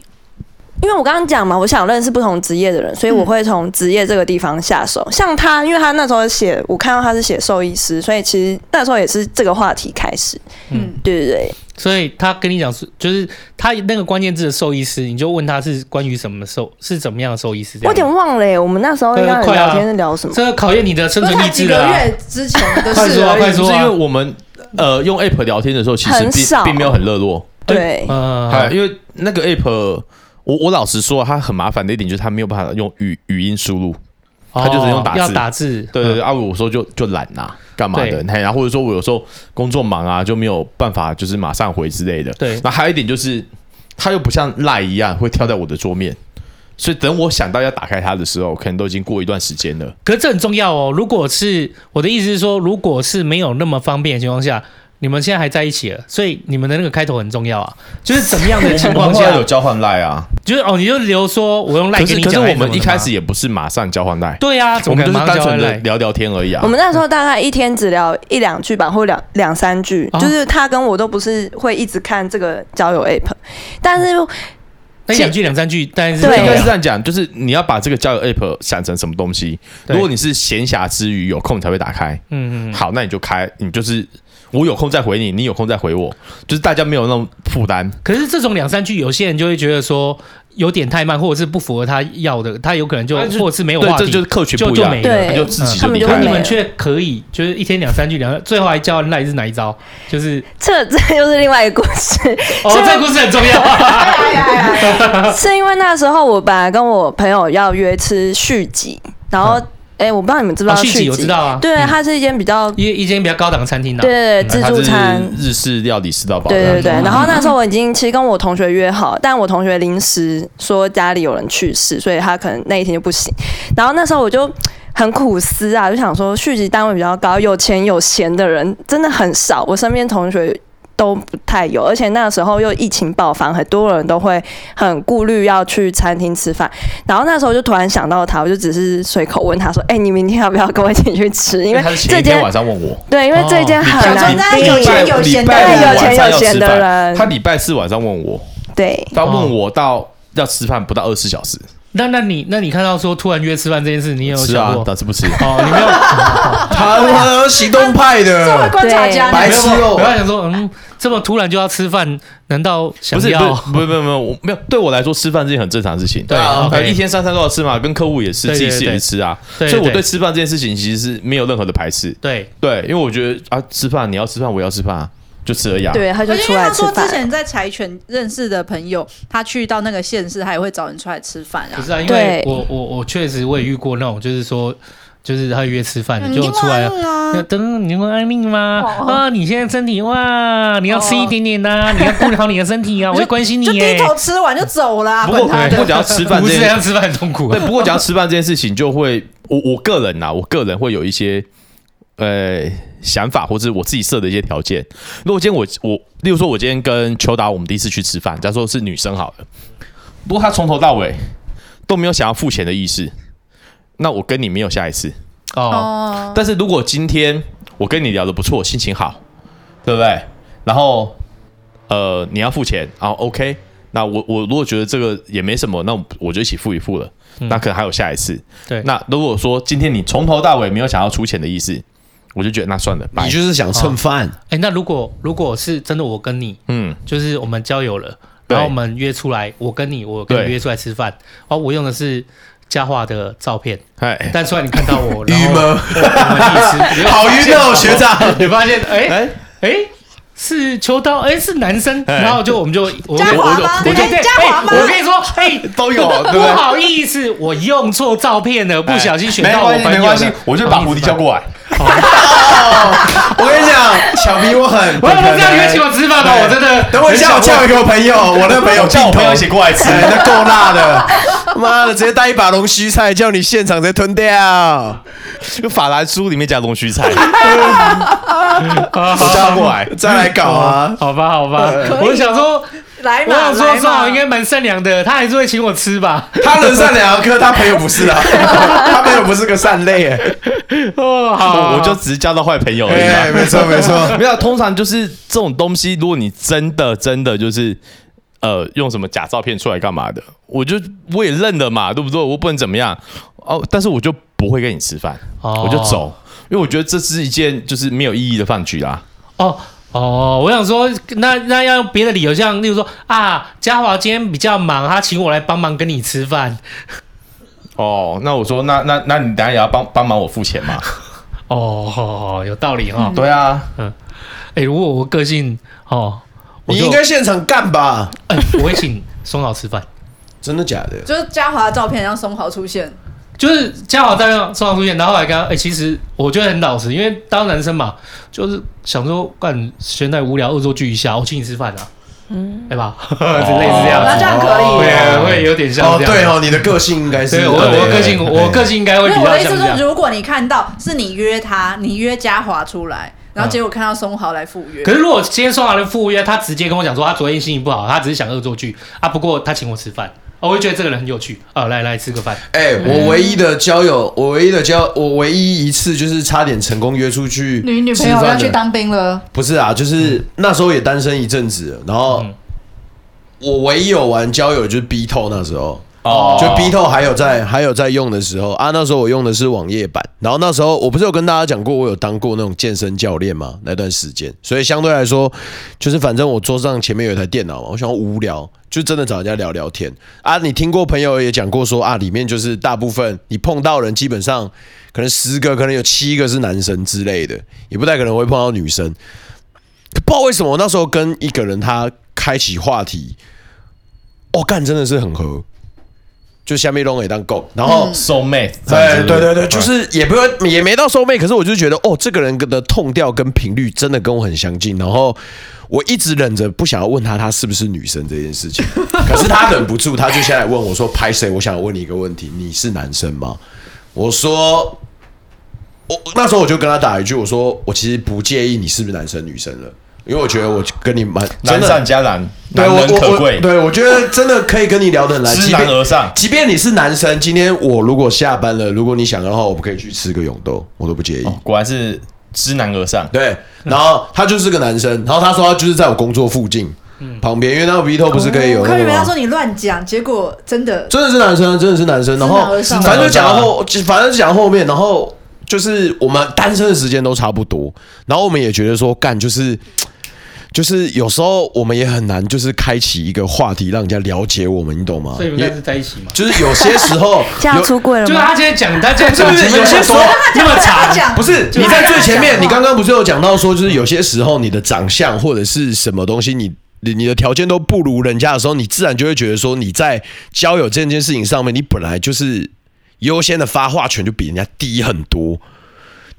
Speaker 6: 因为我刚刚讲嘛，我想认识不同职业的人，所以我会从职业这个地方下手。像他，因为他那时候写，我看到他是写兽医师，所以其实那时候也是这个话题开始。
Speaker 2: 嗯
Speaker 3: 嗯，
Speaker 6: 对对对，
Speaker 2: 所以他跟你讲是，就是他那个关键字的兽医师，你就问他是关于什么兽，是怎么样的兽医师？
Speaker 6: 我有点忘了耶，我们那时候
Speaker 2: 对
Speaker 6: 刚刚
Speaker 2: 快啊
Speaker 6: 聊天是聊什么？
Speaker 2: 这个考验你的生
Speaker 3: 都
Speaker 2: 存
Speaker 3: 才
Speaker 2: 意
Speaker 3: 几
Speaker 2: 志
Speaker 3: 个
Speaker 2: 了、啊。
Speaker 3: 月之前的
Speaker 2: 快
Speaker 3: 事
Speaker 2: 说啊，
Speaker 3: 而已。
Speaker 2: 快
Speaker 4: 是
Speaker 2: 说
Speaker 4: 因为
Speaker 2: 啊！
Speaker 4: 我们呃用 app 聊天的时候，其实
Speaker 6: 很
Speaker 4: 并
Speaker 6: 少
Speaker 4: 并没有很热络。
Speaker 6: 对，
Speaker 2: 嗯，
Speaker 4: 啊，因为那个 app，我我老实说，它很麻烦的一点就是它没有办法用语语音输入。他就只用打字
Speaker 2: 哦要打字，
Speaker 4: 对对
Speaker 2: 嗯
Speaker 4: 对，啊，我有时候就就懒呐、干嘛的
Speaker 2: 对？
Speaker 4: 嘿然后或者说我有时候工作忙啊，就没有办法就是马上回之类的。
Speaker 2: 对
Speaker 4: 那还有一点就是，它又不像赖一样会跳在我的桌面，所以等我想到要打开它的时候，可能都已经过一段时间了。
Speaker 2: 可是这很重要哦。如果是我的意思是说，如果是没有那么方便的情况下，你们现在还在一起了，所以你们的那个开头很重要啊。就是怎么样 的情况下，
Speaker 4: 交换赖啊，
Speaker 2: 就是哦，你就留说我用赖
Speaker 4: 可
Speaker 2: 跟
Speaker 4: 是
Speaker 2: 你
Speaker 4: 可是
Speaker 2: 讲，
Speaker 4: 我们一开始也不是马上交换赖，
Speaker 2: 对啊，怎
Speaker 4: 我
Speaker 2: 么
Speaker 4: 们
Speaker 2: 可
Speaker 4: 就
Speaker 2: 能马
Speaker 4: 是
Speaker 2: 上
Speaker 4: 单
Speaker 2: 交换
Speaker 4: 纯
Speaker 2: 赖？
Speaker 4: 的聊聊天而已啊
Speaker 6: 我。们那时候大概一天只聊一两句吧，或两两三句，
Speaker 2: 啊
Speaker 6: 就是他跟我都不是会一直看这个交友 app，但是
Speaker 2: 那两句两三句，但是
Speaker 6: 对啊
Speaker 4: 应该是
Speaker 2: 是
Speaker 4: 这样讲，就是你要把这个交友 app 想成什么东西。
Speaker 2: 对
Speaker 4: 如果你是闲暇之余有空才会打开，
Speaker 2: 嗯嗯，
Speaker 4: 好，那你就开，你就是我有空再回你，你有空再回我，就是大家没有那种负担。
Speaker 2: 可是这种两三句，有些人就会觉得说有点太慢，或者是不符合他要的，他有可能就
Speaker 4: 啊就
Speaker 2: 或者是没有
Speaker 4: 对
Speaker 2: 话，
Speaker 4: 这
Speaker 2: 题
Speaker 4: 就是。客群
Speaker 2: 就
Speaker 4: 不一
Speaker 2: 就
Speaker 4: 样
Speaker 2: 没，
Speaker 6: 对
Speaker 4: 他就自己
Speaker 2: 嗯
Speaker 6: 他们
Speaker 4: 离
Speaker 6: 就
Speaker 2: 可
Speaker 4: 开
Speaker 2: 你
Speaker 6: 没
Speaker 4: 了。
Speaker 2: 们
Speaker 6: 了
Speaker 2: 却可以，就是一天两三句，两最后还交换赖是哪一招？就是
Speaker 6: 这这就是另外一个故 事。
Speaker 2: 哦，这个故事很重要。
Speaker 6: 是因为那时候我本来跟我朋友要约吃续集，然后哎、我不知道你们知不知
Speaker 2: 哦
Speaker 6: 道
Speaker 2: 续集
Speaker 6: 续集？
Speaker 2: 我知道嗯啊
Speaker 6: 对，
Speaker 2: 嗯
Speaker 6: 它是一间比较、
Speaker 2: 一一间比较高档的餐厅啊呢、
Speaker 6: 对对对自
Speaker 4: 它
Speaker 6: 助餐。
Speaker 4: 是日式料理吃到饱，
Speaker 6: 对对对，然后那时候我已经其实跟我同学约好，但我同学临时说家里有人去世，所以他可能那一天就不行。然后那时候我就很苦思啊，就想说续集单位比较高，有钱有闲的人真的很少，我身边同学都不太有，而且那时候又疫情爆发，很多人都会很顾虑要去餐厅吃饭。然后那时候就突然想到他，我就只是随口问他说：“哎、你明天要不要跟我一起去吃？”因为
Speaker 4: 他是前
Speaker 6: 这
Speaker 4: 一天
Speaker 6: 间
Speaker 4: 晚上问我，
Speaker 6: 对，因为这间
Speaker 2: 哦
Speaker 6: 很
Speaker 3: 假装
Speaker 6: 难
Speaker 3: 大家
Speaker 6: 订
Speaker 3: 有钱有闲的人
Speaker 4: 礼拜五
Speaker 6: 对有钱
Speaker 4: 晚上要
Speaker 6: 有闲
Speaker 4: 吃
Speaker 6: 的
Speaker 4: 饭
Speaker 6: 人
Speaker 4: 他礼拜四晚上问我，
Speaker 6: 对。
Speaker 4: 他
Speaker 2: 哦
Speaker 4: 问我到要吃饭不到二十四小时，
Speaker 2: 那那你那你看到说突然约吃饭这件事，你有
Speaker 4: 吃
Speaker 2: 想
Speaker 4: 啊
Speaker 2: 过？，
Speaker 4: 但是不吃。
Speaker 2: 哦，你没有，
Speaker 5: 他妈行动派的，
Speaker 3: 观察家
Speaker 5: 白
Speaker 2: 没
Speaker 4: 哎
Speaker 5: 痴
Speaker 2: 有，我
Speaker 5: 哦，
Speaker 2: 要想说，嗯，这么突然就要吃饭，难道想
Speaker 4: 不是，
Speaker 2: 要？
Speaker 4: 不是，不是，不是，我没有。对我来说，吃饭是一件很正常的事情。
Speaker 2: 对
Speaker 4: 啊
Speaker 2: OK
Speaker 4: 呃一天三餐都要吃嘛，跟客户也是，
Speaker 2: 对
Speaker 4: 自
Speaker 2: 对
Speaker 4: 己是也是吃啊。
Speaker 2: 对
Speaker 4: 所
Speaker 2: 对
Speaker 4: 以我
Speaker 2: 对
Speaker 4: 对吃饭这件事情其实是没有任何的排斥。
Speaker 2: 对，
Speaker 4: 对，因为我觉得啊，吃饭你要吃饭，我也要吃饭啊，就吃而已啊。
Speaker 6: 对，他就
Speaker 3: 而且
Speaker 6: 出
Speaker 3: 因为
Speaker 6: 来
Speaker 3: 他
Speaker 6: 吃
Speaker 3: 说
Speaker 6: 饭
Speaker 3: 之。前在柴犬认识的朋友，他去到那个县市，他也会找人出来吃饭
Speaker 2: 不
Speaker 3: 啊。
Speaker 2: 是啊，因为
Speaker 6: 对
Speaker 2: 我我我确实我也遇过那种，就是说，就是他约吃
Speaker 3: 嗯
Speaker 2: 饭就出来了。
Speaker 3: 啊
Speaker 2: 那等你会安命吗？啊，你现在身体哇，你要吃一点点呐，你要顾好你的身体啊，我会关心你
Speaker 3: 就低
Speaker 2: 耶。
Speaker 3: 头吃完就走啊啦，
Speaker 4: 不过
Speaker 3: 管
Speaker 4: 不
Speaker 3: 他
Speaker 4: 过
Speaker 3: 的。
Speaker 4: 讲到吃饭
Speaker 2: 不
Speaker 4: 这
Speaker 2: 是这
Speaker 4: 件
Speaker 2: 样，吃饭很痛苦
Speaker 4: 对，
Speaker 2: 啊。
Speaker 4: 不过讲到吃饭这件事情，就会我我个人呐、啊我个人会有一些呃想法，或者我自己设的一些条件。如果今天我我，例如说我今天跟邱达，我们第一次去吃饭，假如说是女生好了，不过她从头到尾都没有想要付钱的意思，那我跟你没有下一次。
Speaker 2: 哦，
Speaker 3: 哦，
Speaker 4: 但是如果今天我跟你聊的不错，心情好，对不对？然后呃，你要付钱，然后 OK，那我我如果觉得这个也没什么，那我就一起付一付了。那可能还有下一次。
Speaker 2: 对
Speaker 4: 那如果说今天你从头到尾没有想要出钱的意思，我就觉得那算了，拜
Speaker 5: 你。就是想蹭饭，
Speaker 2: 哎，那如果如果是真的，我跟你
Speaker 4: 嗯，
Speaker 2: 就是我们交友了，
Speaker 4: 对
Speaker 2: 然后我们约出来，我跟你，我跟你
Speaker 4: 对
Speaker 2: 约出来吃饭，哦，我用的是佳华的照片，
Speaker 4: 哎，
Speaker 2: 但虽然你看到 我，
Speaker 5: 郁
Speaker 2: 然后
Speaker 5: 闷
Speaker 2: 我我们一起吃，
Speaker 5: 好晕哦，学长。
Speaker 2: 你发现，哎
Speaker 4: 哎
Speaker 2: 哎，是秋刀，哎，是男生，
Speaker 7: 哎
Speaker 2: 然后就我们就我
Speaker 3: 嘉华吗？
Speaker 2: 对对对，
Speaker 3: 哎嘉华
Speaker 2: 哎
Speaker 3: 吗？
Speaker 2: 我跟你说，哎，
Speaker 7: 都有，啊对不
Speaker 2: 不
Speaker 7: 对？
Speaker 2: 好意思，我用错照片了，不小心选
Speaker 4: 哎
Speaker 7: 没
Speaker 2: 到我
Speaker 7: 关
Speaker 2: 朋
Speaker 7: 系，
Speaker 2: 友的
Speaker 7: 没关系，我就把胡迪叫。
Speaker 2: 哦
Speaker 7: 过来。
Speaker 5: 我跟你讲，小皮我很哎
Speaker 2: 不好意思不好意思我不知道你会请我吃饭哦吗？我真的，
Speaker 5: 等我一下，我叫一个朋友，我那
Speaker 4: 哎
Speaker 5: 朋友
Speaker 7: 叫我
Speaker 5: 镜头
Speaker 7: 朋友一起过来 吃。
Speaker 5: 哎那够辣的，妈的，直接带一把龙须菜，叫你现场直接吞掉，
Speaker 7: 就法兰酥里面加龙须菜，
Speaker 2: 好
Speaker 7: 我叫他过来。
Speaker 5: 再来搞啊！
Speaker 2: 好吧，好吧，我想说，
Speaker 3: 来
Speaker 2: 我
Speaker 3: 嘛，
Speaker 2: 想
Speaker 3: 来
Speaker 2: 说
Speaker 3: 嘛
Speaker 2: 正好应该蛮善良的，他还是会请我吃吧。
Speaker 5: 他人善良，可他朋友不是 啊，他朋友不是个善类，哎
Speaker 2: 哦，好，
Speaker 7: 我就只是交到坏朋
Speaker 2: 哦
Speaker 7: 友而已
Speaker 5: 哎，
Speaker 7: 嘛。
Speaker 5: 没错没错，
Speaker 4: 没有，通常就是这种东西，如果你真的真的就是呃用什么假照片出来干嘛的，我就我也认了嘛，对不对？我不能怎么样哦，但是我就不会跟你吃饭，
Speaker 2: 哦
Speaker 4: 我就走，因为我觉得这是一件就是没有意义的饭局啦。
Speaker 2: 哦哦，我想说，那那要用别的理由，像例如说啊，嘉华今天比较忙，他请我来帮忙跟你吃饭。
Speaker 7: 哦，那我说，那那那你等下也要帮帮忙我付钱嘛？
Speaker 2: 哦，哦有道理
Speaker 5: 嗯
Speaker 2: 哈。
Speaker 7: 对啊，
Speaker 2: 哎、如果我个性哦，我
Speaker 5: 你
Speaker 2: 就
Speaker 5: 应该现场干吧？
Speaker 2: 哎、我会请松老吃饭。
Speaker 5: 真的假的？
Speaker 3: 就是嘉华的照片让松豪出现，
Speaker 2: 就是嘉华在松老出现，然后后来跟他，哎、其实我觉得很老实，因为当男生嘛，就是想说干闲在无聊恶作剧一下，我请你吃饭啊，嗯，对吧？之类似这样
Speaker 3: 那
Speaker 2: 子
Speaker 3: 这，样可以耶。
Speaker 2: 哦对，啊会有点像
Speaker 5: 哦，
Speaker 2: 这样。
Speaker 5: 对哦，你的个性应该是
Speaker 2: 对我我个性我个性应该会
Speaker 3: 所
Speaker 2: 比
Speaker 3: 以我
Speaker 2: 较
Speaker 3: 的意
Speaker 2: 像
Speaker 3: 思
Speaker 2: 这
Speaker 3: 说，
Speaker 2: 样。
Speaker 3: 如果你看到是你约他，你约嘉华出来，然后结果看到松豪来赴约，
Speaker 2: 可是如果今天送来的赴约，他直接跟我讲说他啊昨天心情不好，他只是想恶作剧啊，不过他请我吃饭，哦我会觉得这个人很有趣啊，来来吃个饭。
Speaker 3: 哦
Speaker 5: 哎、我唯一的交友，我唯一的交，我唯一一次就是差点成功约出去吃饭的
Speaker 3: 兵了，
Speaker 5: 不是啊，就是那时候也单身一阵子了，然后
Speaker 2: 嗯
Speaker 5: 我唯一有玩交友就是 B 透那时候。
Speaker 7: 哦
Speaker 5: 就 B 透还有在还有在用的时候啊，那时候我用的是网页版，然后那时候我不是有跟大家讲过，我有当过那种健身教练嘛，那段时间，所以相对来说，就是反正我桌上前面有一台电脑嘛，我想要无聊，就真的找人家聊聊天啊。你听过朋友也讲过说啊，里面就是大部分你碰到人，基本上可能十个可能有七个是男生之类的，也不太可能会碰到女生。不知道为什么我那时候跟一个人他开启话题，哦，干真的是很合，就下面弄也当够，然
Speaker 4: 嗯哦
Speaker 5: 后。
Speaker 7: ，soul mate，
Speaker 5: 嗯哎，对对对，就是也不会也没到收妹，可是我就觉得哦，这个人的痛调跟频率真的跟我很相近，然后我一直忍着不想要问他他是不是女生这件事情，可是他忍不住，他就先来问我说：“拍谁？我想问你一个问题，你是男生吗？”我说：“我那时候我就跟他打一句，我说我其实不介意你是不是男生女生了，因为我觉得我跟你蛮真
Speaker 7: 男
Speaker 5: 的
Speaker 7: 上加男，
Speaker 5: 对
Speaker 7: 男
Speaker 5: 我
Speaker 7: 人
Speaker 5: 我
Speaker 7: 可
Speaker 5: 我
Speaker 7: 贵，
Speaker 5: 对我觉得真的可以跟你聊得很来，
Speaker 7: 知
Speaker 5: 即
Speaker 7: 难
Speaker 5: 便
Speaker 7: 而上。
Speaker 5: 即便你是男生，今天我如果下班了，如果你想的话，我们可以去吃个永豆，我都不介意。
Speaker 7: 哦嗯果然是知难而上。
Speaker 5: 对，然后他就是个男生，然后他说他就是在我工作附近、旁边，因为那个 Vito 不是可以
Speaker 3: 嗯
Speaker 5: 有
Speaker 3: 哦我
Speaker 5: 那
Speaker 3: 可以
Speaker 5: 个
Speaker 3: 为他
Speaker 5: 吗
Speaker 3: 说？你乱讲，结果真的
Speaker 5: 真的是男生，真的是男生。然后
Speaker 3: 知难而上
Speaker 5: 反正就讲到后，就反正就讲到后面，然后就是我们单身的时间都差不多，然后我们也觉得说干就是。就是有时候我们也很难，就是开启一个话题，让人家了解我们，你懂吗？
Speaker 2: 所以你
Speaker 5: 也
Speaker 2: 们应该是在一起嘛？
Speaker 5: 就是有些时候
Speaker 6: 现在
Speaker 5: 有
Speaker 6: 出柜了
Speaker 2: 就是
Speaker 6: 吗？
Speaker 2: 他今天讲，他今天讲
Speaker 5: 对对对
Speaker 2: 前面
Speaker 5: 有些时候
Speaker 2: 那么
Speaker 3: 他
Speaker 2: 长，
Speaker 3: 讲
Speaker 5: 不是
Speaker 3: 就
Speaker 5: 你在最前
Speaker 3: 他讲
Speaker 5: 面，
Speaker 3: 话
Speaker 5: 你刚刚不是有讲到说，就是有些时候你的长相或者是什么东西，你你你的条件都不如人家的时候，你自然就会觉得说你在交友这件事情上面，你本来就是优先的发话权就比人家低很多。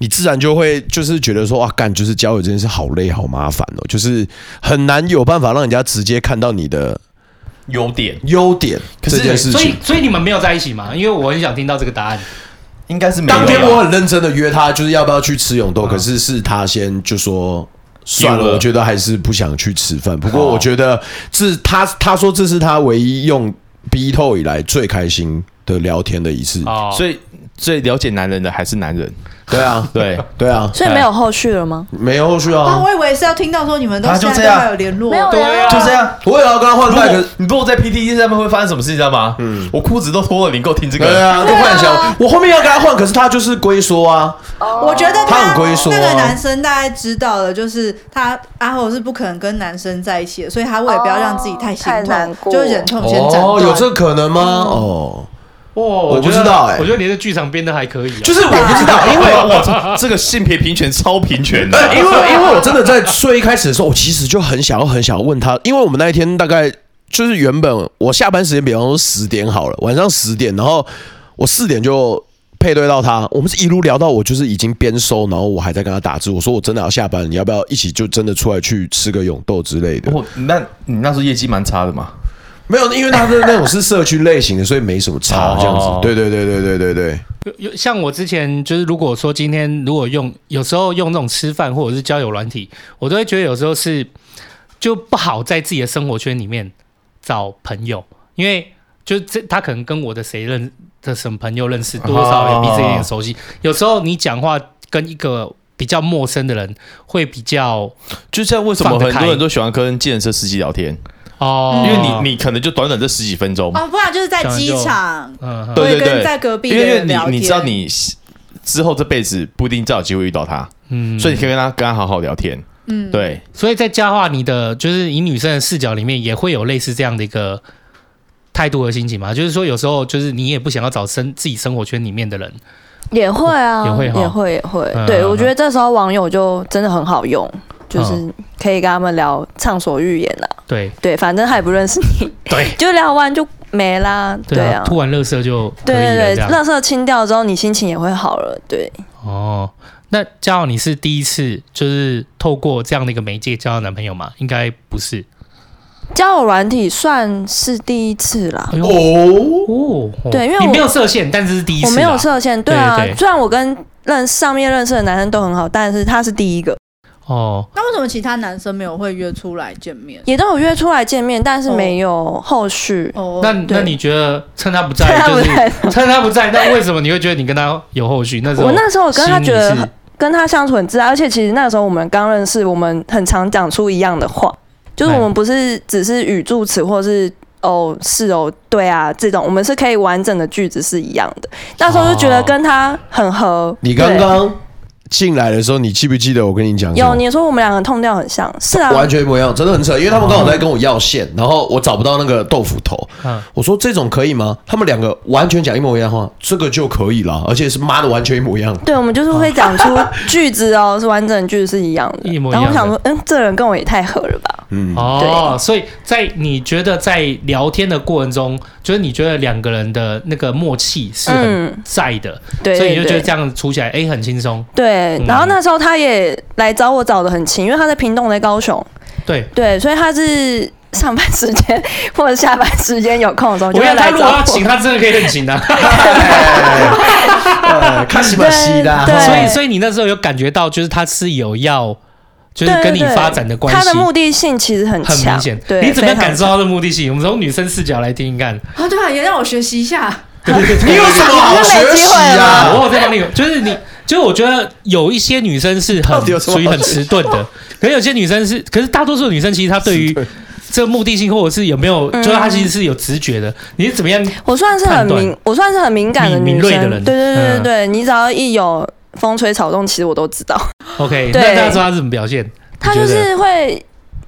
Speaker 5: 你自然就会就是觉得说啊，干就是交友这件事好累好麻烦哦，就是很难有办法让人家直接看到你的
Speaker 7: 优点
Speaker 5: 优点
Speaker 7: 可是
Speaker 5: 这件事
Speaker 2: 所以
Speaker 5: 情。
Speaker 2: 所以你们没有在一起嘛？因为我很想听到这个答案。
Speaker 7: 应该是没有
Speaker 5: 当
Speaker 7: 啦。
Speaker 5: 天我很认真的约他，就是要不要去吃永豆，可是是他先就说。算嗯
Speaker 7: 丢
Speaker 5: 了，
Speaker 7: 了
Speaker 5: 我觉得还是不想去吃饭。不过我觉得这他他说这是他唯一用 B 透以来最开心的聊天的一次。
Speaker 2: 哦，
Speaker 4: 所以最了解男人的还是男人，
Speaker 5: 对啊，
Speaker 4: 对，
Speaker 5: 对啊，
Speaker 6: 所以没有后续了吗？
Speaker 5: 没有后续
Speaker 3: 啊，
Speaker 5: 啊。
Speaker 3: 我以为是要听到说你们都
Speaker 7: 他就
Speaker 3: 现在都
Speaker 7: 这样
Speaker 3: 还有联络，
Speaker 6: 没有
Speaker 2: 对
Speaker 6: 啊
Speaker 2: 啊，
Speaker 7: 就这样。
Speaker 5: 我也要跟他换
Speaker 7: 如
Speaker 5: 麦，可
Speaker 7: 果你如果在 PTT 上面会发生什么事，你知道吗？嗯，我裤子都脱了，你给我听这
Speaker 5: 对
Speaker 7: 个。
Speaker 5: 啊，就幻想我后面要跟他换，可是他就是龟缩啊。
Speaker 3: 我觉得
Speaker 5: 他很龟缩啊
Speaker 3: 那个男生大概知道了，就是他阿后是不可能跟男生在一起的，所以他为了不要让自己太心
Speaker 6: 哦太
Speaker 3: 痛
Speaker 6: 难，过
Speaker 3: 就忍痛先斩断。
Speaker 5: 哦，有这可能吗？哦，
Speaker 2: 哇，
Speaker 5: 我
Speaker 2: 我
Speaker 5: 不
Speaker 2: 觉得
Speaker 5: 知道欸
Speaker 2: 我觉得你的剧场编的还可以啊，
Speaker 5: 就是我不知道，因 为
Speaker 7: 哇，这个性别平权超平权的，
Speaker 5: 因为因为我真的在最一开始的时候，我其实就很想要很想要问他，因为我们那一天大概就是原本我下班时间，比方说十点好了，晚上十点，然后我四点就。配对到他，我们是一路聊到我就是已经边收，然后我还在跟他打字，我说我真的要下班，你要不要一起就真的出来去吃个永豆之类的？
Speaker 4: 哦
Speaker 7: 我哦那你那时候业绩蛮差的嘛？
Speaker 5: 没有，因为他的那种是社区类型的，
Speaker 6: 哦
Speaker 5: 所以没什么差这样子
Speaker 7: 哦。
Speaker 5: 对对对对对对对，
Speaker 2: 有像我之前就是，如果说今天如果用有时候用这种吃饭或者是交友软体，我都会觉得有时候是就不好在自己的生活圈里面找朋友，因为就这他可能跟我的谁认的什么朋友认识，多少也比自己有点熟悉。有时候你讲话跟一个比较陌生的人会比较
Speaker 7: 就像为什么
Speaker 2: 放得
Speaker 7: 很
Speaker 2: 开
Speaker 7: 多人都喜欢跟计程车司机聊天，
Speaker 2: 哦，
Speaker 7: 因为你你可能就短短这十几分钟，
Speaker 3: 哦，不然就是在
Speaker 2: 这样
Speaker 3: 机
Speaker 2: 就
Speaker 3: 场，
Speaker 2: 嗯哼
Speaker 7: 对对
Speaker 3: 会跟
Speaker 7: 对
Speaker 3: 在隔壁
Speaker 7: 因
Speaker 3: 的
Speaker 7: 为因为
Speaker 3: 人聊天。
Speaker 7: 你你知道你之后这辈子不一定再有机会遇到他，
Speaker 2: 嗯，
Speaker 7: 所以你可以跟他跟他好好聊天。嗯，对，
Speaker 2: 所以在佳化你的就是以女生的视角里面，也会有类似这样的一个态度和心情嘛？就是说，有时候就是你也不想要找生自己生活圈里面的人，
Speaker 6: 也会啊，
Speaker 2: 也会哈
Speaker 6: 也会，也会
Speaker 2: 嗯
Speaker 6: 对，
Speaker 2: 嗯
Speaker 6: 我
Speaker 2: 嗯
Speaker 6: 觉得这时候网友就真的很好用，就是可以跟他们聊畅所欲言啦。
Speaker 2: 对
Speaker 6: 对，反正他也不认识你，
Speaker 2: 对
Speaker 6: 就聊完就没啦。对
Speaker 2: 啊，
Speaker 6: 啊，
Speaker 2: 突然乐色就可
Speaker 6: 对
Speaker 2: 以了
Speaker 6: 对
Speaker 2: 这样
Speaker 6: 对，垃圾清掉之后，你心情也会好了。对，
Speaker 2: 哦。那佳浩，你是第一次就是透过这样的一个媒介交到男朋友吗？应该不是。
Speaker 6: 交友软体算是第一次啦。
Speaker 2: 哎呦
Speaker 5: 哦，
Speaker 2: 哦，哦
Speaker 6: 对因为
Speaker 2: 你
Speaker 6: 我
Speaker 2: 没有设限，但是是第一次
Speaker 6: 我
Speaker 2: 啊，
Speaker 6: 没有设限，对啊
Speaker 2: 对对，对
Speaker 6: 虽然我跟认上面认识的男生都很好，但是他是第一个，
Speaker 2: 哦，
Speaker 3: 那为什么其他男生没有会约出来见面？
Speaker 6: 也都有约出来见面，但
Speaker 2: 哦
Speaker 6: 是没有后续。 啊
Speaker 3: 哦，
Speaker 2: 那
Speaker 6: 对
Speaker 2: 那你觉得趁他不
Speaker 6: 趁
Speaker 2: 在，
Speaker 6: 他
Speaker 2: 就
Speaker 6: 不
Speaker 2: 是
Speaker 6: 在
Speaker 2: 趁他不在，那为什么你会觉得你跟他有后续？那时候
Speaker 6: 我那时候跟他觉得
Speaker 2: 心里是
Speaker 6: 跟他相处很自在，而且其实那时候我们刚认识，我们很常讲出一样的话，就是我们不是只是语助词或是。哦，是哦，对啊，这种我们是可以完整的句子是一样的。那时候就觉得跟他很合。
Speaker 5: 你刚
Speaker 6: 对
Speaker 5: 刚进来的时候，你记不记得我跟你讲什么
Speaker 6: 有你说我们两个痛调很像，是啊，
Speaker 5: 完全不一样，真的很扯。因为他们刚好在跟我要线，然后我找不到那个豆腐头。
Speaker 2: 嗯
Speaker 5: 我说这种可以吗？他们两个完全讲一模一样的话，这个就可以了，而且是妈的完全一模一样。
Speaker 6: 对，我们就是会讲出句子哦，是完整的句子是一样的。
Speaker 2: 一模一
Speaker 6: 然
Speaker 2: 样
Speaker 6: 后我
Speaker 2: 的
Speaker 6: 想说，嗯，这人跟我也太合了吧？
Speaker 2: 哦，所以在你觉得在聊天的过程中，就是你觉得两个人的那个默契是很
Speaker 6: 嗯
Speaker 2: 在的，
Speaker 6: 对
Speaker 2: 所以你
Speaker 6: 对
Speaker 2: 就觉得
Speaker 6: 对
Speaker 2: 这样处起来，哎，很轻松。
Speaker 6: 对
Speaker 2: 嗯。
Speaker 6: 然后那时候他也来找我找的很勤，因为他在屏东，我在高雄，
Speaker 2: 对，
Speaker 6: 对，所以他是上班时间或者下班时间有空的时候
Speaker 2: 我
Speaker 6: 就
Speaker 2: 觉
Speaker 6: 会
Speaker 2: 得他
Speaker 6: 来
Speaker 2: 如
Speaker 6: 找
Speaker 2: 果要
Speaker 6: 我。
Speaker 2: 请，他真的可以很请 的。
Speaker 5: 呃，看什么戏啦？
Speaker 6: 对
Speaker 2: 所以，所以你那时候有感觉到，就是他是有要，就是
Speaker 6: 对
Speaker 2: 跟你
Speaker 6: 对对
Speaker 2: 发展的关系，
Speaker 6: 他的目的性其实很
Speaker 2: 很
Speaker 6: 强，
Speaker 2: 明显。
Speaker 6: 对，
Speaker 2: 你怎么样
Speaker 6: 非常
Speaker 2: 感受到他的目的性？我们从女生视角来听听看。
Speaker 3: 啊，对啊，也让我学习一下。
Speaker 5: 你有什么好学习
Speaker 2: 啊，
Speaker 5: 啊？
Speaker 2: 我有在帮你，就是你，就是我觉得有一些女生是
Speaker 5: 到底有
Speaker 2: 很
Speaker 5: 什么
Speaker 2: 属于很迟钝的，可是有些女生是，可是大多数的女生其实她对于这目的性或者是有没有，
Speaker 6: 嗯
Speaker 2: 就是她其实是有直觉的。你是怎么样？
Speaker 6: 我算是很
Speaker 2: 判断
Speaker 6: 敏，我算是很敏感的
Speaker 2: 敏
Speaker 6: 女
Speaker 2: 敏
Speaker 6: 生，
Speaker 2: 锐的人
Speaker 6: 对对对
Speaker 2: 嗯
Speaker 6: 对对，你只要一有风吹草动，其实我都知道。
Speaker 2: OK，那
Speaker 6: 对
Speaker 2: 那时候她是怎么表现？
Speaker 6: 他
Speaker 2: 你
Speaker 6: 就
Speaker 2: 觉得
Speaker 6: 是会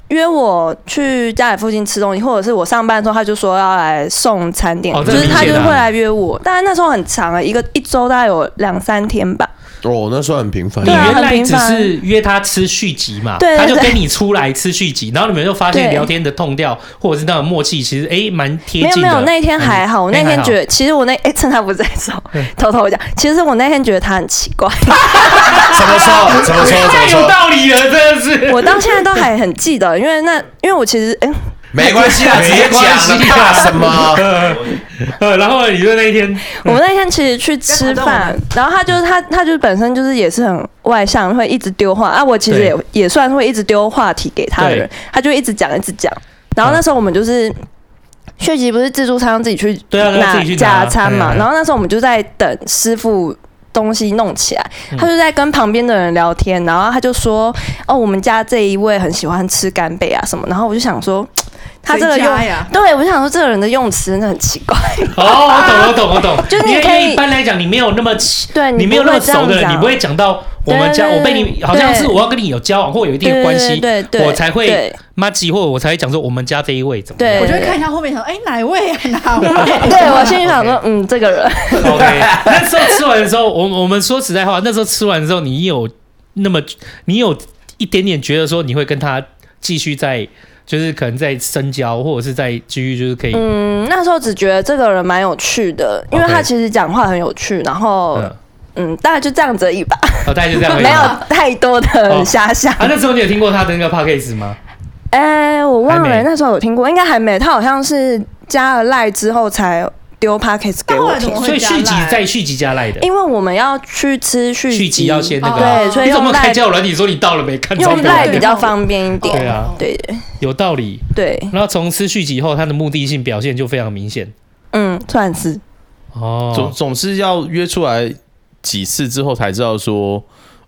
Speaker 6: 约我去家里附近吃东西，或者是我上班的时候，他就说要来送餐点，
Speaker 2: 哦这
Speaker 6: 就
Speaker 2: 很
Speaker 6: 是他
Speaker 2: 明
Speaker 6: 就
Speaker 2: 显
Speaker 6: 是
Speaker 2: 啊
Speaker 6: 会来约我。但是那时候很长啊，一个一周大概有两三天吧。
Speaker 5: 哦，那算很平凡
Speaker 2: 你
Speaker 6: 对啊
Speaker 2: 原
Speaker 6: 很
Speaker 2: 来
Speaker 6: 平
Speaker 2: 只
Speaker 6: 凡
Speaker 2: 是约她吃续集嘛，
Speaker 6: 对对
Speaker 2: 她就
Speaker 6: 对
Speaker 2: 跟你出来吃续集，然后你们就发现
Speaker 6: 对
Speaker 2: 聊天的痛调或者是那种默契，其实哎蛮贴
Speaker 6: 没有
Speaker 2: 近的。
Speaker 6: 没有，那一天还好，我
Speaker 2: 哎
Speaker 6: 那
Speaker 2: 还
Speaker 6: 天
Speaker 2: 好嗯
Speaker 6: 觉得其实我那哎、 趁他不在的时候偷偷讲，其实我那天觉得他很奇怪，
Speaker 5: 怎么说？怎么说？怎
Speaker 2: 太
Speaker 5: 么
Speaker 2: 有
Speaker 5: 说？
Speaker 2: 道理了，真的是。
Speaker 6: 我到现在都还很记得，因为那因为我其实哎、
Speaker 5: 没关系啦，直接讲了，
Speaker 2: 没关系
Speaker 5: 怕什么？
Speaker 2: 呃，然后你就那一 天，
Speaker 6: 我们那天其实去吃饭，然后他就是他，他就是本身就是也是很外向，会一直丢话啊。我其实也也算会一直丢话题给他的人，他就一直讲一直讲。然后那时候我们就是。学习不是自助餐自己去
Speaker 2: 对啊对啊
Speaker 6: 拿
Speaker 2: 自己去拿
Speaker 6: 加餐
Speaker 2: 哎
Speaker 6: 嘛，
Speaker 2: 哎哎
Speaker 6: 然后那时候我们就在等师傅东西弄起来，
Speaker 2: 嗯
Speaker 6: 他就在跟旁边的人聊天，然后他就说：“哦，我们家这一位很喜欢吃干贝啊什么。”然后我就想说，他这个
Speaker 3: 追
Speaker 6: 用
Speaker 3: 加呀，
Speaker 6: 对我就想说这个人的用词真的很奇怪。
Speaker 2: 哦，我懂了，我懂了，我懂了。
Speaker 6: 啊就是你
Speaker 2: 因为
Speaker 6: 可以
Speaker 2: 因为一般来讲，你没有那么起
Speaker 6: 对
Speaker 2: 你
Speaker 6: 你
Speaker 2: 没有那么熟
Speaker 6: 不
Speaker 2: 的
Speaker 6: 会这
Speaker 2: 人，
Speaker 6: 样讲
Speaker 2: 你不会讲到我们家，
Speaker 6: 对
Speaker 2: 我被你好像是我要跟你有交往或有一定的关系，
Speaker 6: 对对对对
Speaker 2: 我才会
Speaker 6: 对
Speaker 2: 妈吉，或我才会讲说我们家这一位怎么样。
Speaker 6: 对
Speaker 3: 我就会看一下后面，想说哎哪位啊 哪位？
Speaker 6: 对我心里想说，嗯，这个人
Speaker 2: OK，那时候吃完的时候，我我们说实在话，那时候吃完之后，你有那么你有一点点觉得说你会跟他继续在，就是可能在深交，或者是在继续就是可以，
Speaker 6: 嗯，那时候只觉得这个人蛮有趣的，因为
Speaker 2: OK
Speaker 6: 他其实讲话很有趣，然后
Speaker 2: 嗯，
Speaker 6: 嗯，大概就这样子而已吧，
Speaker 2: 哦，大概就这样而哦已。
Speaker 6: 没有
Speaker 2: 啊，
Speaker 6: 太多的遐想。
Speaker 2: 那时候你有听过他的那个 podcast 吗？
Speaker 6: 哎、我忘
Speaker 2: 还没
Speaker 6: 了，那时候有听过，应该还没。他好像是加了赖之后才丢 p a c k e t s 给
Speaker 3: 后
Speaker 6: 我
Speaker 3: 来怎
Speaker 6: 听
Speaker 3: 么，会
Speaker 2: 所以
Speaker 3: 加
Speaker 2: 续集
Speaker 3: 赖
Speaker 2: 在续集加赖的，
Speaker 6: 因为我们要去吃续集，
Speaker 2: 续集要先那个啊。
Speaker 6: 哦对，所以
Speaker 2: 你怎么
Speaker 6: 用
Speaker 2: 开
Speaker 6: 赖
Speaker 2: 交友软体说你到了没看照
Speaker 6: 用赖
Speaker 2: 片？
Speaker 6: 比较方便一点。
Speaker 2: 对啊，
Speaker 6: 对
Speaker 2: 有道理。
Speaker 6: 对，
Speaker 2: 然后从吃续集后，他的目的性表现就非常明显。
Speaker 6: 嗯，算是
Speaker 2: 哦
Speaker 4: 总，总是要约出来几次之后才知道说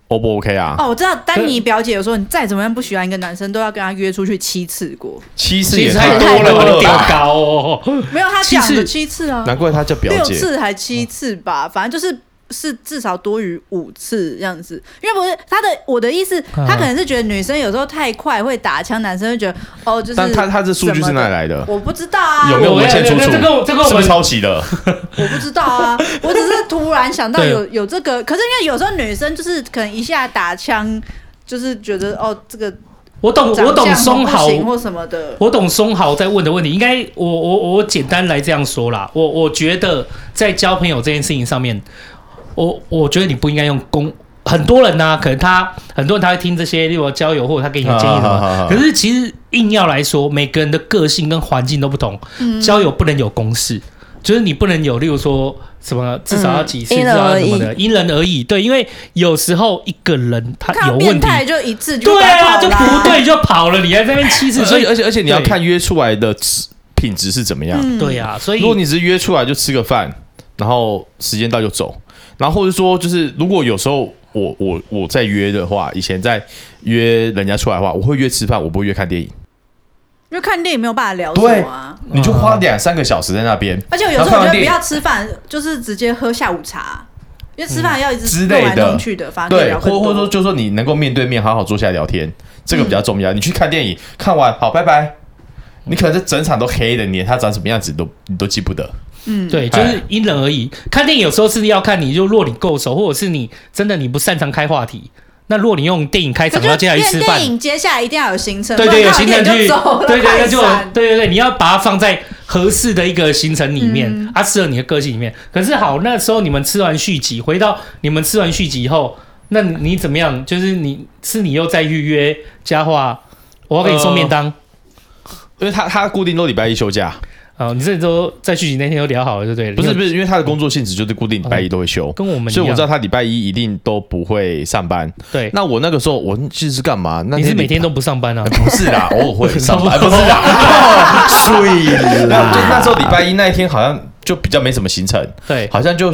Speaker 4: O 不 OK 啊？
Speaker 3: 哦，我知道丹尼表姐有说，你再怎么样不喜欢一个男生，都要跟他约出去七次 过。
Speaker 4: 七次
Speaker 2: 其
Speaker 4: 也
Speaker 2: 实太多了，我的屌高哦。
Speaker 3: 没有，他
Speaker 2: 七
Speaker 3: 讲
Speaker 2: 次
Speaker 3: 的七次啊，
Speaker 4: 难怪她叫表
Speaker 3: 六
Speaker 4: 姐。嗯
Speaker 3: 次还七次吧，反正就是是至少多于五次这样子。因为不是他的，我的意思，
Speaker 2: 嗯
Speaker 3: 他可能是觉得女生有时候太快会打枪，男生就觉得哦，就是
Speaker 4: 但她她这数据是哪里来的？
Speaker 3: 我不知道啊，
Speaker 4: 有没有
Speaker 2: 我
Speaker 4: 文献出
Speaker 2: 我
Speaker 4: 处？
Speaker 2: 这个这个我
Speaker 4: 是不
Speaker 2: 们
Speaker 4: 是抄袭 的？
Speaker 3: 我不知道啊，我只 是突然想到
Speaker 2: 对
Speaker 3: 有有这个，可是因为有时候女生就是可能一下打枪，就是觉得哦这个
Speaker 2: 我懂，
Speaker 3: 长
Speaker 2: 我懂
Speaker 3: 相
Speaker 2: 松
Speaker 3: 不
Speaker 2: 豪，
Speaker 3: 行或什么的，
Speaker 2: 我懂松豪在问的问题。应该我我我简单来这样说啦。我我觉得在交朋友这件事情上面，我我觉得你不应该用公。很多人呢、啊可能他很多人他会听这些，例如交友或者他给你的建议什么，
Speaker 4: 啊啊啊啊
Speaker 2: 可是其实硬要来说，每个人的个性跟环境都不同，交友不能有公式，就是你不能有，例如说什么至少要几次，
Speaker 6: 嗯
Speaker 2: 至少要什么的，因人而异。对，因为有时候一个人他
Speaker 3: 看
Speaker 2: 有
Speaker 3: 到
Speaker 2: 问
Speaker 3: 变
Speaker 2: 题，
Speaker 3: 态就一次就
Speaker 2: 对啊，
Speaker 3: 啊，
Speaker 2: 就不对就跑了，你还在那边七次，所
Speaker 4: 所以
Speaker 2: 以
Speaker 4: 呃而且而且你要
Speaker 2: 对
Speaker 4: 看约出来的质品质是怎么样。
Speaker 2: 对啊，所以
Speaker 4: 嗯如果你只是约出来就吃个饭，然后时间到就走，然后或者说就是如果有时候我我我在约的话，以前在约人家出来的话，我会约吃饭，我不会约看电影。
Speaker 3: 因为看电影没有办法聊什么啊。
Speaker 4: 你就花两三个小时在那边，
Speaker 3: 而且有时
Speaker 4: 然后
Speaker 3: 候
Speaker 4: 看
Speaker 3: 我觉
Speaker 4: 完
Speaker 3: 得
Speaker 4: 电
Speaker 3: 不
Speaker 4: 影
Speaker 3: 要吃饭，就是直接喝下午茶，因为吃
Speaker 2: 嗯
Speaker 3: 饭要一
Speaker 4: 之
Speaker 3: 直
Speaker 4: 类
Speaker 3: 弄
Speaker 4: 的
Speaker 3: 来弄去的，
Speaker 2: 啊
Speaker 3: 反正可以
Speaker 4: 对，
Speaker 3: 聊更
Speaker 4: 或
Speaker 3: 多
Speaker 4: 或者说就说你能够面对面好好坐下来聊天，这个比较
Speaker 2: 嗯
Speaker 4: 重要。你去看电影，看完好拜拜。你可能这整场都黑的，你连他长什么样子你都你都记不得。哎
Speaker 2: 对，就是因人而异。看电影有时候是要看你，就若你够熟，或者是你真的你不擅长开话题，那如果你用电影开
Speaker 3: 可
Speaker 2: 场，然后
Speaker 3: 是
Speaker 2: 接下来去吃饭
Speaker 3: 电，影接下来一定要有行程，
Speaker 2: 对对，有
Speaker 3: 不
Speaker 2: 行程
Speaker 3: 然看完电
Speaker 2: 去，
Speaker 3: 影就走了
Speaker 2: 对对
Speaker 3: 快
Speaker 2: 对，就
Speaker 3: 闪
Speaker 2: 对对对，你要把它放在合适的一个行程里面，
Speaker 3: 嗯
Speaker 2: 啊，适合你的个性里面。可是好，那时候你们吃完续集，回到你们吃完续集以后，那你你怎么样？就是你是你又再预约佳话，我要给你
Speaker 4: 呃
Speaker 2: 送便当。
Speaker 4: 因为他他固定都礼拜一休假，
Speaker 2: 哦，你这周在续集那天都聊好了，对不对了？
Speaker 4: 不是
Speaker 2: 因为
Speaker 4: 不是，因为他的工作性质就是固定礼拜一都会休，
Speaker 2: 跟我们一样，
Speaker 4: 所以我知道他礼拜一一定都不会上班。
Speaker 2: 对，
Speaker 4: 那我那个时候我其实是干嘛？那
Speaker 2: 你是
Speaker 4: 礼
Speaker 2: 每天都不上 班啊？
Speaker 4: 不是啦，偶尔会上班，不是 啦。
Speaker 5: 睡
Speaker 4: 那就那
Speaker 5: 啦。
Speaker 4: 时候礼拜一那一天好像就比较没什么行程，
Speaker 2: 对，
Speaker 4: 好像就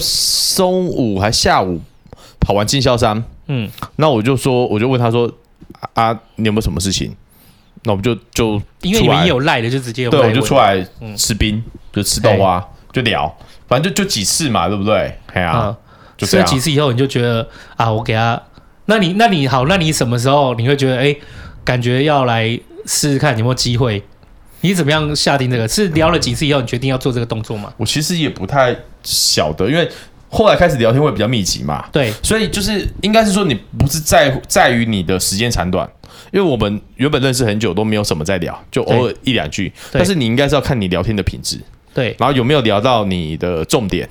Speaker 4: 中午还下午跑完经销商，
Speaker 2: 嗯，
Speaker 4: 那我就说我就问他说啊，你有没有什么事情？那我们就就
Speaker 2: 因为你
Speaker 4: 出来
Speaker 2: 们有赖的，就直接有
Speaker 4: 对，
Speaker 2: 赖
Speaker 4: 我就
Speaker 2: 问
Speaker 4: 出来
Speaker 2: 嗯
Speaker 4: 吃冰，就吃豆花，就聊，反正就就几次嘛，对不对？哎呀、
Speaker 2: 啊，
Speaker 4: 就
Speaker 2: 吃
Speaker 4: 这
Speaker 2: 了
Speaker 4: 样。
Speaker 2: 几次以后，你就觉得啊，我给他，那你那你好，那你什么时候你会觉得哎，感觉要来试试看有没有机会？你怎么样下定这个？是聊了几次以后，你决定要做这个动作吗？
Speaker 4: 我其实也不太晓得，因为后来开始聊天会比较密集嘛，
Speaker 2: 对，
Speaker 4: 所以就是应该是说你不是在乎在于你的时间长短，因为我们原本认识很久都没有什么在聊，就偶尔一两句，
Speaker 2: 对
Speaker 4: 但是你应该是要看你聊天的品质，
Speaker 2: 对，
Speaker 4: 然后有没有聊到你的重点，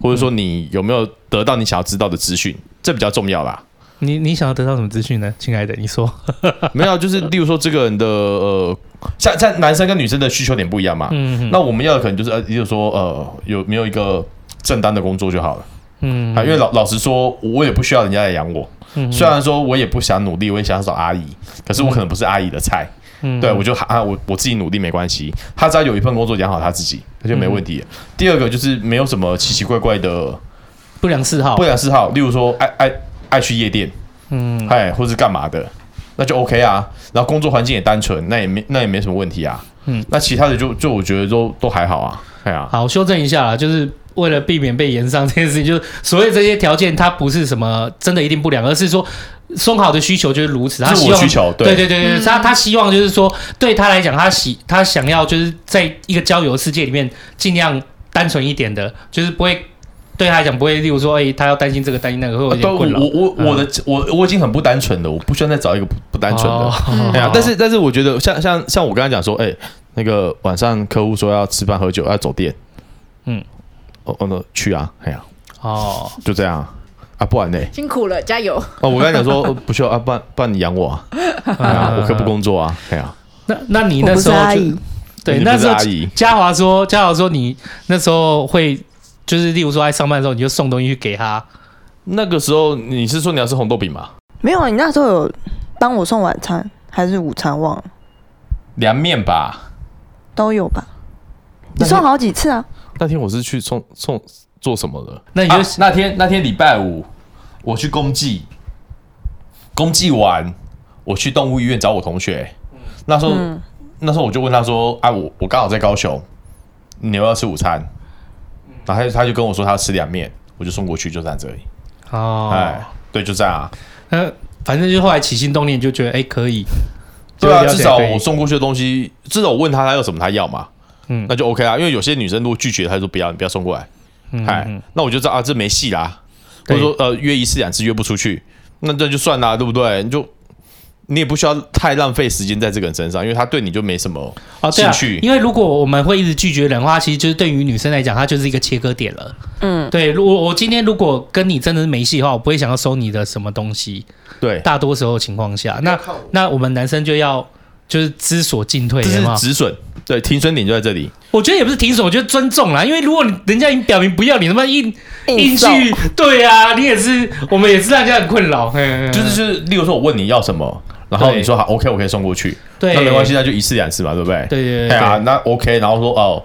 Speaker 4: 或者说你有没有得到你想要知道的资讯，这比较重要啦。
Speaker 2: 你你想要得到什么资讯呢，亲爱的？你说，
Speaker 4: 没有，就是例如说这个人的呃，像像男生跟女生的需求点不一样嘛，
Speaker 2: 嗯
Speaker 4: 那我们要的可能就是呃，例如说呃，有没有一个正当的工作就好了。
Speaker 2: 嗯
Speaker 4: 啊，因为老老实说，我也不需要人家来养我。
Speaker 2: 嗯
Speaker 4: 虽然说我也不想努力，我也想要找阿姨，可是我可能不是阿姨的菜。
Speaker 2: 嗯
Speaker 4: 对，我就啊，我我自己努力没关系。他只要有一份工作养好他自己，他
Speaker 2: 嗯
Speaker 4: 就没问题了。第二个就是没有什么奇奇怪怪的
Speaker 2: 不良嗜好
Speaker 4: 不，良嗜好，例如说爱爱爱去夜店，嗯，哎，或是干嘛的，那就 OK 啊。然后工作环境也单纯，那也没那也没什么问题啊。嗯，那其他的就就我觉得都都还好啊，哎呀、
Speaker 2: 好，修正一下啦，就是为了避免被延上这件事情，就是所谓这些条件，它不是什么真的一定不良，而是说松好的需求就是如此，他
Speaker 4: 是
Speaker 2: 希
Speaker 4: 我
Speaker 2: 望
Speaker 4: 需求
Speaker 2: 对
Speaker 4: 对
Speaker 2: 对对对，他他希望就是说，对他来讲，他喜他想要就是在一个交友世界里面尽量单纯一点的，就是不会对他来讲不会，例如说，哎、他要担心这个担心那个，会有
Speaker 4: 啊
Speaker 2: 一点
Speaker 4: 都我
Speaker 2: 困扰。
Speaker 4: 我
Speaker 2: 嗯
Speaker 4: 我的我我已经很不单纯了，我不需要再找一个不不单纯的。
Speaker 2: 哦
Speaker 4: 哎呀，但是但是我觉得像像像我刚才讲说，哎、那个晚上客户说要吃饭喝酒要走店，
Speaker 2: 嗯
Speaker 4: 嗯，哦哦那去啊，哎呀、
Speaker 2: 哦，
Speaker 4: 就这样啊啊，不然呢？
Speaker 3: 辛苦了，加油！
Speaker 4: 哦，我刚才讲说、呃不需要啊，不然不然你养我啊，哎呀、我可
Speaker 2: 哦
Speaker 4: 不工作啊，哎呀、
Speaker 2: 那那你
Speaker 6: 我
Speaker 2: 那
Speaker 6: 不
Speaker 2: 时
Speaker 6: 是
Speaker 2: 候
Speaker 6: 阿
Speaker 2: 就
Speaker 6: 姨，
Speaker 2: 对
Speaker 4: 你不
Speaker 2: 那
Speaker 4: 是
Speaker 2: 时候
Speaker 4: 阿姨
Speaker 2: 嘉华说，嘉华说你那时候会就是例如说在上班的时候，你就送东西去给他。
Speaker 4: 那个时候你是说你要吃红豆饼吗？
Speaker 6: 没有，你那时候有帮我送晚餐还是午餐忘了，
Speaker 4: 凉面吧。
Speaker 6: 都有吧？你
Speaker 4: 那
Speaker 6: 送好几次啊？
Speaker 4: 那天我是去送送做什么的？
Speaker 2: 那你就
Speaker 4: 啊那天那天礼拜五，我去公祭，公祭完，我去动物医院找我同学。那时候、
Speaker 6: 嗯
Speaker 4: 那时候我就问他说：“啊，我我刚好在高雄，你要不要吃午餐？”然后他就他就跟我说他要吃凉面，我就送过去，就这样子而已。
Speaker 2: 哦
Speaker 4: 哎，，对，就这样啊。
Speaker 2: 那反正就后来起心动念就觉得哎、可以，
Speaker 4: 对啊，
Speaker 2: 就了解
Speaker 4: 至少
Speaker 2: 可以
Speaker 4: 我送过去的东西，至少我问他他要什么，他要嘛，
Speaker 2: 嗯
Speaker 4: 嗯，那就 OK 啦。因为有些女生如果拒绝，她就说不要，你不要送过来，哎、那我就知道啊，这没戏啦。或
Speaker 2: 嗯对
Speaker 4: 者说呃，约一次两次约不出去，那这就算啦，对不对？你就你也不需要太浪费时间在这个人身上，因为他对你就没什么
Speaker 2: 哦，对啊
Speaker 4: 兴趣，
Speaker 2: 因为如果我们会一直拒绝人的话，其实就是对于女生来讲，它就是一个切割点了。
Speaker 6: 嗯，
Speaker 2: 对，如果我今天如果跟你真的是没戏的话，我不会想要收你的什么东西。
Speaker 4: 对，
Speaker 2: 大多时候情况下，那那我们男生就要就是知所进退，
Speaker 4: 这
Speaker 2: 有
Speaker 4: 是
Speaker 2: 没有
Speaker 4: 止损，对，停损点就在这里。
Speaker 2: 我觉得也不是停损，我觉得尊重啦。因为如果你人家已经表明不要你，他妈硬硬
Speaker 3: 哎
Speaker 6: 硬送
Speaker 2: 去，对啊，你也是，我们也是让人家很困扰。嘿
Speaker 4: 就是就是，例如说我问你要什么，然后
Speaker 2: 嗯对
Speaker 4: 你说好 OK，我可以送过去，
Speaker 2: 对，
Speaker 4: 那没关系，，那就一次两次嘛，对不对？
Speaker 2: 对对对
Speaker 4: 对啊，
Speaker 2: 对
Speaker 4: 那 OK，然后说哦，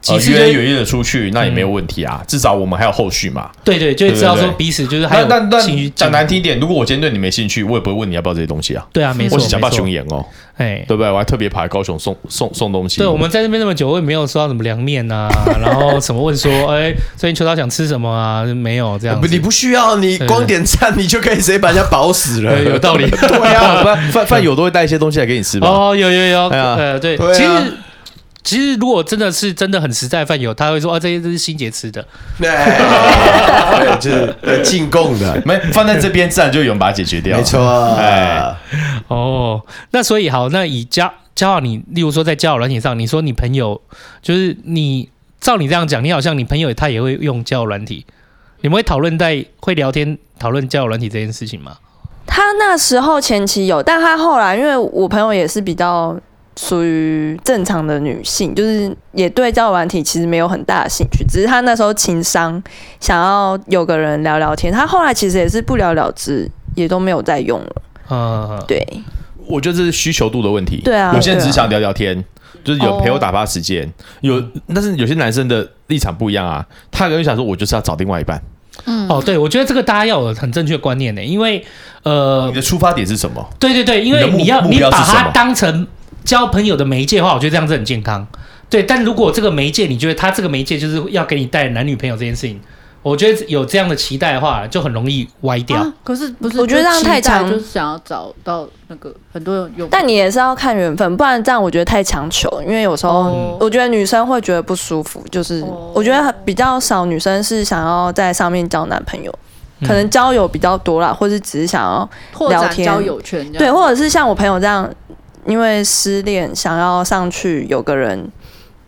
Speaker 2: 几
Speaker 4: 呃、
Speaker 2: 次
Speaker 4: 约
Speaker 2: 就
Speaker 4: 有约的出去，那也没有问题啊，至少我们还有后续嘛。
Speaker 2: 对对，就会知道
Speaker 4: 对对
Speaker 2: 说
Speaker 4: 对
Speaker 2: 彼此就是还
Speaker 4: 那
Speaker 2: 有
Speaker 4: 那那
Speaker 2: 情绪
Speaker 4: 讲难听一点，如果我今天对你没兴趣，我也不会问你要不要这些东西啊。
Speaker 2: 对啊，没错，
Speaker 4: 我是想
Speaker 2: 没
Speaker 4: 把
Speaker 2: 错
Speaker 4: 熊眼哦，
Speaker 2: 哎，
Speaker 4: 对不对？我还特别跑来高雄送送送东西。
Speaker 2: 对， 我们在这边那么久，我也没有收到什么凉面啊，然后什么问说，哎，最近秋刀想吃什么啊？没有这样
Speaker 5: 不，
Speaker 2: 子，
Speaker 5: 你不需要，你
Speaker 2: 对
Speaker 5: 光点赞，你就可以直接把人家饱死了。
Speaker 2: 对有道理。
Speaker 4: 对啊，饭饭饭友都会带一些东西来给你吃吧。
Speaker 2: 哦，有有有，
Speaker 4: 哎呀
Speaker 2: 呃，对，
Speaker 5: 对啊
Speaker 2: 其实。其实，如果真的是真的很实在的饭友，他会说啊，这些这是欣姐吃的，
Speaker 5: 对，对，就是对进 贡的，
Speaker 4: 没放在这边，自然就有人把它解决掉。
Speaker 5: 没错。
Speaker 4: 哎
Speaker 5: 哎，
Speaker 2: 哦，那所以好，那以交交往你，例如说在交友软体上，你说你朋友就是你，照你这样讲，你好像你朋友他也会用交友软体，你们会讨论在会聊天讨论交友软体这件事情吗？
Speaker 6: 他那时候前期有，但他后来因为我朋友也是比较属于正常的女性，就是也对交友软体其实没有很大的兴趣，只是他那时候情商想要有个人聊聊天，他后来其实也是不了了之，也都没有再用了。
Speaker 2: 嗯，
Speaker 6: 对，
Speaker 4: 我觉得这是需求度的问题。
Speaker 6: 对啊
Speaker 4: 有些人只
Speaker 6: 对啊
Speaker 4: 想聊聊天，就是有朋友打发时间。有，但是有些男生的立场不一样啊，他可能就想说，我就是要找另外一半。
Speaker 2: 哦，对，我觉得这个大家要有很正确的观念呢，因为呃
Speaker 4: 你，的出发点是什么？
Speaker 2: 对对对，因为
Speaker 4: 你的目
Speaker 2: 你要
Speaker 4: 目
Speaker 2: 你
Speaker 4: 标是
Speaker 2: 把
Speaker 4: 什
Speaker 2: 它
Speaker 4: 么
Speaker 2: 当成交朋友的媒介的话，我觉得这样子很健康。对，但如果这个媒介，你觉得他这个媒介就是要给你带来男女朋友这件事情，我觉得有这样的期待的话，就很容易歪掉。
Speaker 3: 啊，可是不是？
Speaker 6: 我觉得这样太
Speaker 3: 长，
Speaker 6: 长
Speaker 3: 就是想要找到那个很多人有，
Speaker 6: 但你也是要看缘分，不然这样我觉得太强求，因为有时候
Speaker 3: 哦
Speaker 6: 我觉得女生会觉得不舒服，就是
Speaker 3: 哦
Speaker 6: 我觉得比较少女生是想要在上面交男朋友，可能交友比较多啦，或是只是想要
Speaker 3: 拓展
Speaker 6: 聊天
Speaker 3: 交友圈这
Speaker 6: 对，
Speaker 3: 样，
Speaker 6: 或者是像我朋友这样，因为失恋想要上去有个人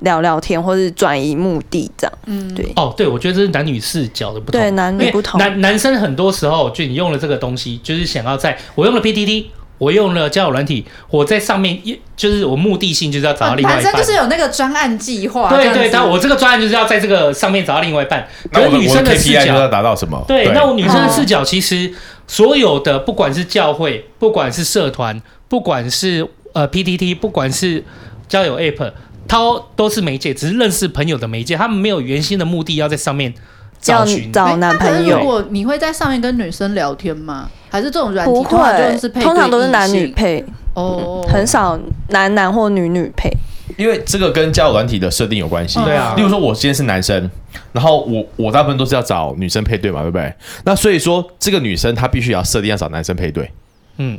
Speaker 6: 聊聊天，或是转移目的这样。
Speaker 3: 嗯
Speaker 6: 对
Speaker 2: 哦，对，我觉得这是男女视角的不同。
Speaker 6: 对，男
Speaker 2: 因
Speaker 6: 女
Speaker 2: 为
Speaker 6: 不同。
Speaker 2: 男男生很多时候，就你用了这个东西，就是想要在我用了 PDD，我用了交友软体，我在上面一就是我目的性就是要找到另外
Speaker 3: 男
Speaker 2: 一半。
Speaker 3: 生就是有那个专案计划，这
Speaker 2: 对
Speaker 3: 样子
Speaker 2: 对，但我这个专案就是要在这个上面找到另外一半。
Speaker 4: 那
Speaker 2: 可
Speaker 4: 我
Speaker 2: 是
Speaker 4: 的
Speaker 2: 女
Speaker 4: 我
Speaker 2: 生
Speaker 4: 的
Speaker 2: 的视
Speaker 4: KPI 就
Speaker 2: 角
Speaker 4: 要，达到什么？
Speaker 2: 对，那我女生的
Speaker 6: 哦
Speaker 2: 视角，其实所有的不管是教会，不管是社团，不管是呃 PTT，不管是交友 App，它都是媒介，只是认识朋友的媒介，他们没有原先的目的要在上面找
Speaker 6: 要
Speaker 2: 寻。
Speaker 6: 找男
Speaker 3: 哎那可是
Speaker 6: 朋
Speaker 3: 如
Speaker 6: 友，
Speaker 3: 果你会在上面跟女生聊天吗？还是这种软体
Speaker 6: 不
Speaker 3: 通常
Speaker 6: 会
Speaker 3: 就是，配对
Speaker 6: 通常都是男
Speaker 3: 异
Speaker 6: 女
Speaker 3: 性
Speaker 6: 配，
Speaker 3: 哦，
Speaker 6: 很少男男或女女配。
Speaker 4: 因为这个跟交友软体的设定有关系。
Speaker 2: 对啊
Speaker 4: 例如说我今天是男生，然后我我大部分都是要找女生配对嘛，对不对？那所以说这个女生她必须也要设定要找男生配对，
Speaker 2: 嗯，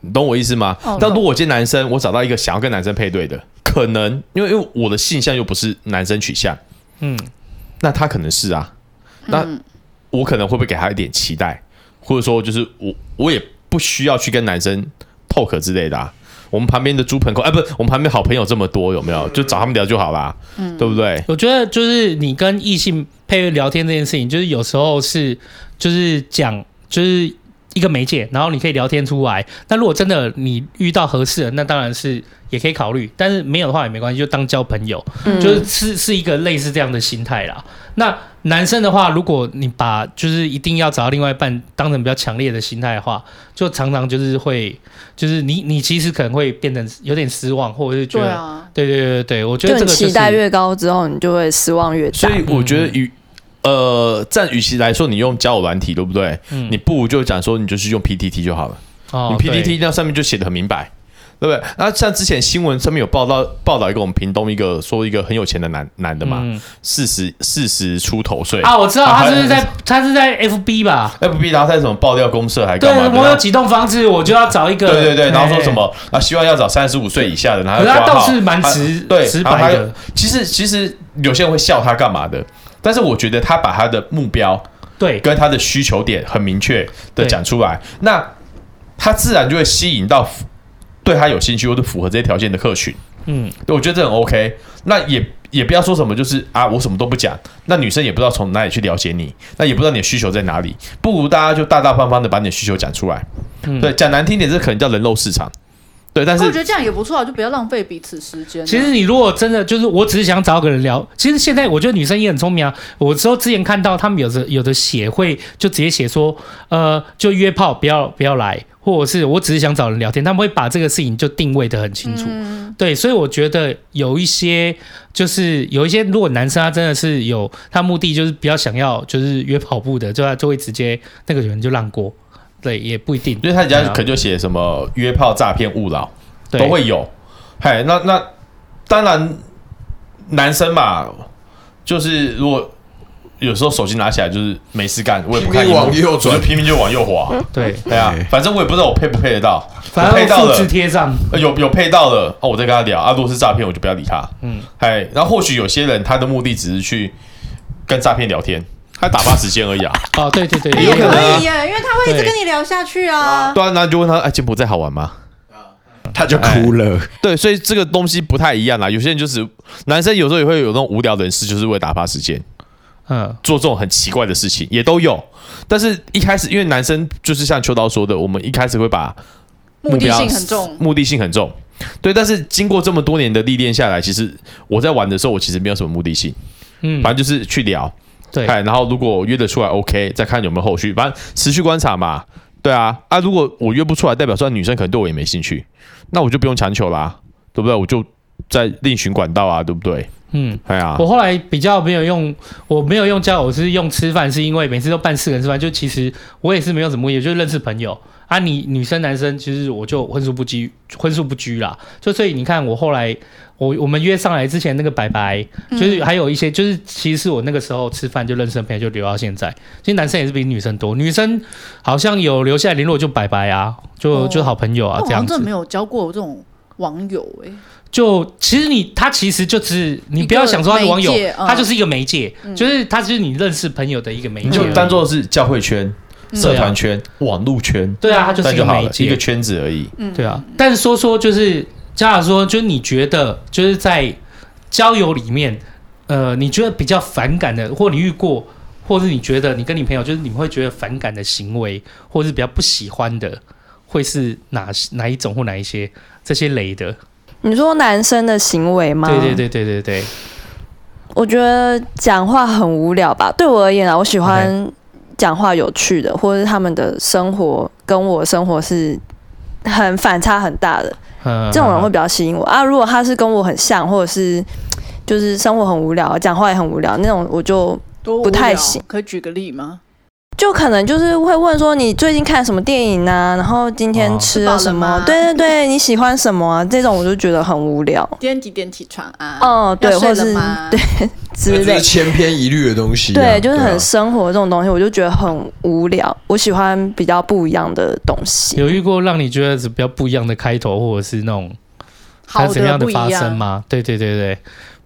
Speaker 4: 你懂我意思吗
Speaker 7: 哦？
Speaker 4: 但如果我今天男生，我找到一个想要跟男生配对的，可能因为因为我的性向又不是男生取向，
Speaker 2: 嗯，
Speaker 4: 那他可能是啊，那我可能会不会给他一点期待，或者说就是我我也不需要去跟男生 talk 之类的、啊。我们旁边的猪朋狗哎，不是我们旁边好朋友这么多，有没有？就找他们聊就好啦，对不对？
Speaker 2: 我觉得就是你跟异性配对聊天这件事情，就是有时候是就是讲就是一个媒介，然后你可以聊天出来。那如果真的你遇到合适的，那当然是也可以考虑，但是没有的话也没关系，就当交朋友，
Speaker 6: 嗯
Speaker 2: 就是是是一个类似这样的心态啦。那男生的话，如果你把就是一定要找到另外一半当成比较强烈的心态的话，就常常就是会就是你你其实可能会变成有点失望，或者是觉
Speaker 7: 对
Speaker 2: 得、
Speaker 7: 啊，
Speaker 2: 对对对对，我觉
Speaker 6: 就
Speaker 2: 得这
Speaker 6: 你
Speaker 2: 个、就是、
Speaker 6: 期待越高之后，你就会失望越
Speaker 4: 所
Speaker 6: 大。
Speaker 4: 以我
Speaker 2: 嗯
Speaker 4: 觉得与呃，占与其来说，你用交友软体，对不对？
Speaker 2: 嗯
Speaker 4: 你不如就讲说，你就是用 PTT 就好了。
Speaker 2: 哦
Speaker 4: 你
Speaker 2: 对
Speaker 4: PPT 那上面就写的很明白，对不对？那像之前新闻上面有报道报道一个我们屏东一个说一个很有钱的男男的嘛，
Speaker 2: 嗯
Speaker 4: 四十四十出头岁
Speaker 2: 啊，我知道他是不是
Speaker 4: 还
Speaker 2: 在他是在 FB 吧？
Speaker 4: FB，然后在什么爆料公社还
Speaker 2: 对
Speaker 4: 干嘛，的
Speaker 2: 我有
Speaker 4: 啊？
Speaker 2: 几栋房子，我就要找一个。
Speaker 4: 对对对，然后说
Speaker 2: 哎
Speaker 4: 什？么啊？希望要找三十五岁以下的，然后
Speaker 2: 可是他
Speaker 4: 挂号
Speaker 2: 倒是蛮直
Speaker 4: 啊对
Speaker 2: 直
Speaker 4: 然后
Speaker 2: 白
Speaker 4: 还
Speaker 2: 的
Speaker 4: 有。其实其实有些人会笑他干嘛的，但是我觉得他把他的目标
Speaker 2: 对，
Speaker 4: 跟他的需求点很明确的
Speaker 2: 对
Speaker 4: 讲出来，那他自然就会吸引到符对他有兴趣或者符合这些条件的客群。
Speaker 2: 嗯，
Speaker 4: 对我觉得这很 OK。那也也不要说什么，就是啊，我什么都不讲，那女生也不知道从哪里去了解你，那也不知道你的需求在哪里，不如大家就大大方方的把你的需求讲出来。
Speaker 2: 嗯
Speaker 4: 对，讲难听点，这可能叫人肉市场。对，但
Speaker 7: 可
Speaker 4: 是
Speaker 7: 我觉得这样也不错啊，就不要浪费彼此时间啊。
Speaker 2: 其实你如果真的就是，我只是想找个人聊。其实现在我觉得女生也很聪明啊。我之后之前看到他们有的有的写会就直接写说，呃，就约炮不要不要来，或者是我只是想找人聊天，他们会把这个事情就定位的很清楚。
Speaker 7: 嗯，
Speaker 2: 对，所以我觉得有一些就是有一些，如果男生他真的是有他目的就是比较想要就是约跑步的，就他就会直接那个人就让过，对，也不一定，
Speaker 4: 因为他人家
Speaker 2: 对啊
Speaker 4: 可能就写什么约炮、诈骗、勿扰
Speaker 2: 对
Speaker 4: 都会有。嗨，那那当然，男生嘛，就是如果有时候手机拿起来就是没事干，我也不看
Speaker 5: 拼命
Speaker 4: 荧幕
Speaker 5: 往右
Speaker 4: 我就
Speaker 5: 转
Speaker 4: 拼命就往 右滑。
Speaker 2: 对，
Speaker 4: 对啊，反正我也不知道我配不配得到，
Speaker 2: 反
Speaker 4: 我配
Speaker 2: 正
Speaker 4: 到
Speaker 2: 复
Speaker 4: 了
Speaker 2: 制贴上，
Speaker 4: 呃有有配到了哦，我再跟他聊啊。如果是诈骗，我就不要理他。
Speaker 2: 嗯，
Speaker 4: 哎，然后或许有些人他的目的只是去跟诈骗聊天，他打发时间而已啊。
Speaker 2: 哦，对对对，
Speaker 7: 哎
Speaker 2: 有
Speaker 7: 也
Speaker 2: 可能
Speaker 7: 可
Speaker 2: 啊
Speaker 7: 以耶，因为他会一直跟你聊下去啊。
Speaker 4: 对啊，那就问他，哎，柬埔寨好玩吗？
Speaker 5: 他就哭了。
Speaker 4: 对，所以这个东西不太一样啊啦。有些人就是男生，有时候也会有那种无聊的人士，就是为了打发时间，
Speaker 7: 啊
Speaker 2: 嗯，
Speaker 4: 做这种很奇怪的事情也都有。但是一开始，因为男生就是像秋刀说的，我们一开始会把
Speaker 7: 目的
Speaker 4: 标
Speaker 7: 性很重，
Speaker 4: 目的性很重。对，但是经过这么多年的历练下来，其实我在玩的时候，我其实没有什么目的性，
Speaker 2: 嗯，
Speaker 4: 反正就是去聊，
Speaker 2: 对，
Speaker 4: 哎，然后如果约得出来，OK，再看有没有后续，反正持续观察嘛。对啊，啊，如果我约不出来，代表说女生可能对我也没兴趣，那我就不用强求啦，对不对？我就再另寻管道啊，对不对？
Speaker 2: 嗯。
Speaker 4: 哎呀、
Speaker 2: 我后来比较没有用，我没有用交友，我是用吃饭，是因为每次都办四个人吃饭，就其实我也是没有什么目的，就是认识朋友啊你。女生男生，其实我就荤素不拘，荤素不拘啦。就所以你看，我后来我我们约上来之前那个白白，
Speaker 7: 嗯
Speaker 2: 就是还有一些，就是其实是我那个时候吃饭就认识的朋友，就留到现在。其实男生也是比女生多，女生好像有留下来联络就白白啊，就、
Speaker 7: 哦
Speaker 2: 就好朋友
Speaker 7: 但
Speaker 2: 啊
Speaker 7: 我好
Speaker 2: 这样
Speaker 7: 像真的
Speaker 2: 子
Speaker 7: 没。有交过这种网友哎，
Speaker 3: 欸
Speaker 2: 就其实你他其实就只是你不要想说他是网友
Speaker 7: 一个媒介，嗯
Speaker 2: 他就是一个媒介，
Speaker 6: 嗯
Speaker 2: 就是他就是你认识朋友的一个媒
Speaker 4: 你
Speaker 2: 介而
Speaker 4: 就
Speaker 2: 已，
Speaker 4: 当做是教会圈、
Speaker 2: 啊
Speaker 4: 社团圈、网路圈，
Speaker 2: 对啊，他就是
Speaker 4: 那
Speaker 2: 一
Speaker 4: 就
Speaker 2: 个
Speaker 4: 好
Speaker 2: 媒
Speaker 4: 了，一个
Speaker 2: 介，
Speaker 4: 圈子而已。
Speaker 7: 嗯，
Speaker 2: 对啊。但是说说就是，假如说就是你觉得就是在交友里面，呃，你觉得比较反感的，或你遇过，或是你觉得你跟你朋友就是你们会觉得反感的行为，或是比较不喜欢的，会是哪哪一种或哪一些这些雷的？
Speaker 6: 你说男生的行为吗？
Speaker 2: 对对，对对对对，
Speaker 6: 我觉得讲话很无聊吧。对我而言啊，我喜欢讲话有趣的，或者是他们的生活跟我生活是很反差很大的，
Speaker 2: 嗯，
Speaker 6: 这种人会比较吸引我啊。如果他是跟我很像，或者是就是生活很无聊，讲话也很无聊那种，我就
Speaker 7: 多无
Speaker 6: 不太啊
Speaker 7: 聊
Speaker 6: 行。
Speaker 7: 可以举个例吗？
Speaker 6: 就可能就是会问说你最近看什么电影啊，然后今天
Speaker 2: 哦
Speaker 6: 吃了什么？
Speaker 3: 吃饱了
Speaker 6: 对对对，你喜欢什么啊？这种我就觉得很无聊
Speaker 3: 今天几点起床啊？
Speaker 6: 哦对
Speaker 3: 要睡
Speaker 6: 或
Speaker 3: 了
Speaker 6: 是
Speaker 3: 吗
Speaker 6: 对之
Speaker 5: 这
Speaker 6: 类
Speaker 5: 是。千篇一律的东西啊、
Speaker 6: 对，就是
Speaker 5: 啊
Speaker 6: 很生活这种东西，我就觉得很无聊。我喜欢比较不一样的东西。
Speaker 2: 有遇过让你觉得是比较不一样的开头，或者是那种还
Speaker 3: 好
Speaker 2: 有什么样
Speaker 3: 的
Speaker 2: 的
Speaker 3: 不一
Speaker 2: 发生
Speaker 3: 样，
Speaker 2: 吗？对对对对，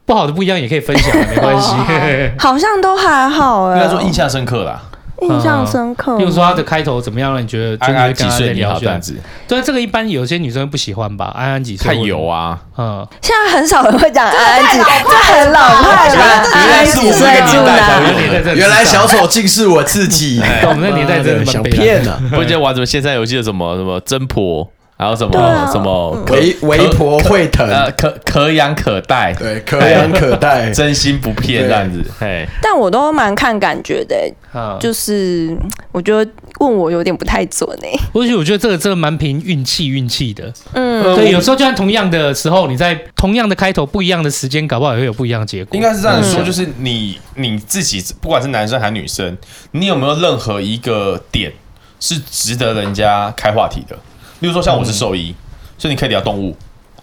Speaker 2: 不好的不一样也可以分享，啊没关系。
Speaker 3: 哦
Speaker 6: 好像都还好哎、
Speaker 4: 应该说印象深刻啦。
Speaker 6: 印象深刻。
Speaker 2: 比如说他的开头怎么样，让你觉得就
Speaker 4: 安
Speaker 2: 是
Speaker 4: 安
Speaker 2: 跟
Speaker 4: 几
Speaker 2: 他在
Speaker 4: 岁你
Speaker 2: 聊
Speaker 4: 好
Speaker 2: 这
Speaker 4: 段
Speaker 2: 样？
Speaker 4: 子，
Speaker 2: 对，这个一般有些女生不喜欢吧？安安几岁？
Speaker 4: 太油啊！
Speaker 2: 嗯，
Speaker 6: 现在很少人会讲安安几，这很老派吧？安安几岁住
Speaker 2: 我
Speaker 6: 哪？
Speaker 2: 们年代真的
Speaker 5: 原来
Speaker 2: 智障
Speaker 5: 小丑竟是我 自己，啊
Speaker 2: 我们那年代真的蛮
Speaker 5: 想
Speaker 2: 悲哀
Speaker 5: 骗呢，
Speaker 4: 我以前玩什么线上游戏的什么什么真婆，还有什么、
Speaker 6: 对啊
Speaker 4: 什么可
Speaker 5: 围围婆会疼，
Speaker 4: 呃可可养可待，
Speaker 5: 对，可养可
Speaker 2: 哎
Speaker 5: 待。
Speaker 4: 真心不骗
Speaker 5: 对
Speaker 4: 这样子。嘿，
Speaker 6: 但我都蛮看感觉的、欸
Speaker 2: 嗯，
Speaker 6: 就是我觉得问我有点不太准哎、
Speaker 2: 或许我觉得这个真的蛮凭运气，运气的。
Speaker 6: 嗯，
Speaker 4: 呃
Speaker 2: 对，有时候就算同样的时候，你在同样的开头、不一样的时间，搞不好也会有不一样的结果。
Speaker 4: 应该是这样说，
Speaker 2: 嗯
Speaker 4: 就是你你自己，不管是男生还是女生，你有没有任何一个点是值得人家开话题的？例如说，像
Speaker 2: 嗯
Speaker 4: 我是兽医，所以你可以聊动物，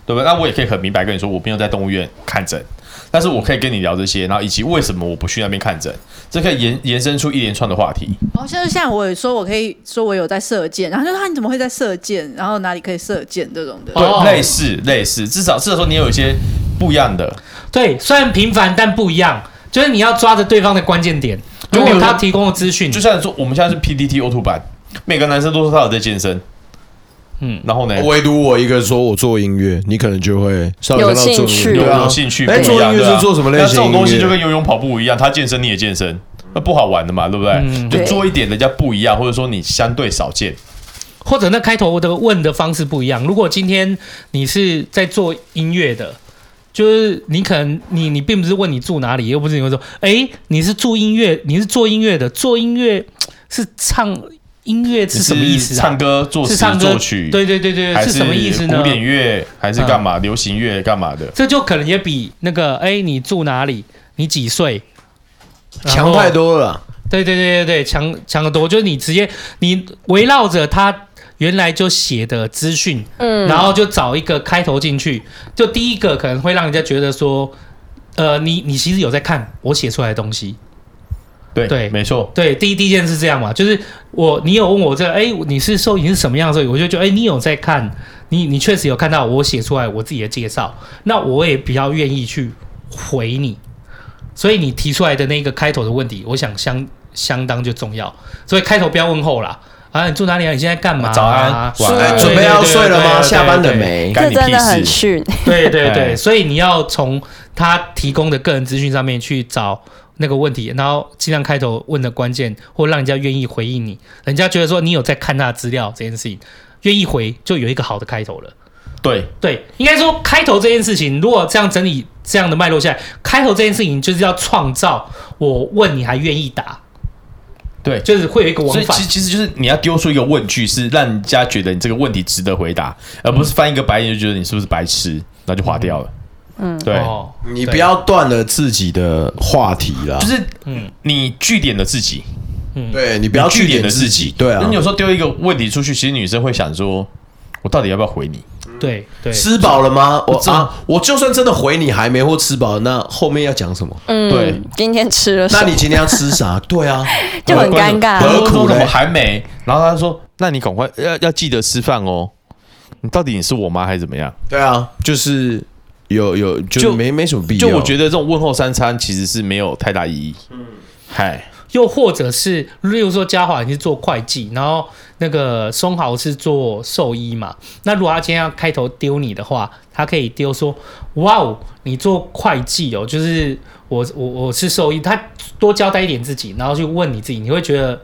Speaker 4: 对不对？那我也可以很明白跟你说，我没有在动物园看诊，但是我可以跟你聊这些，然后以及为什么我不去那边看诊，这可以延延伸出一连串的话题。
Speaker 3: 然后哦像像我也说，我可以说我有在射箭，然后就说啊你怎么会在射箭？然后哪里可以射箭这种的，
Speaker 2: 哦
Speaker 4: 对，类似类似，至少至少说你有一些不一样的。
Speaker 2: 对，虽然平凡但不一样，就是你要抓着对方的关键点。
Speaker 4: 就
Speaker 2: 如
Speaker 4: 比如
Speaker 2: 果他提供的资讯，
Speaker 4: 就像说，我们现在是 PDT O 2版，每个男生都说他有在健身，
Speaker 2: 嗯，
Speaker 4: 然后呢，
Speaker 5: 唯独我一个说我做音乐，你可能就会稍微
Speaker 6: 有
Speaker 5: 看到做
Speaker 6: 兴
Speaker 5: 音
Speaker 6: 趣
Speaker 5: 乐
Speaker 4: 有
Speaker 5: 对啊
Speaker 4: 有兴趣不
Speaker 5: 哎，
Speaker 4: 一
Speaker 5: 做
Speaker 4: 样，
Speaker 5: 音
Speaker 4: 对
Speaker 5: 乐
Speaker 4: 啊
Speaker 5: 是做什么类
Speaker 4: 那
Speaker 5: 型？
Speaker 4: 这种东西就跟游泳、跑步一样，他健身你也健身，那不好玩的嘛，对不对？
Speaker 2: 嗯
Speaker 4: 就
Speaker 6: 对
Speaker 4: 做一点人家不一样，或者说你相对少见，
Speaker 2: 或者那开头的问的方式不一样。如果今天你是在做音乐的，就是你可能你你并不是问你住哪里，又不是你会说，哎，你是做音乐，你是做音乐的，做音乐是唱音乐是什么意思
Speaker 4: 你是
Speaker 2: 啊？
Speaker 4: 唱歌、作
Speaker 2: 是
Speaker 4: 词、
Speaker 2: 唱歌
Speaker 4: 作曲，
Speaker 2: 对对对对，
Speaker 4: 还
Speaker 2: 是什么意思呢嗯
Speaker 4: 古？典乐还是干嘛？流行乐干嘛的？
Speaker 2: 这就可能也比那个哎，你住哪里，你几岁，然后
Speaker 5: 强太。多了啦。
Speaker 2: 对对对对对，强强得多，就是你直接你围绕着他原来就写的资讯，
Speaker 6: 嗯
Speaker 2: 然后就找一个开头进去，就第一个可能会让人家觉得说，呃，你你其实有在看我写出来的东西。
Speaker 4: 对
Speaker 2: 对
Speaker 4: 没错。
Speaker 2: 对，第一第一件是这样嘛，就是我你有问我这，哎，你是受你是什么样的时候，我就觉得，哎，你有在看，你你确实有看到我写出来我自己的介绍，那我也比较愿意去回你，所以你提出来的那个开头的问题，我想相相当就重要，所以开头不要问候啦。啊，你住哪里啊？你现在干嘛、
Speaker 4: 早安晚安
Speaker 2: 对
Speaker 5: 准备要睡了吗？下班了？没？
Speaker 6: 这
Speaker 4: 干你
Speaker 6: 真的
Speaker 4: 屁事！
Speaker 6: 很逊。
Speaker 2: 对对对对对对对
Speaker 4: 哎
Speaker 2: 对，所以你要从他提供的个人资讯上面去找那个问题，然后尽量开头问的关键，或让人家愿意回应你，人家觉得说你有在看他的资料这件事情，愿意回就有一个好的开头了。
Speaker 4: 对，
Speaker 2: 对，应该说开头这件事情，如果这样整理这样的脉络下来，开头这件事情就是要创造我问你还愿意答，
Speaker 4: 对
Speaker 2: 就是会有一个
Speaker 4: 所
Speaker 2: 往
Speaker 4: 以
Speaker 2: 返
Speaker 4: 其。其实就是你要丢出一个问句，是让人家觉得你这个问题值得回答，而不是翻一个白眼就觉得你是不是白痴，那就划掉了。嗯，对，
Speaker 2: 哦，
Speaker 5: 你不要断了自己的话题啦，
Speaker 4: 就是
Speaker 2: 嗯
Speaker 4: 你据点了自己，
Speaker 5: 对你不要
Speaker 4: 据
Speaker 5: 去
Speaker 4: 点了
Speaker 5: 啊点
Speaker 4: 自
Speaker 5: 自
Speaker 4: 己
Speaker 5: 己。。对啊
Speaker 4: 那你，有时候丢一个问题出去，其实女生会想说，我到底要不要回你？
Speaker 2: 对对，
Speaker 5: 吃饱了吗？我啊，我就算真的回你还没或吃饱，那后面要讲什么？
Speaker 6: 嗯，
Speaker 4: 对，
Speaker 6: 今天吃了什
Speaker 5: 那
Speaker 6: 么
Speaker 5: 你今天要吃啥？对啊，
Speaker 6: 就很尴尬。
Speaker 5: 何
Speaker 4: 我
Speaker 5: 苦
Speaker 4: 说
Speaker 5: 嘞
Speaker 4: 怎么还没？然后她说，那你赶快要要记得吃饭哦。你到底你是我妈还是怎么样？
Speaker 5: 对啊，就是有有就
Speaker 4: 就
Speaker 5: 没没什么必要。
Speaker 4: 就我觉得这种问候三餐其实是没有太大意义。嗯，嗨，
Speaker 2: 又或者是，例如说嘉华你是做会计，然后那个松豪是做兽医嘛，那如果他今天要开头丢你的话，他可以丢说：“哇哦，你做会计哦，就是我我我是兽医。”他多交代一点自己，然后去问你自己，你会觉得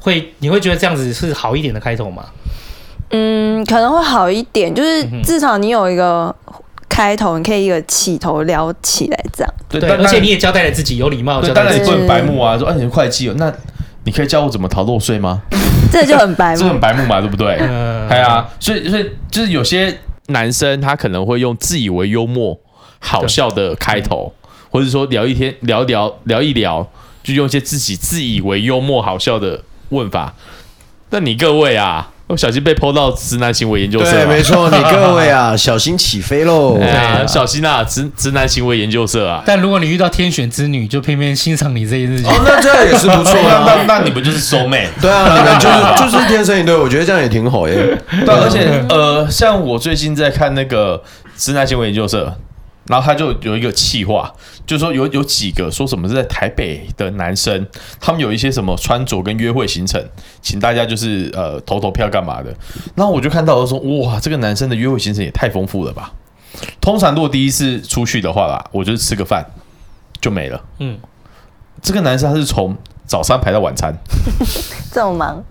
Speaker 2: 会你会觉得这样子是好一点的开头吗？
Speaker 6: 嗯，可能会好一点，就是
Speaker 2: 嗯哼
Speaker 6: 至少你有一个开头，你可以一个起头聊起来这样。
Speaker 4: 对但
Speaker 2: 而且
Speaker 4: 但
Speaker 2: 你也交代了自己，有礼貌
Speaker 4: 对，
Speaker 2: 交
Speaker 4: 当
Speaker 2: 代
Speaker 4: 然
Speaker 2: 自
Speaker 4: 你
Speaker 2: 己。
Speaker 4: 不能白目啊，说哎，你是会计哦，那你可以教我怎么逃漏税吗？
Speaker 6: 这就很白
Speaker 4: 这很
Speaker 6: 目。
Speaker 4: 白目嘛，对不对？
Speaker 2: 嗯
Speaker 4: 对啊，所以所以就是有些男生他可能会用自以为幽默、好笑的开头，或者说聊一天聊一聊聊一聊，就用一些自己自以为幽默好笑的问法。那你各位啊，我小心被抛到直男行为研究社
Speaker 5: 对，
Speaker 4: 啊，
Speaker 5: 没错，你各位啊，小心起飞喽！
Speaker 4: 哎呀，小心啊，直直男行为研究社啊。
Speaker 2: 但如果你遇到天选之女，就偏偏欣赏你这件事情。
Speaker 5: 哦，那这样也是不错
Speaker 4: 那
Speaker 5: 啊。
Speaker 4: 那那你不就是收妹？
Speaker 5: 对啊，你们就是就是天生一对，我觉得这样也挺好耶。
Speaker 4: 对，而且呃，像我最近在看那个直男行为研究社，然后他就有一个企划，就说有有几个说什么是在台北的男生，他们有一些什么穿着跟约会行程，请大家就是呃投投票干嘛的。然后我就看到我说哇，这个男生的约会行程也太丰富了吧！通常如果第一次出去的话啦，我就是吃个饭就没了。
Speaker 2: 嗯，
Speaker 4: 这个男生他是从早餐排到晚餐，
Speaker 6: 这么忙，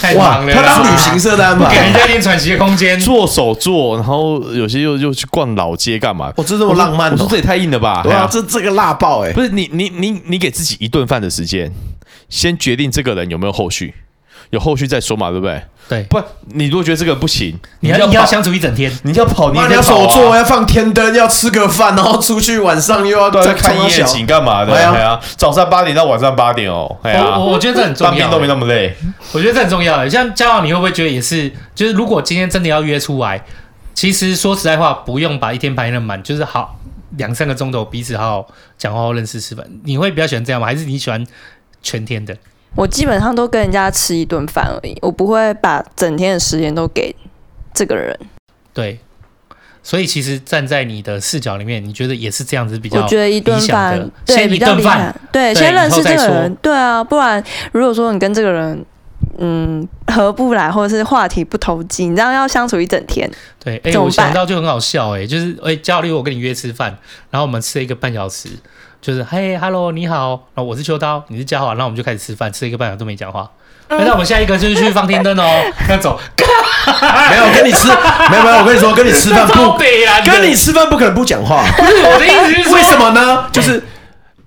Speaker 2: 太
Speaker 5: 哇
Speaker 2: 忙，了
Speaker 5: 他
Speaker 2: 啦，
Speaker 5: 当旅行社的安
Speaker 2: 给人
Speaker 5: 排，
Speaker 2: 家点喘息的空间。
Speaker 4: 做手做，然后有些又又去逛老街干嘛？
Speaker 5: 哦，这这么浪漫
Speaker 4: 我说
Speaker 5: 哦
Speaker 4: 这！也太硬了吧？
Speaker 5: 对
Speaker 4: 哎
Speaker 5: 啊
Speaker 4: 呀，
Speaker 5: 这这个辣爆哎！
Speaker 4: 不是你你你你给自己一顿饭的时间，先决定这个人有没有后续，有后续再说嘛，对不对？
Speaker 2: 对，
Speaker 4: 不，你如果觉得这个人不行，
Speaker 2: 你要你要
Speaker 4: 跑，
Speaker 2: 相处一整天，
Speaker 4: 你要跑，你
Speaker 5: 妈，
Speaker 4: 也
Speaker 5: 你
Speaker 4: 得
Speaker 5: 要
Speaker 4: 跑
Speaker 5: 手
Speaker 4: 啊
Speaker 5: 做，要放天灯，要吃个饭，然后出去晚上又要
Speaker 4: 对啊，
Speaker 5: 再
Speaker 4: 要看
Speaker 5: 冲啊
Speaker 4: 夜
Speaker 5: 小
Speaker 4: 景干嘛的？
Speaker 5: 哎
Speaker 4: 哎
Speaker 5: 呀
Speaker 4: 呀，早上八点到晚上八点哦，哎呀，
Speaker 2: 我我觉得这很重要欸
Speaker 4: 当兵都没那么累，
Speaker 2: 我觉得这很重要欸。像嘉豪，你会不会觉得也是？就是如果今天真的要约出来，其实说实在话，不用把一天排那么满，就是好两三个钟头彼此好好讲，好好认识吃饭。你会比较喜欢这样吗？还是你喜欢全天的？
Speaker 6: 我基本上都跟人家吃一顿饭而已，我不会把整天的时间都给这个人。
Speaker 2: 对。所以其实站在你的视角里面，你觉得也是这样子比较
Speaker 6: 我觉得一顿
Speaker 2: 理想的
Speaker 6: 饭，对，
Speaker 2: 先
Speaker 6: 比
Speaker 2: 一
Speaker 6: 较
Speaker 2: 顿
Speaker 6: 厉
Speaker 2: 饭
Speaker 6: 害，
Speaker 2: 对
Speaker 6: 对，先认
Speaker 2: 以后
Speaker 6: 识这
Speaker 2: 再
Speaker 6: 个
Speaker 2: 说
Speaker 6: 人，对啊，不然如果说你跟这个人，嗯，合不来，或者是话题不投机，你这样要相处一整天，
Speaker 2: 对，哎、
Speaker 6: 怎么
Speaker 2: 我想
Speaker 6: 办
Speaker 2: 到就很好笑、哎，就是哎，教练，我跟你约吃饭，然后我们吃了一个半小时，就是嘿，hello，你好，然后我是秋刀，你是嘉华，然后我们就开始吃饭，吃了一个半小时都没讲话。哎那我们下一个就是去放天灯哦，那走，
Speaker 5: 没有跟你吃，没有没有，我跟你说，跟你吃饭
Speaker 2: 超
Speaker 5: 不
Speaker 2: 北蓝的。
Speaker 5: 跟你吃饭不可能不讲 话。
Speaker 2: 我的意思是说，
Speaker 5: 为什么呢？就是，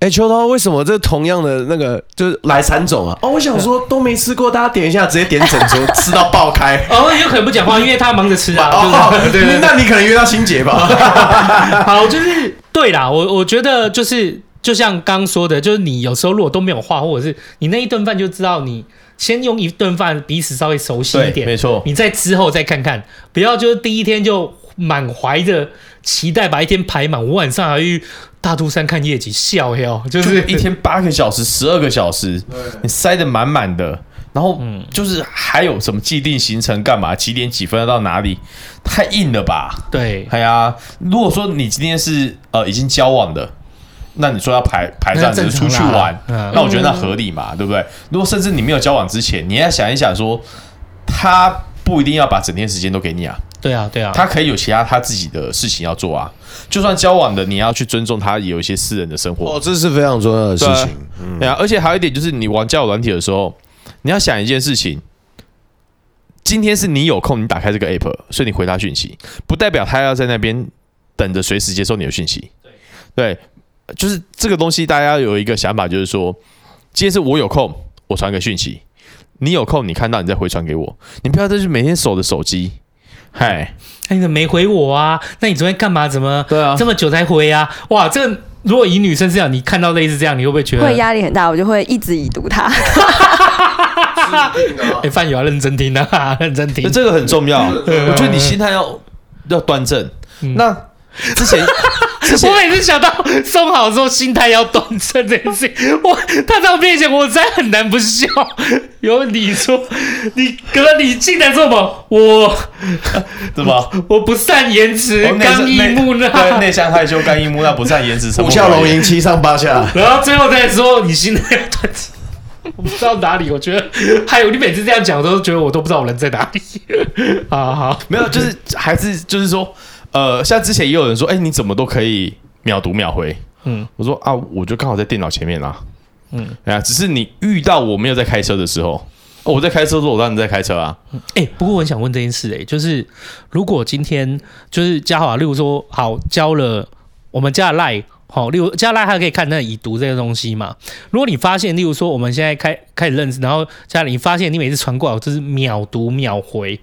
Speaker 5: 哎、秋涛，为什么这同样的那个就是来三种啊？哦，我想说都没吃过，大家点一下，直接点整桌，吃到爆开。
Speaker 2: 哦，有可能不讲话，因为他忙着吃 啊，
Speaker 5: 哦
Speaker 2: 就是，对 对对。
Speaker 5: 那你可能约到心 结吧？
Speaker 2: 好，就是对啦，我我觉得就是就像刚说的，就是你有时候如果都没有话，或者是你那一顿饭就知道你。先用一顿饭彼此稍微熟悉一
Speaker 4: 对，
Speaker 2: 点，
Speaker 4: 没错，
Speaker 2: 你在之后再看看，不要就是第一天就满怀着期待把一天排满，我晚上还去大肚山看夜景，笑哟，就
Speaker 4: 就是是一天八个小时、十二个小时，你塞得满满的，然后
Speaker 2: 嗯
Speaker 4: 就是还有什么既定行程干嘛，几点几分要到哪里，太硬了吧？
Speaker 2: 对，
Speaker 4: 哎呀，如果说你今天是呃已经交往的，那你说要排排
Speaker 2: 那
Speaker 4: 站只是出
Speaker 2: 正
Speaker 4: 去
Speaker 2: 常啦
Speaker 4: 玩，
Speaker 2: 嗯
Speaker 4: 那我觉得那合理嘛，对不对？如果甚至你没有交往之前，你要想一想说，他不一定要把整天时间都给你啊，
Speaker 2: 对啊，对啊，
Speaker 4: 他可以有其他他自己的事情要做啊。就算交往的，你要去尊重他有一些私人的生活。
Speaker 5: 哦，这是非常重要的事
Speaker 4: 对啊
Speaker 5: 情。
Speaker 4: 对啊，而且还有一点就是，你玩交友软体的时候，你要想一件事情：今天是你有空，你打开这个 app，所以你回他讯息，不代表他要在那边等着随时接受你的讯息。对，就是这个东西，大家有一个想法，就是说，今天是我有空，我传个讯息；你有空，你看到你再回传给我。你不要再去每天守着手机。嗨，
Speaker 2: 那哎你怎么没回我啊？那你昨天干嘛？怎么
Speaker 4: 对啊
Speaker 2: 这么久才回啊？哇，这个如果以女生视角，你看到类似这样，你会不会觉得
Speaker 6: 会？压力很大，我就会一直已读 他。
Speaker 2: 哎，饭友要认真听啊， 认真听
Speaker 4: 那。这个很重要，我觉得你心态要要端正。
Speaker 2: 啊嗯
Speaker 4: 那 之前之前
Speaker 2: 我每次想到松好之后心态要端正这件事情，我他在我面前，我真的很难不笑。有你说，你哥你竟然说么？我
Speaker 4: 怎么？
Speaker 2: 我不善言辞
Speaker 4: 哦，内向
Speaker 2: 刚毅
Speaker 4: 内
Speaker 2: 木讷。
Speaker 4: 对，内向害羞，刚毅木讷，不善言辞，沉
Speaker 5: 五
Speaker 4: 默
Speaker 5: 下
Speaker 4: 寡
Speaker 5: 龙
Speaker 4: 言。
Speaker 5: 吟，七上八下。
Speaker 2: 然后最后再说你心态要端正。我不知道哪里，我觉得还有你每次这样讲，我都觉得我都不知道我人在哪里。 好好，
Speaker 4: 没有， 就是还是就是说，呃，像之前也有人说，哎、你怎么都可以秒读秒回？
Speaker 2: 嗯
Speaker 4: 嗯，我说啊，我就刚好在电脑前面啦、嗯，哎呀，只是你遇到我没有在开车的时候，哦，我在开车的时候，我当然在开车啊。
Speaker 2: 哎、不过我很想问这件事、哎，就是如果今天就是嘉华，例如说好交了我们加赖，好，例如加赖还可以看那已读这个东西嘛。如果你发现，例如说我们现在开开始认识，然后加赖你发现你每次传过来，我就是秒读秒回，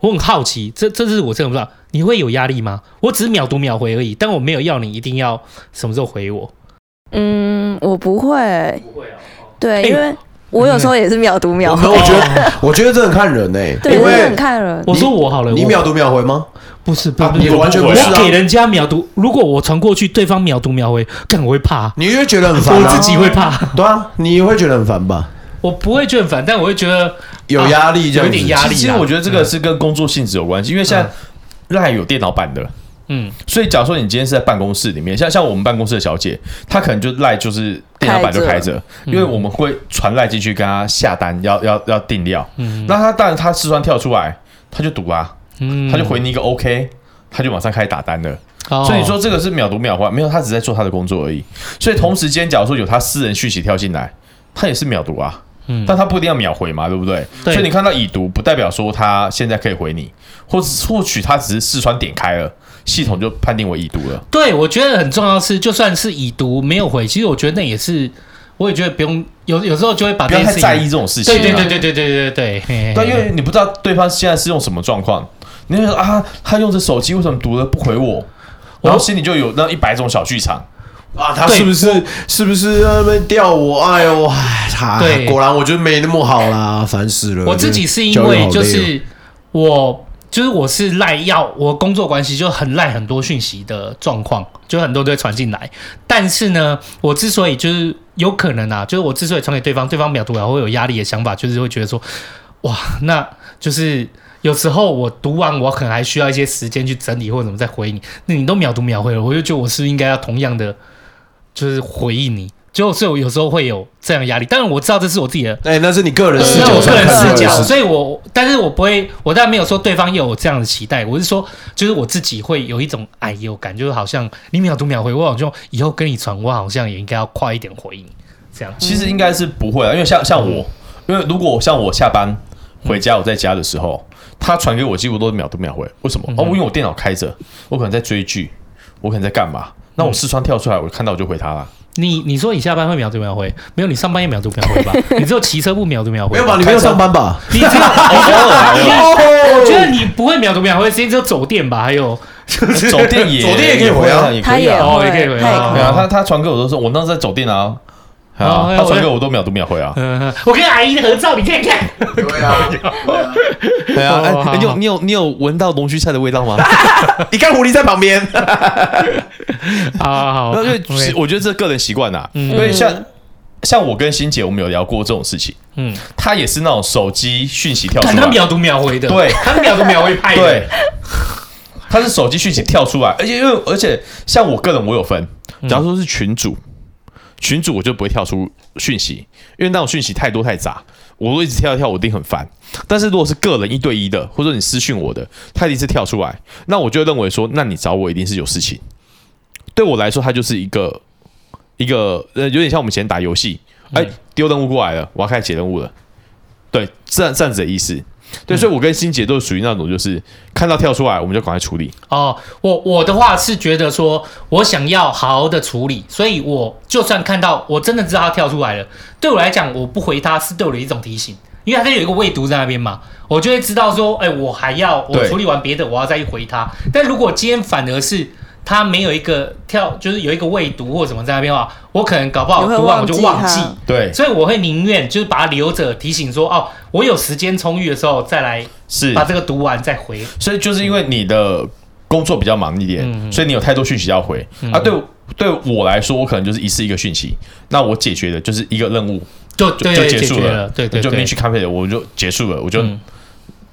Speaker 2: 我很好奇，这这是我真的不知道，你会有压力吗？我只是秒读秒回而已，但我没有要你一定要什么时候回我。
Speaker 6: 嗯，我不会，
Speaker 2: 不会啊，
Speaker 6: 对，
Speaker 2: 哎
Speaker 6: 因为我有时候也是秒读秒
Speaker 5: 我
Speaker 6: 回，
Speaker 5: 我觉
Speaker 4: 哦
Speaker 5: 得我觉得这很看人呢，
Speaker 6: 对，
Speaker 5: 因
Speaker 6: 真的
Speaker 5: 为
Speaker 6: 很看人。
Speaker 2: 我说我好了，
Speaker 5: 你
Speaker 2: 我
Speaker 5: 秒读秒回吗？
Speaker 2: 不是不是
Speaker 5: 啊
Speaker 2: 不是
Speaker 5: 你完全
Speaker 2: 我
Speaker 5: 不是啊
Speaker 2: 我给人家秒读，如果我传过去，对方秒读秒回，更我会怕，
Speaker 5: 你会觉得很烦
Speaker 2: 我
Speaker 5: 啊
Speaker 2: 自，己会怕，
Speaker 5: 对啊，你会觉得很烦吧？
Speaker 2: 我不会倦烦，但我会觉得
Speaker 5: 有压力这
Speaker 2: 有一
Speaker 5: 样子，
Speaker 2: 点压力啦。
Speaker 4: 其实我觉得这个是跟工作性质有关系，因为现在赖有电脑版的，
Speaker 2: 嗯，
Speaker 4: 所以假如说你今天是在办公室里面，像像我们办公室的小姐，她可能就赖就是电脑版就开着，嗯因为我们会传赖进去跟她下单，要要要定料。那她当然她四川跳出来，她就赌啊，
Speaker 2: 嗯
Speaker 4: 她就回你一个 OK，她就马上开始打单了。
Speaker 2: 哦
Speaker 4: 所以说这个是秒读秒还，没有她只是在做她的工作而已。所以同时间，假如说有她私人讯息跳进来，她也是秒读啊。
Speaker 2: 嗯
Speaker 4: 但他不一定要秒回嘛，对不对？
Speaker 2: 对
Speaker 4: 所以你看到已读，不代表说他现在可以回你，或是或许他只是四川点开了，系统就判定为已读了。
Speaker 2: 对，我觉得很重要的是，就算是已读没有回，其实我觉得那也是，我也觉得不用有有时候就会把
Speaker 4: 不
Speaker 2: 这
Speaker 4: 要
Speaker 2: 件
Speaker 4: 太
Speaker 2: 事情
Speaker 4: 在意这种事情、
Speaker 2: 啊
Speaker 4: 啊
Speaker 2: 对对对。对对对对对对，
Speaker 4: 对，因为你不知道对方现在是用什么状况，你就说啊，他用着手机为什么读了不回我？然后心里就有那一百种小剧场。
Speaker 5: 啊，他
Speaker 2: 对
Speaker 5: 是不是是不是在那边吊我？哎呦，哎他
Speaker 2: 对
Speaker 5: 果然我就没那么好啦，烦死了。
Speaker 2: 我自己是因
Speaker 5: 交友
Speaker 2: 为
Speaker 5: 好累哦
Speaker 2: 就是我就是我是赖要我工作关系就很赖很多讯息的状况，就很多都会传进来。但是呢，我之所以就是有可能啊，就是我之所以传给对方，对方秒读完会有压力的想法，就是会觉得说，哇，那就是。有时候我读完，我可能还需要一些时间去整理或者怎么再回你。那你都秒读秒回了，我就觉得我是不是应该要同样的，就是回应你。就所以我有时候会有这样的压力，当然我知道这是我自己的
Speaker 5: 哎、那是你个人
Speaker 2: 对
Speaker 5: 视
Speaker 2: 那
Speaker 5: 角，
Speaker 2: 我个人
Speaker 5: 上看
Speaker 2: 视
Speaker 5: 个人
Speaker 2: 角，所以我但是我不会，我当然没有说对方也有这样的期待，我是说，就是我自己会有一种哎呦感，就是好像你秒读秒回，我好像以后跟你传，我好像也应该要快一点回应，这样。
Speaker 4: 其实应该是不会啊，因为像像我，因为如果像我下班回家，我在家的时候，他传给我几乎都是秒读秒回。为什么？哦，因为我电脑开着，我可能在追剧，我可能在干嘛？那我视窗跳出来，我看到我就回 他了。
Speaker 2: 你你说你下班会秒读秒回，没有你上班也秒读秒回吧？你只有骑车不秒读秒回，
Speaker 5: 没有吧？你没有上班吧？
Speaker 2: 你只有，你只有，
Speaker 4: 偶
Speaker 2: 我觉得你不会秒读秒回，直接只有走电吧，还有
Speaker 4: 走电也
Speaker 5: 走电也可以回啊
Speaker 4: 也可
Speaker 6: 他
Speaker 4: 以
Speaker 6: 也
Speaker 4: 啊。
Speaker 2: 哦
Speaker 6: 会，
Speaker 2: 也可以回
Speaker 6: 他也
Speaker 2: 哦
Speaker 6: 可
Speaker 4: 对啊，他他传给我都说，我当时在走电啊，
Speaker 2: 哦
Speaker 4: 啊
Speaker 2: 哎，
Speaker 4: 他
Speaker 2: 我
Speaker 4: 传给我都秒读秒回啊。
Speaker 2: 嗯，我跟阿姨的合照，你看看。
Speaker 5: 对啊，
Speaker 4: 对
Speaker 2: 啊哎你有
Speaker 4: 你有你有闻到龙须菜的味道吗？
Speaker 5: 你看狐狸在旁边，
Speaker 2: 啊好好好，
Speaker 4: 那因为
Speaker 2: 哦 OK
Speaker 4: 我觉得这个人习惯啦，
Speaker 2: 嗯
Speaker 4: 因为像像我跟欣姐，我们有聊过这种事情，
Speaker 2: 嗯，
Speaker 4: 她也是那种手机讯息跳出
Speaker 2: 看他
Speaker 4: 来，
Speaker 2: 秒读秒回的，
Speaker 4: 对
Speaker 2: 他秒读秒回派的，
Speaker 4: 对，她是手机讯息跳出来，而且因为而且像我个人我有分，假如说是群主，群主我就不会跳出讯息，因为那种讯息太多太杂，我如果一直跳一跳，我一定很烦。但是如果是个人一对一的，或者你私讯我的，他一定是跳出来，那我就认为说，那你找我一定是有事情。对我来说，它就是一个一个呃，有点像我们以前打游戏，哎、丢任务过来了，我要开始解任务了。对，这样这样子的意思。对，所以我跟欣姐都是属于那种，就是看到跳出来，我们就赶快处理。
Speaker 2: 哦，我我的话是觉得说，我想要好好的处理，所以我就算看到我真的知道他跳出来了，对我来讲，我不回他是对我的一种提醒，因为他有一个未读在那边嘛，我就会知道说，哎、我还要我
Speaker 4: 对
Speaker 2: 处理完别的，我要再去回他。但如果今天反而是他没有一个跳，就是有一个未读或什么在那边的话，我可能搞不好
Speaker 6: 你会
Speaker 2: 读完我就
Speaker 6: 忘
Speaker 2: 忘
Speaker 6: 记
Speaker 2: 记
Speaker 6: 他。
Speaker 4: 对，
Speaker 2: 所以我会宁愿就是把它留着，提醒说哦，我有时间充裕的时候再来
Speaker 4: 是
Speaker 2: 把这个读完再回。
Speaker 4: 所以就是因为你的工作比较忙一点，
Speaker 2: 嗯
Speaker 4: 所以你有太多讯息要回、啊。对我对我来说，我可能就是一次一个讯息，那我解决的就是一个任务
Speaker 2: 就
Speaker 4: 就
Speaker 2: 对
Speaker 4: 就
Speaker 2: 对
Speaker 4: 结
Speaker 2: 解
Speaker 4: 束
Speaker 2: 决了，对对
Speaker 4: 就
Speaker 2: 对
Speaker 4: mission，complete，我就结束了，我就、
Speaker 2: 嗯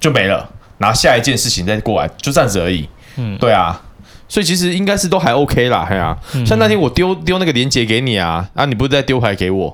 Speaker 4: 就没了。然后下一件事情再过来，就这样子而已。
Speaker 2: 嗯
Speaker 4: 对啊，所以其实应该是都还 OK 啦，嘿啊。像那天我丢丢那个链接给你啊，啊，你不是再丢回来给我？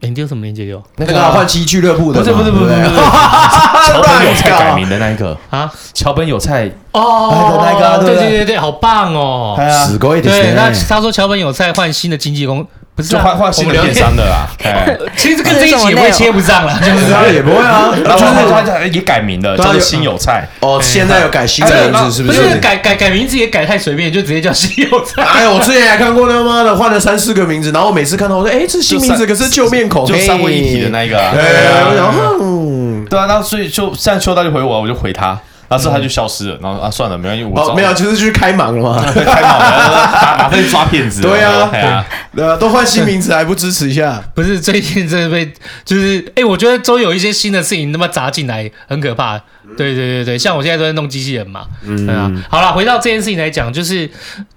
Speaker 2: 诶哎你丢什么链接丢
Speaker 5: 那个啊换妻俱乐部的
Speaker 4: 不
Speaker 5: 嘛，
Speaker 4: 是不是不是不是，
Speaker 5: 对
Speaker 4: 不
Speaker 5: 对
Speaker 4: 是 桥本有菜改名的那一个，
Speaker 2: 啊？
Speaker 4: 桥本有菜，
Speaker 2: 哦，
Speaker 5: 那个啊对
Speaker 2: 对
Speaker 5: 不对
Speaker 2: 对对对，好棒哦！
Speaker 4: 哎呀
Speaker 5: 死鬼的
Speaker 2: 对，那
Speaker 5: 谁？
Speaker 2: 他说桥本有在换新的经纪公，不是
Speaker 4: 就
Speaker 2: 啊
Speaker 4: 换换新
Speaker 2: 我
Speaker 4: 的
Speaker 2: 们聊
Speaker 4: 电
Speaker 2: 天
Speaker 4: 商的啦。哎，
Speaker 2: 其实跟这一集也会切不上 了，就是
Speaker 5: 他也不会啊，
Speaker 4: 然
Speaker 5: 就
Speaker 4: 后他
Speaker 5: 是
Speaker 4: 他也改名了，
Speaker 5: 对啊
Speaker 4: 叫做新有菜。
Speaker 5: 哦，现在有改新的名字是
Speaker 2: 哎不
Speaker 5: 是？
Speaker 2: 是改改改名字也改太随便，就直接叫西柚菜。
Speaker 5: 哎，我之前还看过他妈的换了三四个名字，然后我每次看到我说，哎，这新名字可是旧面孔，
Speaker 4: 就三位一体的
Speaker 5: 嘿。
Speaker 4: 那一个啊。
Speaker 5: 哎，
Speaker 4: 对
Speaker 5: 然
Speaker 4: 啊
Speaker 5: 后嗯，
Speaker 4: 对啊，那所以就像秋刀就回我，我就回他。
Speaker 7: 他说他就消失了，然后啊算了，没关系，我
Speaker 5: 哦，
Speaker 7: 找
Speaker 5: 没有，就是去开盲了嘛。
Speaker 7: 开跑了，打马上抓骗子了，
Speaker 5: 对啊
Speaker 7: 哎呀，
Speaker 5: 对啊，都换新名 词还不支持一下？
Speaker 2: 不是最近真的被，就是哎、我觉得都有一些新的事情他妈砸进来，很可怕。对对对对，像我现在都在弄机器人嘛，嗯啊。好了，回到这件事情来讲，就是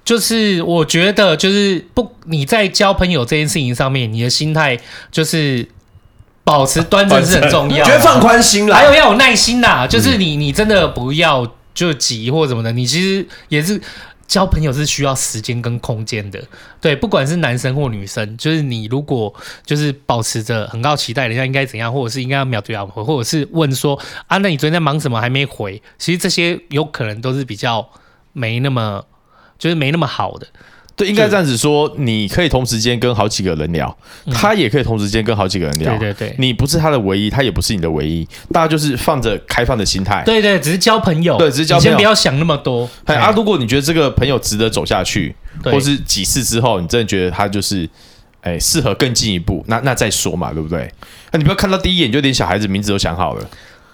Speaker 2: 就是我觉得就是不你在交朋友这件事情上面，你的心态就是保持端正是很重要
Speaker 5: 觉
Speaker 2: 啊。
Speaker 5: 得放宽心啦
Speaker 2: 还。有要有耐心呐、
Speaker 4: 嗯
Speaker 2: 就是你你真的不要就急或什么的，你其实也是交朋友是需要时间跟空间的。对，不管是男生或女生，就是你如果就是保持着很高期待，人家应该怎样，或者是应该要秒对秒回，或者是问说啊，那你昨天在忙什么还没回？其实这些有可能都是比较没那么。就是没那么好的，
Speaker 4: 对，应该这样子说，你可以同时间跟好几个人聊，他也可以同时间跟好几个人聊。
Speaker 2: 嗯对对对，
Speaker 4: 你不是他的唯一，他也不是你的唯一，大家就是放着开放的心态。
Speaker 2: 对对，只是交朋友，
Speaker 4: 对只是交
Speaker 2: 你先
Speaker 4: 朋友
Speaker 2: 不要想那么多。
Speaker 4: 哎啊，如果你觉得这个朋友值得走下去，
Speaker 2: 对
Speaker 4: 或是几次之后，你真的觉得他就是，哎，适合更进一步，那那再说嘛，对不对？那你不要看到第一眼就连小孩子名字都想好了，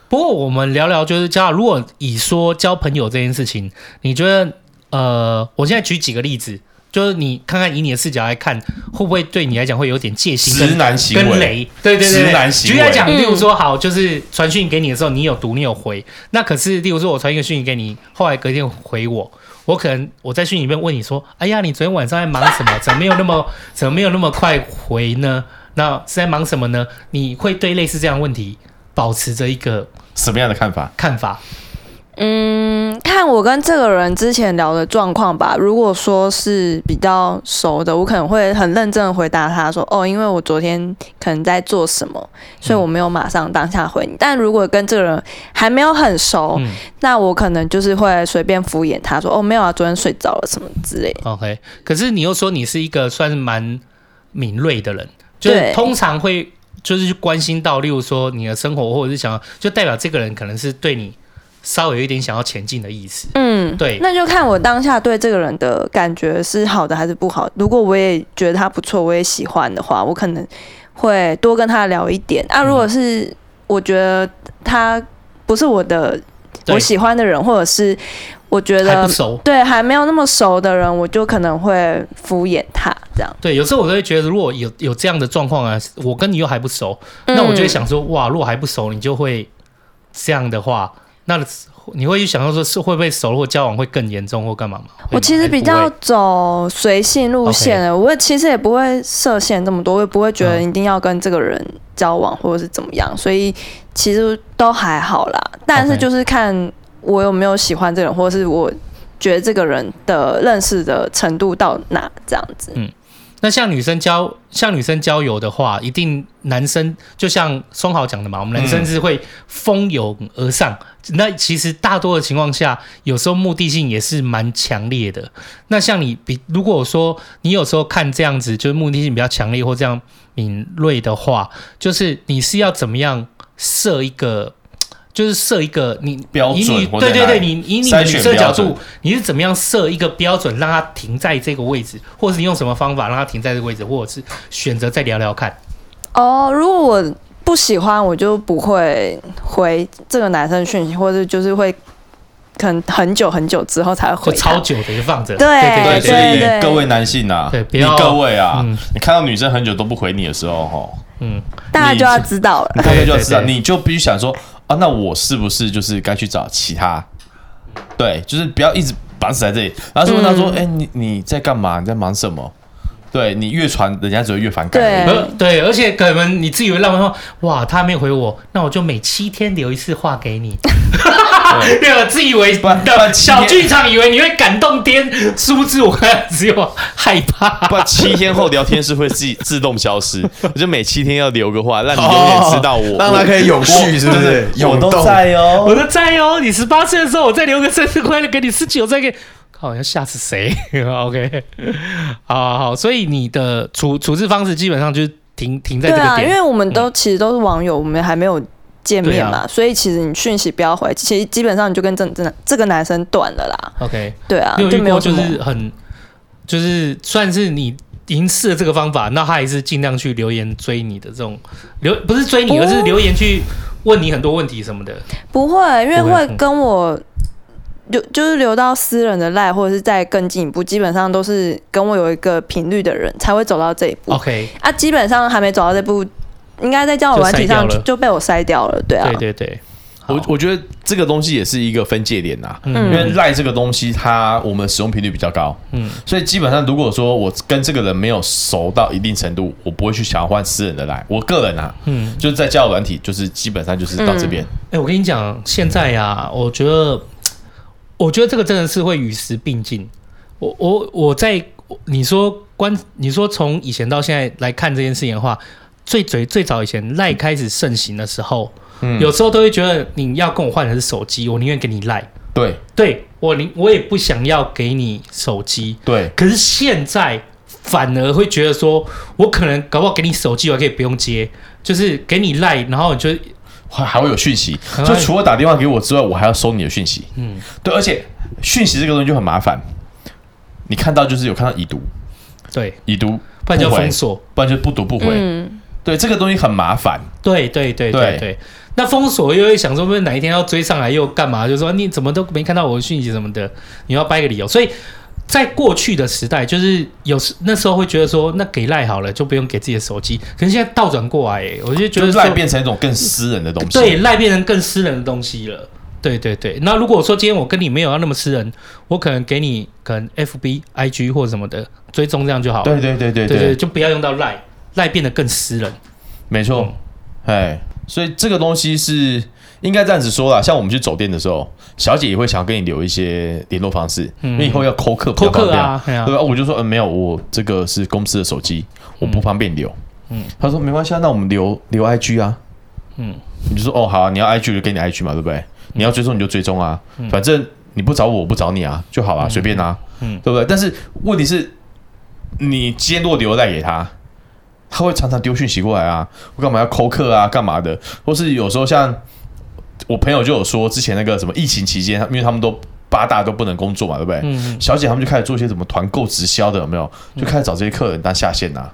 Speaker 2: 不过我们聊聊就是交，如果以说交朋友这件事情，你觉得呃，我现在举几个例子，就是你看看以你的视角来看，会不会对你来讲会有点戒心
Speaker 7: 直
Speaker 2: 跟
Speaker 7: 男行
Speaker 2: 跟
Speaker 7: 为，
Speaker 2: 雷？对对对对，
Speaker 7: 直男行为
Speaker 2: 举例来讲，
Speaker 6: 嗯
Speaker 2: 例如说好，就是传讯给你的时候，你有读你有回，那可是例如说我传一个讯息给你，后来隔天回我。我可能我在讯里面问你说：“哎呀，你昨天晚上在忙什么？怎么没有那么怎么没有那么快回呢？那是在忙什么呢？”你会对类似这样的问题保持着一个
Speaker 7: 什么样的看法？
Speaker 2: 看法？
Speaker 6: 嗯，看我跟这个人之前聊的状况吧。如果说是比较熟的，我可能会很认真的回答他说：“哦，因为我昨天可能在做什么，所以我没有马上当下回你。但如果跟这个人还没有很熟，
Speaker 2: 嗯
Speaker 6: 那我可能就是会随便敷衍他说：“哦，没有啊，昨天睡着了什么之类的。
Speaker 2: OK，可是你又说你是一个算是蛮敏锐的人，就是
Speaker 6: 对
Speaker 2: 通常会就是去关心到，例如说你的生活，或者是想要，就代表这个人可能是对你稍微有一点想要前进的意思。
Speaker 6: 嗯，
Speaker 2: 对
Speaker 6: 那就看我当下对这个人的感觉是好的还是不好。如果我也觉得他不错，我也喜欢的话，我可能会多跟他聊一点。
Speaker 2: 嗯
Speaker 6: 啊，如果是我觉得他不是我的
Speaker 2: 对
Speaker 6: 我喜欢的人，或者是我觉
Speaker 2: 还
Speaker 6: 得
Speaker 2: 不熟，
Speaker 6: 对还没有那么熟的人，我就可能会敷衍他这样。
Speaker 2: 对，有时候我都会觉得，如果有有这样的状况啊，我跟你又还不熟，
Speaker 6: 嗯
Speaker 2: 那我就会想说，哇，如果还不熟，你就会这样的话，那你会去想到说是会不会熟了或交往会更严重或干嘛吗？会
Speaker 6: 我
Speaker 2: 吗
Speaker 6: 其
Speaker 2: 还
Speaker 6: 实
Speaker 2: 是不
Speaker 6: 比较
Speaker 2: 会
Speaker 6: 走随性路线的我其实也不会设限这么多，我也不会觉得
Speaker 2: 嗯
Speaker 6: 一定要跟这个人交往或者是怎么样，所以其实都还好啦。但是
Speaker 2: OK
Speaker 6: 就是看我有没有喜欢这个人，或者是我觉得这个人的认识的程度到哪这样子。
Speaker 2: 那像女生交像女生交友的话，一定男生就像松豪讲的嘛，我们男生是会蜂拥而上。那其实大多的情况下，有时候目的性也是蛮强烈的。那像你比，如果说你有时候看这样子，就是目的性比较强烈或这样敏锐的话，就是你是要怎么样设一个，就是设一个你
Speaker 7: 标准
Speaker 2: 以你
Speaker 7: 或
Speaker 2: 对
Speaker 7: 在
Speaker 2: 对
Speaker 7: 哪
Speaker 2: 对，
Speaker 7: 里
Speaker 2: 你以你的
Speaker 7: 筛
Speaker 2: 女
Speaker 7: 选
Speaker 2: 生的角
Speaker 7: 标
Speaker 2: 度
Speaker 7: 准，
Speaker 2: 你是怎么样设一个标准让它停在这个位置，或者是你用什么方法让它停在这个位置，或者是选择再聊聊看。
Speaker 6: 哦，如果我不喜欢，我就不会回这个男生的讯息，或者就是会可能很久很久之后才会
Speaker 2: 就
Speaker 6: 回他
Speaker 2: 超久的就放着。
Speaker 6: 对
Speaker 2: 对对
Speaker 7: 对，所
Speaker 2: 对，
Speaker 6: 对对
Speaker 7: 以各位男性啊，
Speaker 2: 对不
Speaker 7: 你
Speaker 2: 要
Speaker 7: 各位啊
Speaker 2: 嗯，
Speaker 7: 你看到女生很久都不回你的时候，吼，
Speaker 2: 嗯，
Speaker 6: 大家就要知道了。
Speaker 7: 你大概就要知道，
Speaker 2: 对对对
Speaker 7: 你就必须想说啊，那我是不是就是该去找其他？对，就是不要一直绑死在这里。然后是问他说：“
Speaker 2: 嗯
Speaker 7: 哎、你你在干嘛？你在忙什么？”对你越传，人家只会越反感而已。
Speaker 6: 对
Speaker 2: 而对，而且可能你自己会浪漫说，哇，他没有回我，那我就每七天留一次话给 你。对吧？自以为
Speaker 7: 不然不然七天
Speaker 2: 小剧场以为你会感动天， 殊不知我只有害怕。
Speaker 4: 不然七天后聊天室会自己自动消失。我就每七天要留个话，让你永远知道我。
Speaker 5: 哦让他可以永续，是不是？
Speaker 7: 我
Speaker 5: 永
Speaker 7: 都
Speaker 5: 动。
Speaker 7: 在哦。
Speaker 2: 我都在哦，你十八岁的时候，我再留个生日快乐给你，十九再给。靠，要吓死谁 ？OK，好好好，所以你的处处置方式基本上就是停停在这
Speaker 6: 对
Speaker 2: 个
Speaker 6: 啊，因
Speaker 2: 点。嗯
Speaker 6: 为我们都其实都是网友，我们还没有见面嘛，
Speaker 2: 对啊
Speaker 6: 所以其实你讯息不要回，其实基本上你就跟这这这个男生断了啦。
Speaker 2: OK，
Speaker 6: 对啊，
Speaker 2: 你有
Speaker 6: 就
Speaker 2: 遇
Speaker 6: 没
Speaker 2: 过
Speaker 6: 有
Speaker 2: 就
Speaker 6: 什么
Speaker 2: 是很，就是算是你已经试了这个方法，那他还是尽量去留言追你的这种留，不是追你，
Speaker 6: 不嗯
Speaker 2: 而是留言去问你很多问题什么的。
Speaker 6: 不会，因为
Speaker 2: 不会
Speaker 6: 会
Speaker 2: 嗯
Speaker 6: 跟我留就是留到私人的赖，或者是再更进一步，基本上都是跟我有一个频率的人才会走到这一步。
Speaker 2: OK，
Speaker 6: 啊，基本上还没走到这步，应该在交友软体上
Speaker 2: 就筛掉了
Speaker 6: 就被我筛掉了，对啊，
Speaker 2: 对对对，好
Speaker 4: 我我觉得这个东西也是一个分界点呐、因为赖这个东西它我们使用频率比较高，嗯，所以基本上如果说我跟这个人没有熟到一定程度，我不会去想要换私人的赖。我个人啊，嗯，就是在交友软体，就是基本上就是到这边，
Speaker 2: 哎、我跟你讲，现在呀、我觉得，我觉得这个真的是会与时并进。我我我在你说关，你说从以前到现在来看这件事情的话，最最最早以前赖开始盛行的时候，有时候都会觉得你要跟我换的是手机，我宁愿给你赖，
Speaker 4: 对
Speaker 2: 对我宁我也不想要给你手机。
Speaker 4: 对
Speaker 2: 可是现在反而会觉得说，我可能搞不好给你手机，我还可以不用接，就是给你赖，然后你就
Speaker 4: 还还会有讯息
Speaker 2: 很，
Speaker 4: 就
Speaker 2: 爱
Speaker 4: 除了打电话给我之外，我还要收你的讯息，嗯，对，而且讯息这个东西就很麻烦，你看到就是有看到已读，
Speaker 2: 对，
Speaker 4: 已读
Speaker 2: 不然就
Speaker 4: 回
Speaker 2: 封锁。
Speaker 4: 不然就不读不回，
Speaker 6: 嗯，
Speaker 4: 对，这个东西很麻烦，
Speaker 2: 对对对对
Speaker 4: 对
Speaker 2: 对。那封锁又会想说，不是哪一天要追上来又干嘛？就说你怎么都没看到我的讯息什么的，你要掰个理由。所以在过去的时代，就是有时那时候会觉得说，那给赖好了，就不用给自己的手机。可是现在倒转过来、欸我就觉
Speaker 4: 就
Speaker 2: 得
Speaker 4: 赖
Speaker 2: 说
Speaker 4: 变成一种更私人的东西，
Speaker 2: 对赖变成更私人的东西了。对对对，那如果说今天我跟你没有要那么私人，我可能给你可能 F B I G 或什么的追踪这样就好了。
Speaker 4: 对对对对
Speaker 2: 对
Speaker 4: 对
Speaker 2: 就不要用到赖，赖变得更私人。
Speaker 4: 没错，
Speaker 2: 嗯
Speaker 4: 哎、所以这个东西是应该这样子说啦。像我们去走店的时候，小姐也会想要跟你留一些联络方式，因为以后要扣客，
Speaker 2: 扣嗯客
Speaker 4: 比较
Speaker 2: 啊
Speaker 4: 方便
Speaker 2: 对啊
Speaker 4: 对吧？我就说，呃，没有，我这个是公司的手机，我不方便留。嗯，他说没关系啊，那我们留留 IG 啊。嗯，你就说哦，好啊，你要 IG 我就给你 IG 嘛，对不对？你要追踪你就追踪啊，反正你不找我，我不找你啊，就好啊，随便啊，嗯，对不对？但是问题是，你今天如果留赖给他，他会常常丢讯息过来啊，我干嘛要扣客啊，干嘛的？或是有时候像我朋友就有说，之前那个什么疫情期间，因为他们都八大都不能工作嘛，对不对？
Speaker 2: 嗯
Speaker 4: 小姐他们就开始做一些什么团购直销的，有没有？就开始找这些客人当下线呐、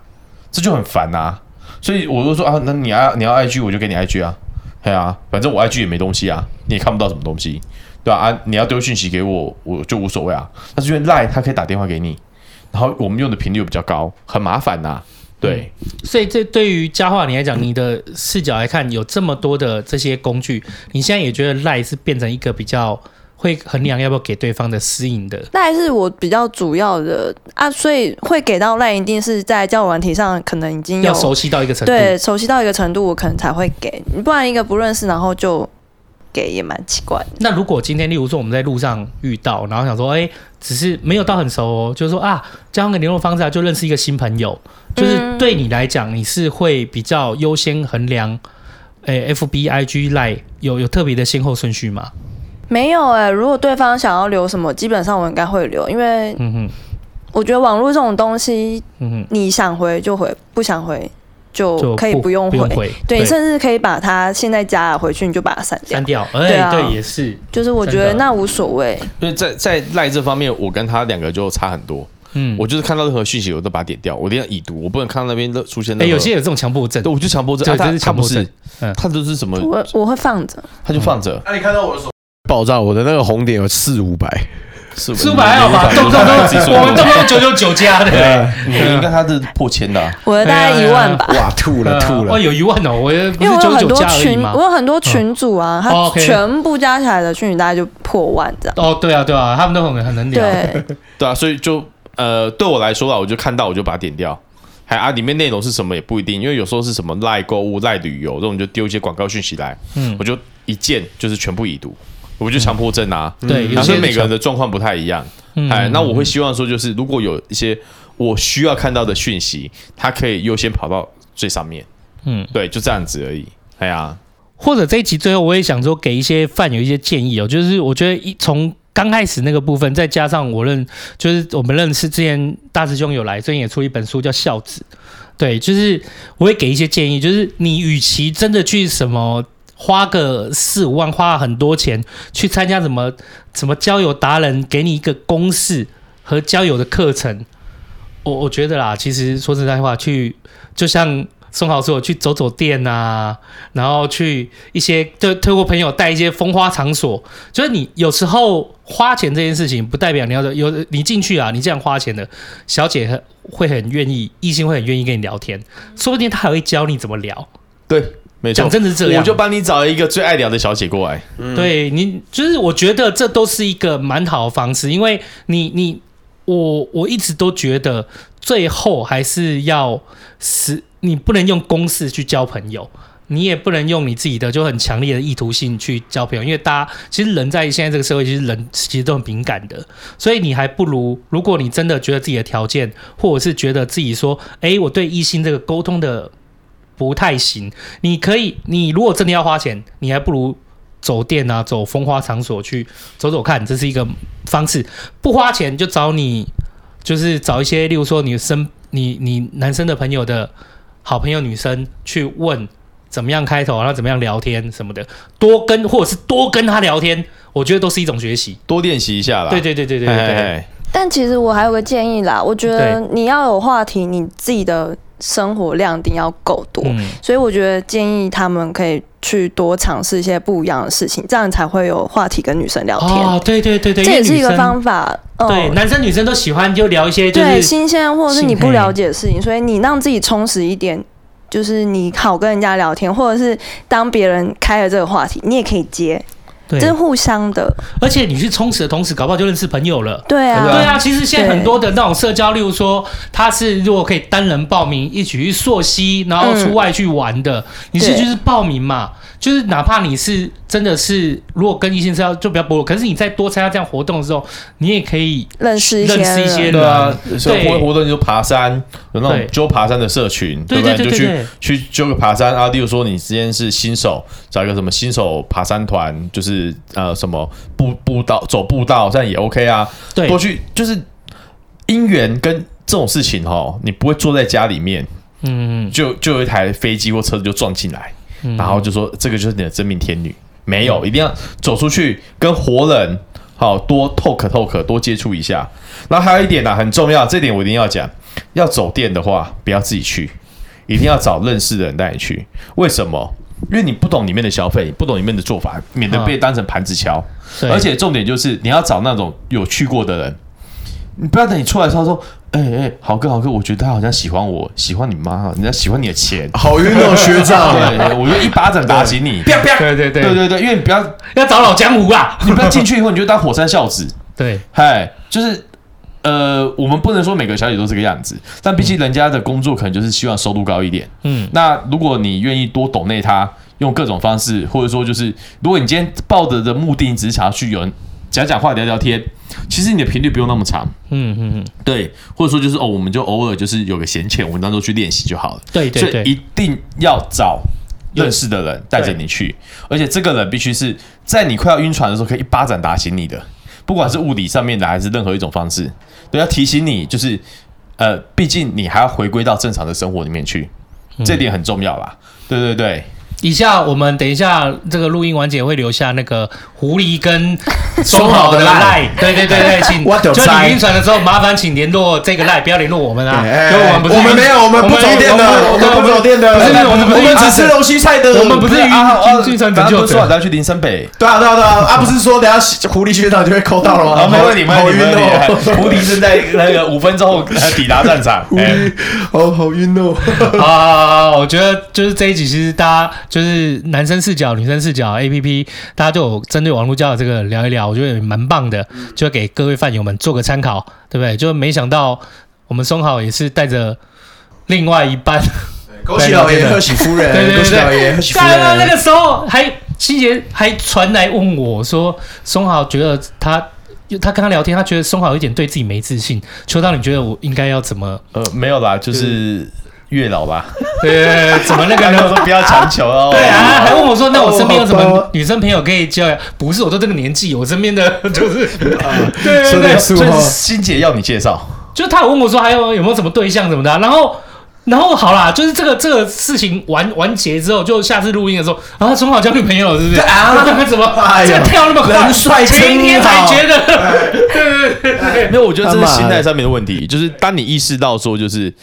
Speaker 4: 这就很烦呐、啊所以我就说啊，那你要你要 IG，我就给你 IG 啊，对啊，反正我 IG 也没东西啊，你也看不到什么东西，对吧、啊？你要丢讯息给我，我就无所谓啊。但是因为 Line 他可以打电话给你，然后我们用的频率又比较高，很麻烦呐、对，
Speaker 2: 嗯所以这对于佳话你来讲，你的视角来看，有这么多的这些工具，你现在也觉得赖是变成一个比较会衡量要不要给对方的私隐的，
Speaker 6: 那还是我比较主要的啊，所以会给到赖一定是在交友软体上可能已经有
Speaker 2: 要熟悉到一个程度。
Speaker 6: 对熟悉到一个程度，我可能才会给，不然一个不认识然后就给也蛮奇怪的。
Speaker 2: 那如果今天，例如说我们在路上遇到，然后想说，哎、只是没有到很熟哦，就是说啊，加上个联络方式啊，就认识一个新朋友，就是
Speaker 6: 嗯
Speaker 2: 对你来讲，你是会比较优先衡量，哎、f B I G 赖有有特别的先后顺序吗？
Speaker 6: 没有哎、如果对方想要留什么，基本上我应该会留，因为
Speaker 2: 嗯哼，
Speaker 6: 我觉得网络这种东西，
Speaker 2: 嗯哼。
Speaker 6: 你想回就回，不想回就
Speaker 2: 就
Speaker 6: 可以
Speaker 2: 不
Speaker 6: 不用
Speaker 2: 不
Speaker 6: 回。
Speaker 2: 用回
Speaker 6: 对，
Speaker 2: 对
Speaker 6: 你甚至可以把它现在加了回去，你就把它删掉
Speaker 2: 删。掉，哎、
Speaker 6: 对啊
Speaker 2: 对，也是，
Speaker 6: 就是我觉
Speaker 2: 真的
Speaker 6: 得那无所谓，
Speaker 4: 因为在在赖这方面，我跟他两个就差很多。
Speaker 2: 嗯，
Speaker 4: 我就是看到任何讯息，我都把它点掉，我一定要已读，我不能看到那边的出现
Speaker 2: 哎、
Speaker 4: 任何。
Speaker 2: 有些有这种强迫症
Speaker 4: 对，，我就强迫症，
Speaker 2: 对
Speaker 4: 啊他
Speaker 2: 这是
Speaker 4: 他不
Speaker 2: 强
Speaker 4: 是
Speaker 2: 迫嗯，
Speaker 4: 他都是什么，
Speaker 6: 我我会放着。
Speaker 4: 他就放着，
Speaker 5: 那你看到我的手爆炸，我的那个红点有四五百，
Speaker 4: 是
Speaker 2: 四百好吧，动不啊动都嗯
Speaker 4: 自己说
Speaker 2: 我们动不动九九九加的、
Speaker 4: 你应该他是破千的啊，
Speaker 6: 我的大概一万吧，
Speaker 5: 哇，吐了吐
Speaker 2: 哇，
Speaker 5: 了，。
Speaker 2: 有一万啊哦，我不
Speaker 6: 因为
Speaker 2: 是九
Speaker 6: 我有很
Speaker 2: 九
Speaker 6: 多
Speaker 2: 加而已
Speaker 6: 群，
Speaker 2: 吗
Speaker 6: 我？有很多群主啊，
Speaker 2: 哦
Speaker 6: 他
Speaker 2: ，OK
Speaker 6: 全部加起来的群主大概就破万这样。
Speaker 2: 哦，对啊，对啊，他们都很很能聊，
Speaker 6: 对，
Speaker 4: 对啊，所以就呃，对我来说啦，我就看到我就把它点掉。还啊，里面内容是什么也不一定，因为有时候是什么赖购物、赖旅游这种，就丢一些广告讯息来，
Speaker 2: 嗯
Speaker 4: 我就一键就是全部已读，我就强迫症啊。
Speaker 2: 对有
Speaker 4: 然后所以
Speaker 2: 些
Speaker 4: 每
Speaker 2: 是
Speaker 4: 个人的状况不太一样。
Speaker 2: 嗯
Speaker 4: 哎，那我会希望说，就是如果有一些我需要看到的讯息，它可以优先跑到最上面。
Speaker 2: 嗯，
Speaker 4: 对，就这样子而已。哎呀，
Speaker 2: 或者这一集最后，我也想说给一些饭友一些建议哦，就是我觉得一从刚开始那个部分，再加上我认，就是我们认识之前大师兄有来，最近也出一本书叫《孝子》，对，就是我会给一些建议，就是你与其真的去什么。花个四五万，花很多钱去参加什么什么交友达人，给你一个公式和交友的课程。我我觉得啦，其实说实在话，去就像宋豪说去走走店啊，然后去一些就透过朋友带一些风花场所，就是你有时候花钱这件事情，不代表你要有你进去啊，你这样花钱的小姐很会很愿意，异性会很愿意跟你聊天，说不定她还会教你怎么聊。
Speaker 4: 对，没错
Speaker 2: 讲，真的是这样，
Speaker 4: 我就帮你找一个最爱聊的小姐过来。
Speaker 2: 对你，就是我觉得这都是一个蛮好的方式，因为你你我我一直都觉得最后还是要是，你不能用公式去交朋友。你也不能用你自己的就很强烈的意图性去交朋友，因为大家其实人在现在这个社会，其实人其实都很敏感的，所以你还不如，如果你真的觉得自己的条件，或者是觉得自己说，诶，我对异性这个沟通的不太行，你可以，你如果真的要花钱，你还不如走店啊，走风花场所去走走看，这是一个方式。不花钱就找你，就是找一些，例如说你身你你男生的朋友的好朋友女生去问怎么样开头，然后怎么样聊天什么的，多跟或者是多跟他聊天，我觉得都是一种学习。
Speaker 4: 多练习一下啦。
Speaker 2: 对对对对对对
Speaker 4: 哎哎
Speaker 2: 对，
Speaker 4: 哎
Speaker 6: 但其实我还有个建议啦，我觉得你要有话题，你自己的生活量一定要够多，
Speaker 2: 嗯，
Speaker 6: 所以我觉得建议他们可以去多尝试一些不一样的事情，这样你才会有话题跟女生聊天。
Speaker 2: 哦，对对对对，
Speaker 6: 这也是
Speaker 2: 因为
Speaker 6: 一
Speaker 2: 女
Speaker 6: 个
Speaker 2: 生。
Speaker 6: 方法。
Speaker 2: 对，
Speaker 6: 嗯
Speaker 2: 男生女生都喜欢就聊一些就
Speaker 6: 对
Speaker 2: 是
Speaker 6: 新鲜或者是
Speaker 2: 性
Speaker 6: 你不
Speaker 2: 嘿
Speaker 6: 了解的事情，所以你让自己充实一点，就是你好跟人家聊天，或者是当别人开了这个话题，你也可以接，
Speaker 2: 对
Speaker 6: 这，是互相的。
Speaker 2: 而且你去充实的同时，搞不好就认识朋友了。
Speaker 6: 对啊，
Speaker 2: 对啊，其实现在很多的那种社交，例如说他是如果可以单人报名一起去溯溪，然后出外去玩
Speaker 6: 嗯
Speaker 2: 的，你是
Speaker 6: 对
Speaker 2: 就是报名嘛，就是哪怕你是真的是如果跟异性社交就比较薄弱，可是你在多参加这样活动的时候，你也可以
Speaker 6: 认识一些
Speaker 2: 认识一
Speaker 6: 人
Speaker 2: 些人
Speaker 4: 对啊，所以
Speaker 2: 对
Speaker 4: 活活动就爬山，有那
Speaker 2: 对
Speaker 4: 种揪爬山的社群，
Speaker 2: 对
Speaker 4: 不对？
Speaker 2: 对
Speaker 4: 你
Speaker 2: 对
Speaker 4: 就
Speaker 2: 对
Speaker 4: 去去揪个爬山啊。例如说，你之前是新手，找一个什么新手爬山团，就是呃什么步步道走步道，这样也 OK 啊。
Speaker 2: 对
Speaker 4: 多去就是姻缘跟这种事情哦，你不会坐在家里面，
Speaker 2: 嗯，
Speaker 4: 就就有一台飞机或车子就撞进来，然后就说这个就是你的真命天女，
Speaker 2: 嗯
Speaker 4: 没有，一定要走出去跟活人好多 talk talk 多接触一下。然后还有一点呢、很重要，这点我一定要讲，要走店的话不要自己去，一定要找认识的人带你去。为什么？因为你不懂里面的消费，不懂里面的做法，免
Speaker 2: 啊
Speaker 4: 得被当成盘子敲。
Speaker 2: 对，
Speaker 4: 而且重点就是你要找那种有去过的人，你不要等你出来的时候说，哎、哎、豪哥豪哥，我觉得他好像喜欢我，喜欢你妈，人家喜欢你的钱
Speaker 5: 好晕哦，学长。
Speaker 2: 啊
Speaker 4: 对，对我就一巴掌打醒你。
Speaker 2: 啪啪，对对对
Speaker 4: 对对对，因为你不要
Speaker 2: 要找老江湖啊，
Speaker 4: 你不要进去以后你就当火山孝子，
Speaker 2: 对
Speaker 4: 嗨，就是呃，我们不能说每个小姐都这个样子，但毕竟人家的工作可能就是希望收入高一点。
Speaker 2: 嗯，
Speaker 4: 那如果你愿意多懂内他，用各种方式，或者说就是，如果你今天抱着的目的只是想要去有人讲讲话、聊聊天，其实你的频率不用那么长，
Speaker 2: 嗯嗯嗯，
Speaker 4: 对，或者说就是哦，我们就偶尔就是有个闲钱，我们当做去练习就好了。
Speaker 2: 对对
Speaker 4: 所以
Speaker 2: 对，
Speaker 4: 一定要找认识的人带着你去，而且这个人必须是在你快要晕船的时候，可以一巴掌打醒你的，不管是物理上面的还是任何一种方式，都要提醒你，就是呃，毕竟你还要回归到正常的生活里面去，
Speaker 2: 嗯
Speaker 4: 这点很重要啦。对对对，
Speaker 2: 以下我们等一下这个录音完结会留下那个狐狸跟松好的赖，对对对对，请
Speaker 5: 我就
Speaker 2: 就
Speaker 5: 知
Speaker 2: 你晕船的时候，麻烦请联络这个赖，不要联络我们啊，
Speaker 5: 哎
Speaker 2: 因为我们不是
Speaker 5: 我们没有，我们不走店的，我们不走店的，
Speaker 2: 不是我们不是啊
Speaker 5: 我们只吃龙须菜的，
Speaker 2: 我们不是晕
Speaker 4: 啊啊，
Speaker 2: 晕船
Speaker 4: 刚
Speaker 2: 拯
Speaker 4: 刚
Speaker 2: 救
Speaker 4: 不是说
Speaker 2: 者，
Speaker 4: 要去林森北，
Speaker 5: 对啊，对啊，对啊，啊，不是说等下狐狸学长就会扣到了
Speaker 2: 哦
Speaker 5: 吗？
Speaker 4: 好，哦没问题，没
Speaker 5: 好
Speaker 4: 问题，
Speaker 5: 晕
Speaker 4: 没问题
Speaker 5: 哦，。
Speaker 4: 胡迪是在那个五分钟后呃抵达战场，哎
Speaker 5: 好好晕哦。
Speaker 2: 好好好好，我觉得就是这一集，其实大家就是男生视角、女生视角 A P P，大家就有针对网络交友这个聊一聊，我觉得也蛮棒的，就给各位饭友们做个参考，对不对？就没想到我们松好也是带着另外一半。
Speaker 5: 恭喜老爷，贺喜夫
Speaker 2: 对
Speaker 5: 人，
Speaker 2: 对
Speaker 5: 恭
Speaker 2: 对
Speaker 5: 喜老爷，贺喜夫
Speaker 2: 干啊！那
Speaker 5: 人。
Speaker 2: 个时候还欣杰还传来问我说，松豪觉得他。他跟他聊天，他觉得松豪有一点对自己没自信。秋刀，你觉得我应该要怎 么？
Speaker 4: 呃，没有啦，就是月老吧。
Speaker 2: 呃，怎么那个
Speaker 4: 刚刚
Speaker 2: 呢？
Speaker 4: 说不要强求 哦。
Speaker 2: 对啊，他还问我说，那我身边有什
Speaker 5: 哦好
Speaker 2: 么
Speaker 5: 吧
Speaker 2: 女生朋友可以交？不是，我都这个年纪，我身边的 就是，对对
Speaker 5: 啊说
Speaker 2: 对
Speaker 5: 得，
Speaker 4: 所以是欣姐要你介绍，
Speaker 2: 就他有问我说还有有没有什么对象什么的啊、然后然后好啦，就是这个这个事情完完结之后，就下次录音的时候啊，松好交女朋友了是不是？啊， 怎么、
Speaker 5: 哎
Speaker 2: 这
Speaker 5: 呀
Speaker 2: 个跳那么快？
Speaker 5: 人帅真
Speaker 2: 前一天才
Speaker 5: 好
Speaker 2: 觉得，
Speaker 4: 没有，我觉得这是心态上面的问题，就是当你意识到说，就是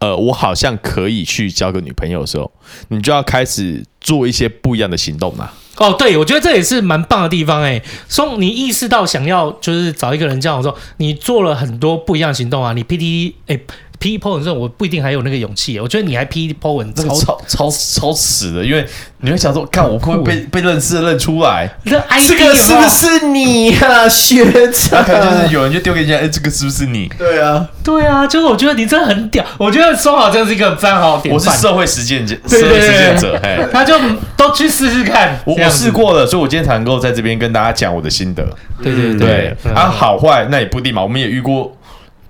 Speaker 7: 呃，我好像可以去交个女朋友的时候，你就要开始做一些不一样的行动啦。
Speaker 2: 哦，对，我觉得这也是蛮棒的地方哎。从你意识到想要就是找一个人交往之后，你做了很多不一样的行动啊。你 P D 哎 P 破文之后，我不一定还有那个勇气耶。我觉得你还 P 破文
Speaker 7: 那
Speaker 2: 超
Speaker 7: 个超超超屎的，因为你会想说，看我会不会被被认识的认出来？
Speaker 2: 那 I
Speaker 7: 这个是不
Speaker 2: 是？
Speaker 7: 是你啊，学长？可能就是有人就丢给人家，哎、这个是不是你？
Speaker 5: 对啊，
Speaker 2: 对啊，就是我觉得你真的很屌。我觉得说好真的是一个很赞好典
Speaker 7: 我
Speaker 2: 范
Speaker 7: 是社会实践者，社
Speaker 2: 对对
Speaker 7: 会
Speaker 2: 对
Speaker 7: 实践者。哎，
Speaker 2: 他就都去试试看。
Speaker 7: 我
Speaker 2: 这
Speaker 7: 我
Speaker 2: 样子
Speaker 7: 试，过了，所以我今天才能够在这边跟大家讲我的心得。
Speaker 2: 对对
Speaker 7: 对
Speaker 2: 嗯
Speaker 7: 啊，好坏那也不一定嘛。我们也遇过，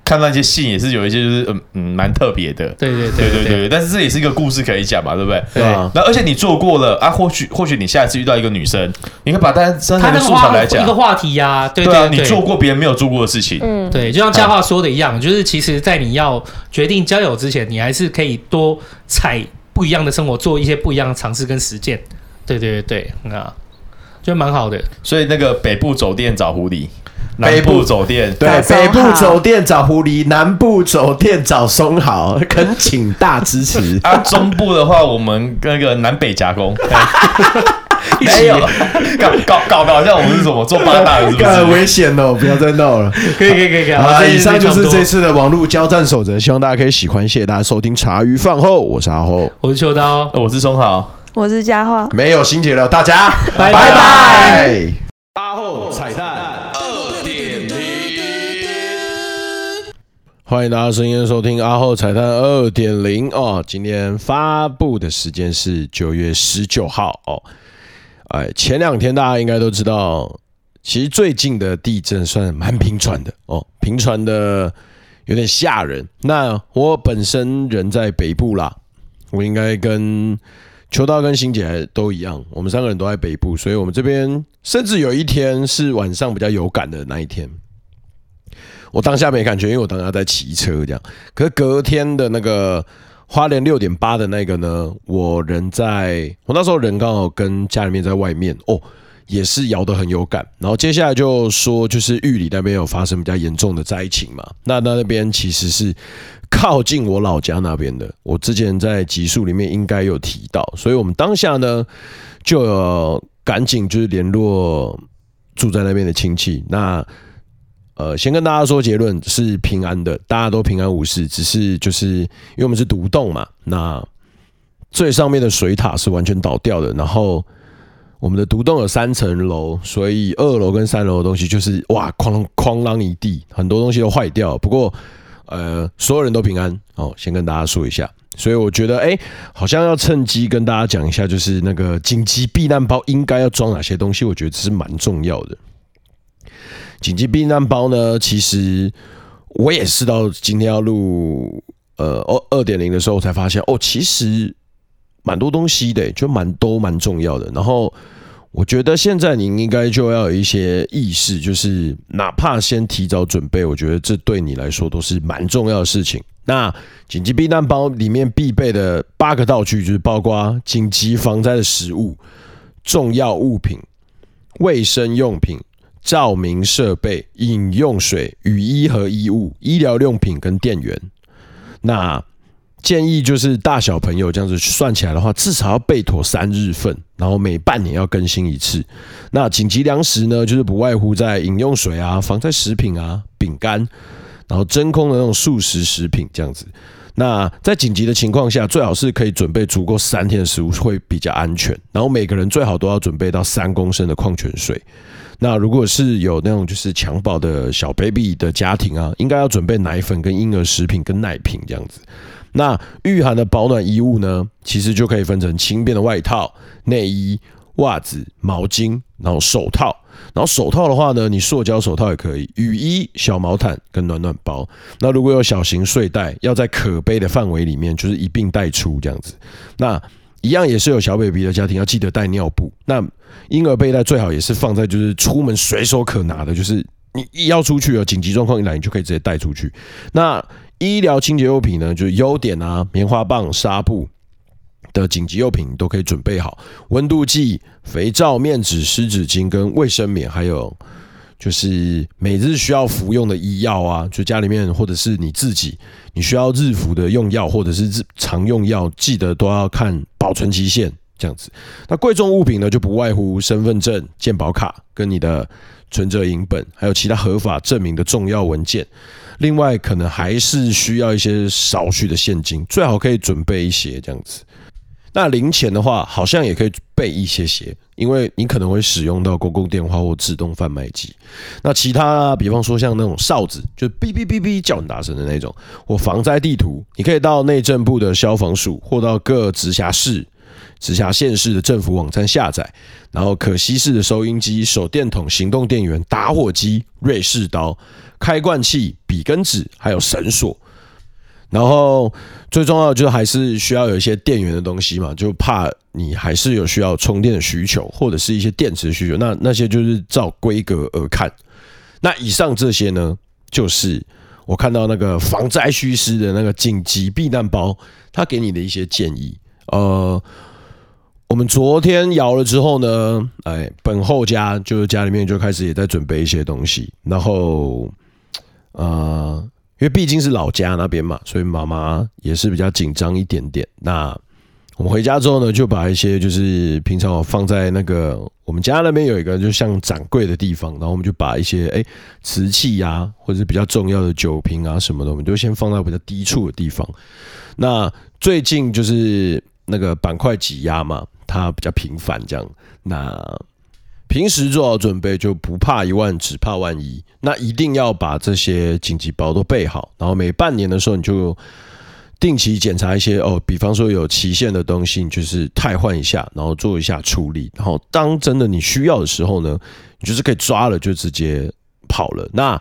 Speaker 7: 看到一些信也是有一些就是嗯嗯蛮特别的。
Speaker 2: 对对
Speaker 7: 对
Speaker 2: 对
Speaker 7: 对对，但是这也是一个故事可以讲嘛，对不对？
Speaker 5: 对啊
Speaker 7: 那而且你做过了啊，或许或许你下一次遇到一个女生，你可以把它当
Speaker 2: 他
Speaker 7: 成一
Speaker 2: 那
Speaker 7: 个
Speaker 2: 个
Speaker 7: 素
Speaker 2: 话
Speaker 7: 材来
Speaker 2: 哦一
Speaker 7: 讲
Speaker 2: 个。话题呀、对
Speaker 7: 对啊，
Speaker 2: 对
Speaker 7: 你做过别人没有做过的事情。
Speaker 6: 嗯，
Speaker 2: 对，就像嘉桦说的一样，就是其实，在你要决定交友之前，你还是可以多踩不一样的生活，做一些不一样的尝试跟实践。对对对对，啊，就蛮好的。
Speaker 7: 所以那个北部走店找狐狸，
Speaker 5: 北
Speaker 7: 南
Speaker 5: 部
Speaker 7: 部走店。
Speaker 5: 对，
Speaker 6: 找
Speaker 5: 北
Speaker 6: 松
Speaker 5: 部
Speaker 6: 好
Speaker 5: 走店找狐狸，南部走店找松好，恳请大支持
Speaker 7: 啊，中部的话，我们那个南北夹攻，一起搞搞搞得好像我们是什么做八大的，是不
Speaker 5: 很
Speaker 7: 是？
Speaker 5: 危险哦，不要再闹了。
Speaker 2: 可以可以可以可以，
Speaker 5: 好
Speaker 2: 好，
Speaker 5: 了，
Speaker 2: 这一
Speaker 5: 以
Speaker 2: 集
Speaker 5: 上就
Speaker 2: 差不
Speaker 5: 是
Speaker 2: 多
Speaker 5: 这，次的网络交战守则，希望大家可以喜欢，谢谢大家收听茶余饭后，我是阿后，
Speaker 2: 我是秋刀，
Speaker 7: 我是松豪。
Speaker 6: 我是佳桦。
Speaker 5: 没有心结了，大家
Speaker 2: 拜
Speaker 5: 拜
Speaker 2: 拜
Speaker 5: 拜。欢迎大家深夜收听阿后彩蛋二点零哦，今天发布的时间是九月十九号哦。哎，前两天大家应该都知道，其实最近的地震算蛮频传的哦，频传的有点吓人。那我本身人在北部啦，我应该跟秋刀跟欣姐都一样，我们三个人都在北部，所以我们这边甚至有一天是晚上比较有感的那一天。我当下没感觉，因为我当下在骑车这样。可是隔天的那个花莲六点八的那个呢，我人在，我那时候人刚好跟家里面在外面哦，也是摇得很有感。然后接下来就说，就是玉里那边有发生比较严重的灾情嘛，那那那边其实是靠近我老家那边的，我之前在集数里面应该有提到，所以我们当下呢就有赶紧就是联络住在那边的亲戚，那。呃，先跟大家说结论是平安的，大家都平安无事，只是就是因为我们是独栋嘛，那最上面的水塔是完全倒掉的，然后我们的独栋有三层楼，所以二楼跟三楼的东西就是哇哐哐啷一地，很多东西都坏掉了。不过呃，所有人都平安哦，先跟大家说一下。所以我觉得，哎、好像要趁机跟大家讲一下，就是那个紧急避难包应该要装哪些东西，我觉得这是蛮重要的。紧急避难包呢，其实我也是到今天要录呃二二点零的时候，我才发现哦，其实蛮多东西的，就蛮多蛮重要的。然后我觉得现在您应该就要有一些意识，就是哪怕先提早准备，我觉得这对你来说都是蛮重要的事情。那紧急避难包里面必备的八个道具，就是包括紧急防灾的食物、重要物品、卫生用品、照明设备、饮用水、雨衣和衣物、医疗用品跟电源。那建议就是大小朋友这样子算起来的话，至少要备妥三日份，然后每半年要更新一次。那紧急粮食呢，就是不外乎在饮用水啊、防晒食品啊、饼干，然后真空的那种速食食品这样子。那在紧急的情况下，最好是可以准备足够三天的食物，会比较安全。然后每个人最好都要准备到三公升的矿泉水。那如果是有那种就是襁褓的小 baby 的家庭啊，应该要准备奶粉、跟婴儿食品、跟奶瓶这样子。那御寒的保暖衣物呢，其实就可以分成轻便的外套、内衣、袜子、毛巾，然后手套。然后手套的话呢，你塑胶手套也可以，雨衣、小毛毯跟暖暖包。那如果有小型睡袋，要在可背的范围里面，就是一并带出这样子。那一样也是有小 baby 的家庭要记得带尿布。那婴儿背带最好也是放在就是出门随手可拿的，就是你一要出去有紧急状况一来，你就可以直接带出去。那医疗清洁用品呢，就是优点啊，棉花棒、纱布的紧急用品你都可以准备好，温度计、肥皂、面纸、湿纸巾跟卫生棉，还有就是每日需要服用的医药啊，就家里面或者是你自己，你需要日服的用药或者是日常用药，记得都要看保存期限这样子。那贵重物品呢，就不外乎身份证、健保卡跟你的存折影本，还有其他合法证明的重要文件。另外，可能还是需要一些少许的现金，最好可以准备一些这样子。那零钱的话，好像也可以备一些些，因为你可能会使用到公共电话或自动贩卖机。那其他、啊，比方说像那种哨子，就哔哔哔哔叫很大声的那种，或防灾地图，你可以到内政部的消防署或到各直辖市、直辖县市的政府网站下载。然后可吸式的收音机、手电筒、行动电源、打火机、瑞士刀、开罐器、笔跟纸，还有绳索。然后最重要的就是还是需要有一些电源的东西嘛，就怕你还是有需要充电的需求，或者是一些电池的需求。那那些就是照规格而看。那以上这些呢，就是我看到那个防灾须知的那个紧急避难包，他给你的一些建议。呃，我们昨天摇了之后呢，哎，本后家就是家里面就开始也在准备一些东西，然后呃。因为毕竟是老家那边嘛，所以妈妈也是比较紧张一点点。那我们回家之后呢，就把一些就是平常我放在那个我们家那边有一个就像展柜的地方，然后我们就把一些哎瓷器呀、啊，或者是比较重要的酒瓶啊什么的，我们就先放到比较低处的地方。那最近就是那个板块挤压嘛，它比较频繁这样。那平时做好准备，就不怕一万，只怕万一。那一定要把这些紧急包都备好，然后每半年的时候你就定期检查一些哦，比方说有期限的东西，你就是汰换一下，然后做一下处理。然后当真的你需要的时候呢，你就是可以抓了就直接跑了。那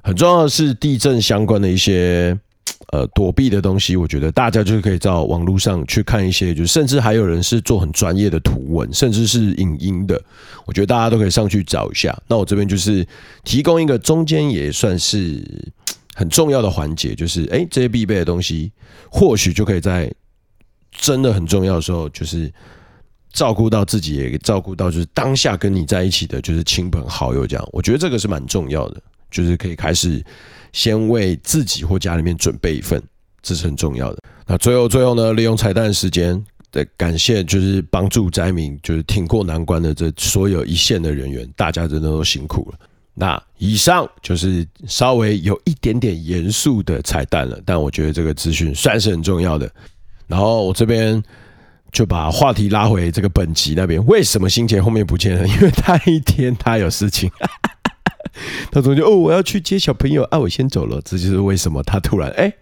Speaker 5: 很重要的是地震相关的一些。呃，躲避的东西，我觉得大家就是可以到网络上去看一些，就甚至还有人是做很专业的图文，甚至是影音的，我觉得大家都可以上去找一下。那我这边就是提供一个中间也算是很重要的环节，就是哎，这些必备的东西，或许就可以在真的很重要的时候，就是照顾到自己，也照顾到就是当下跟你在一起的，就是亲朋好友这样。我觉得这个是蛮重要的，就是可以开始。先为自己或家里面准备一份，这是很重要的。那最后最后呢，利用彩蛋时间，对，感谢就是帮助灾民，就是挺过难关的这所有一线的人员，大家真的都辛苦了。那以上就是稍微有一点点严肃的彩蛋了，但我觉得这个资讯算是很重要的。然后我这边就把话题拉回这个本集那边，为什么新杰后面不见了？因为他一天 他有事情。他总就哦，我要去接小朋友啊，我先走了。这就是为什么他突然哎、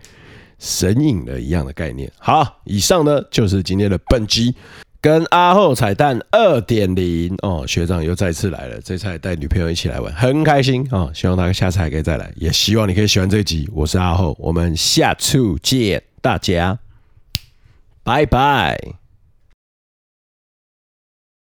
Speaker 5: 神隐了一样的概念。好，以上呢就是今天的本集跟阿后彩蛋二点零哦，学长又再次来了，这次还带女朋友一起来玩，很开心哦。希望他下次还可以再来，也希望你可以喜欢这一集。我是阿后，我们下次见，大家拜拜。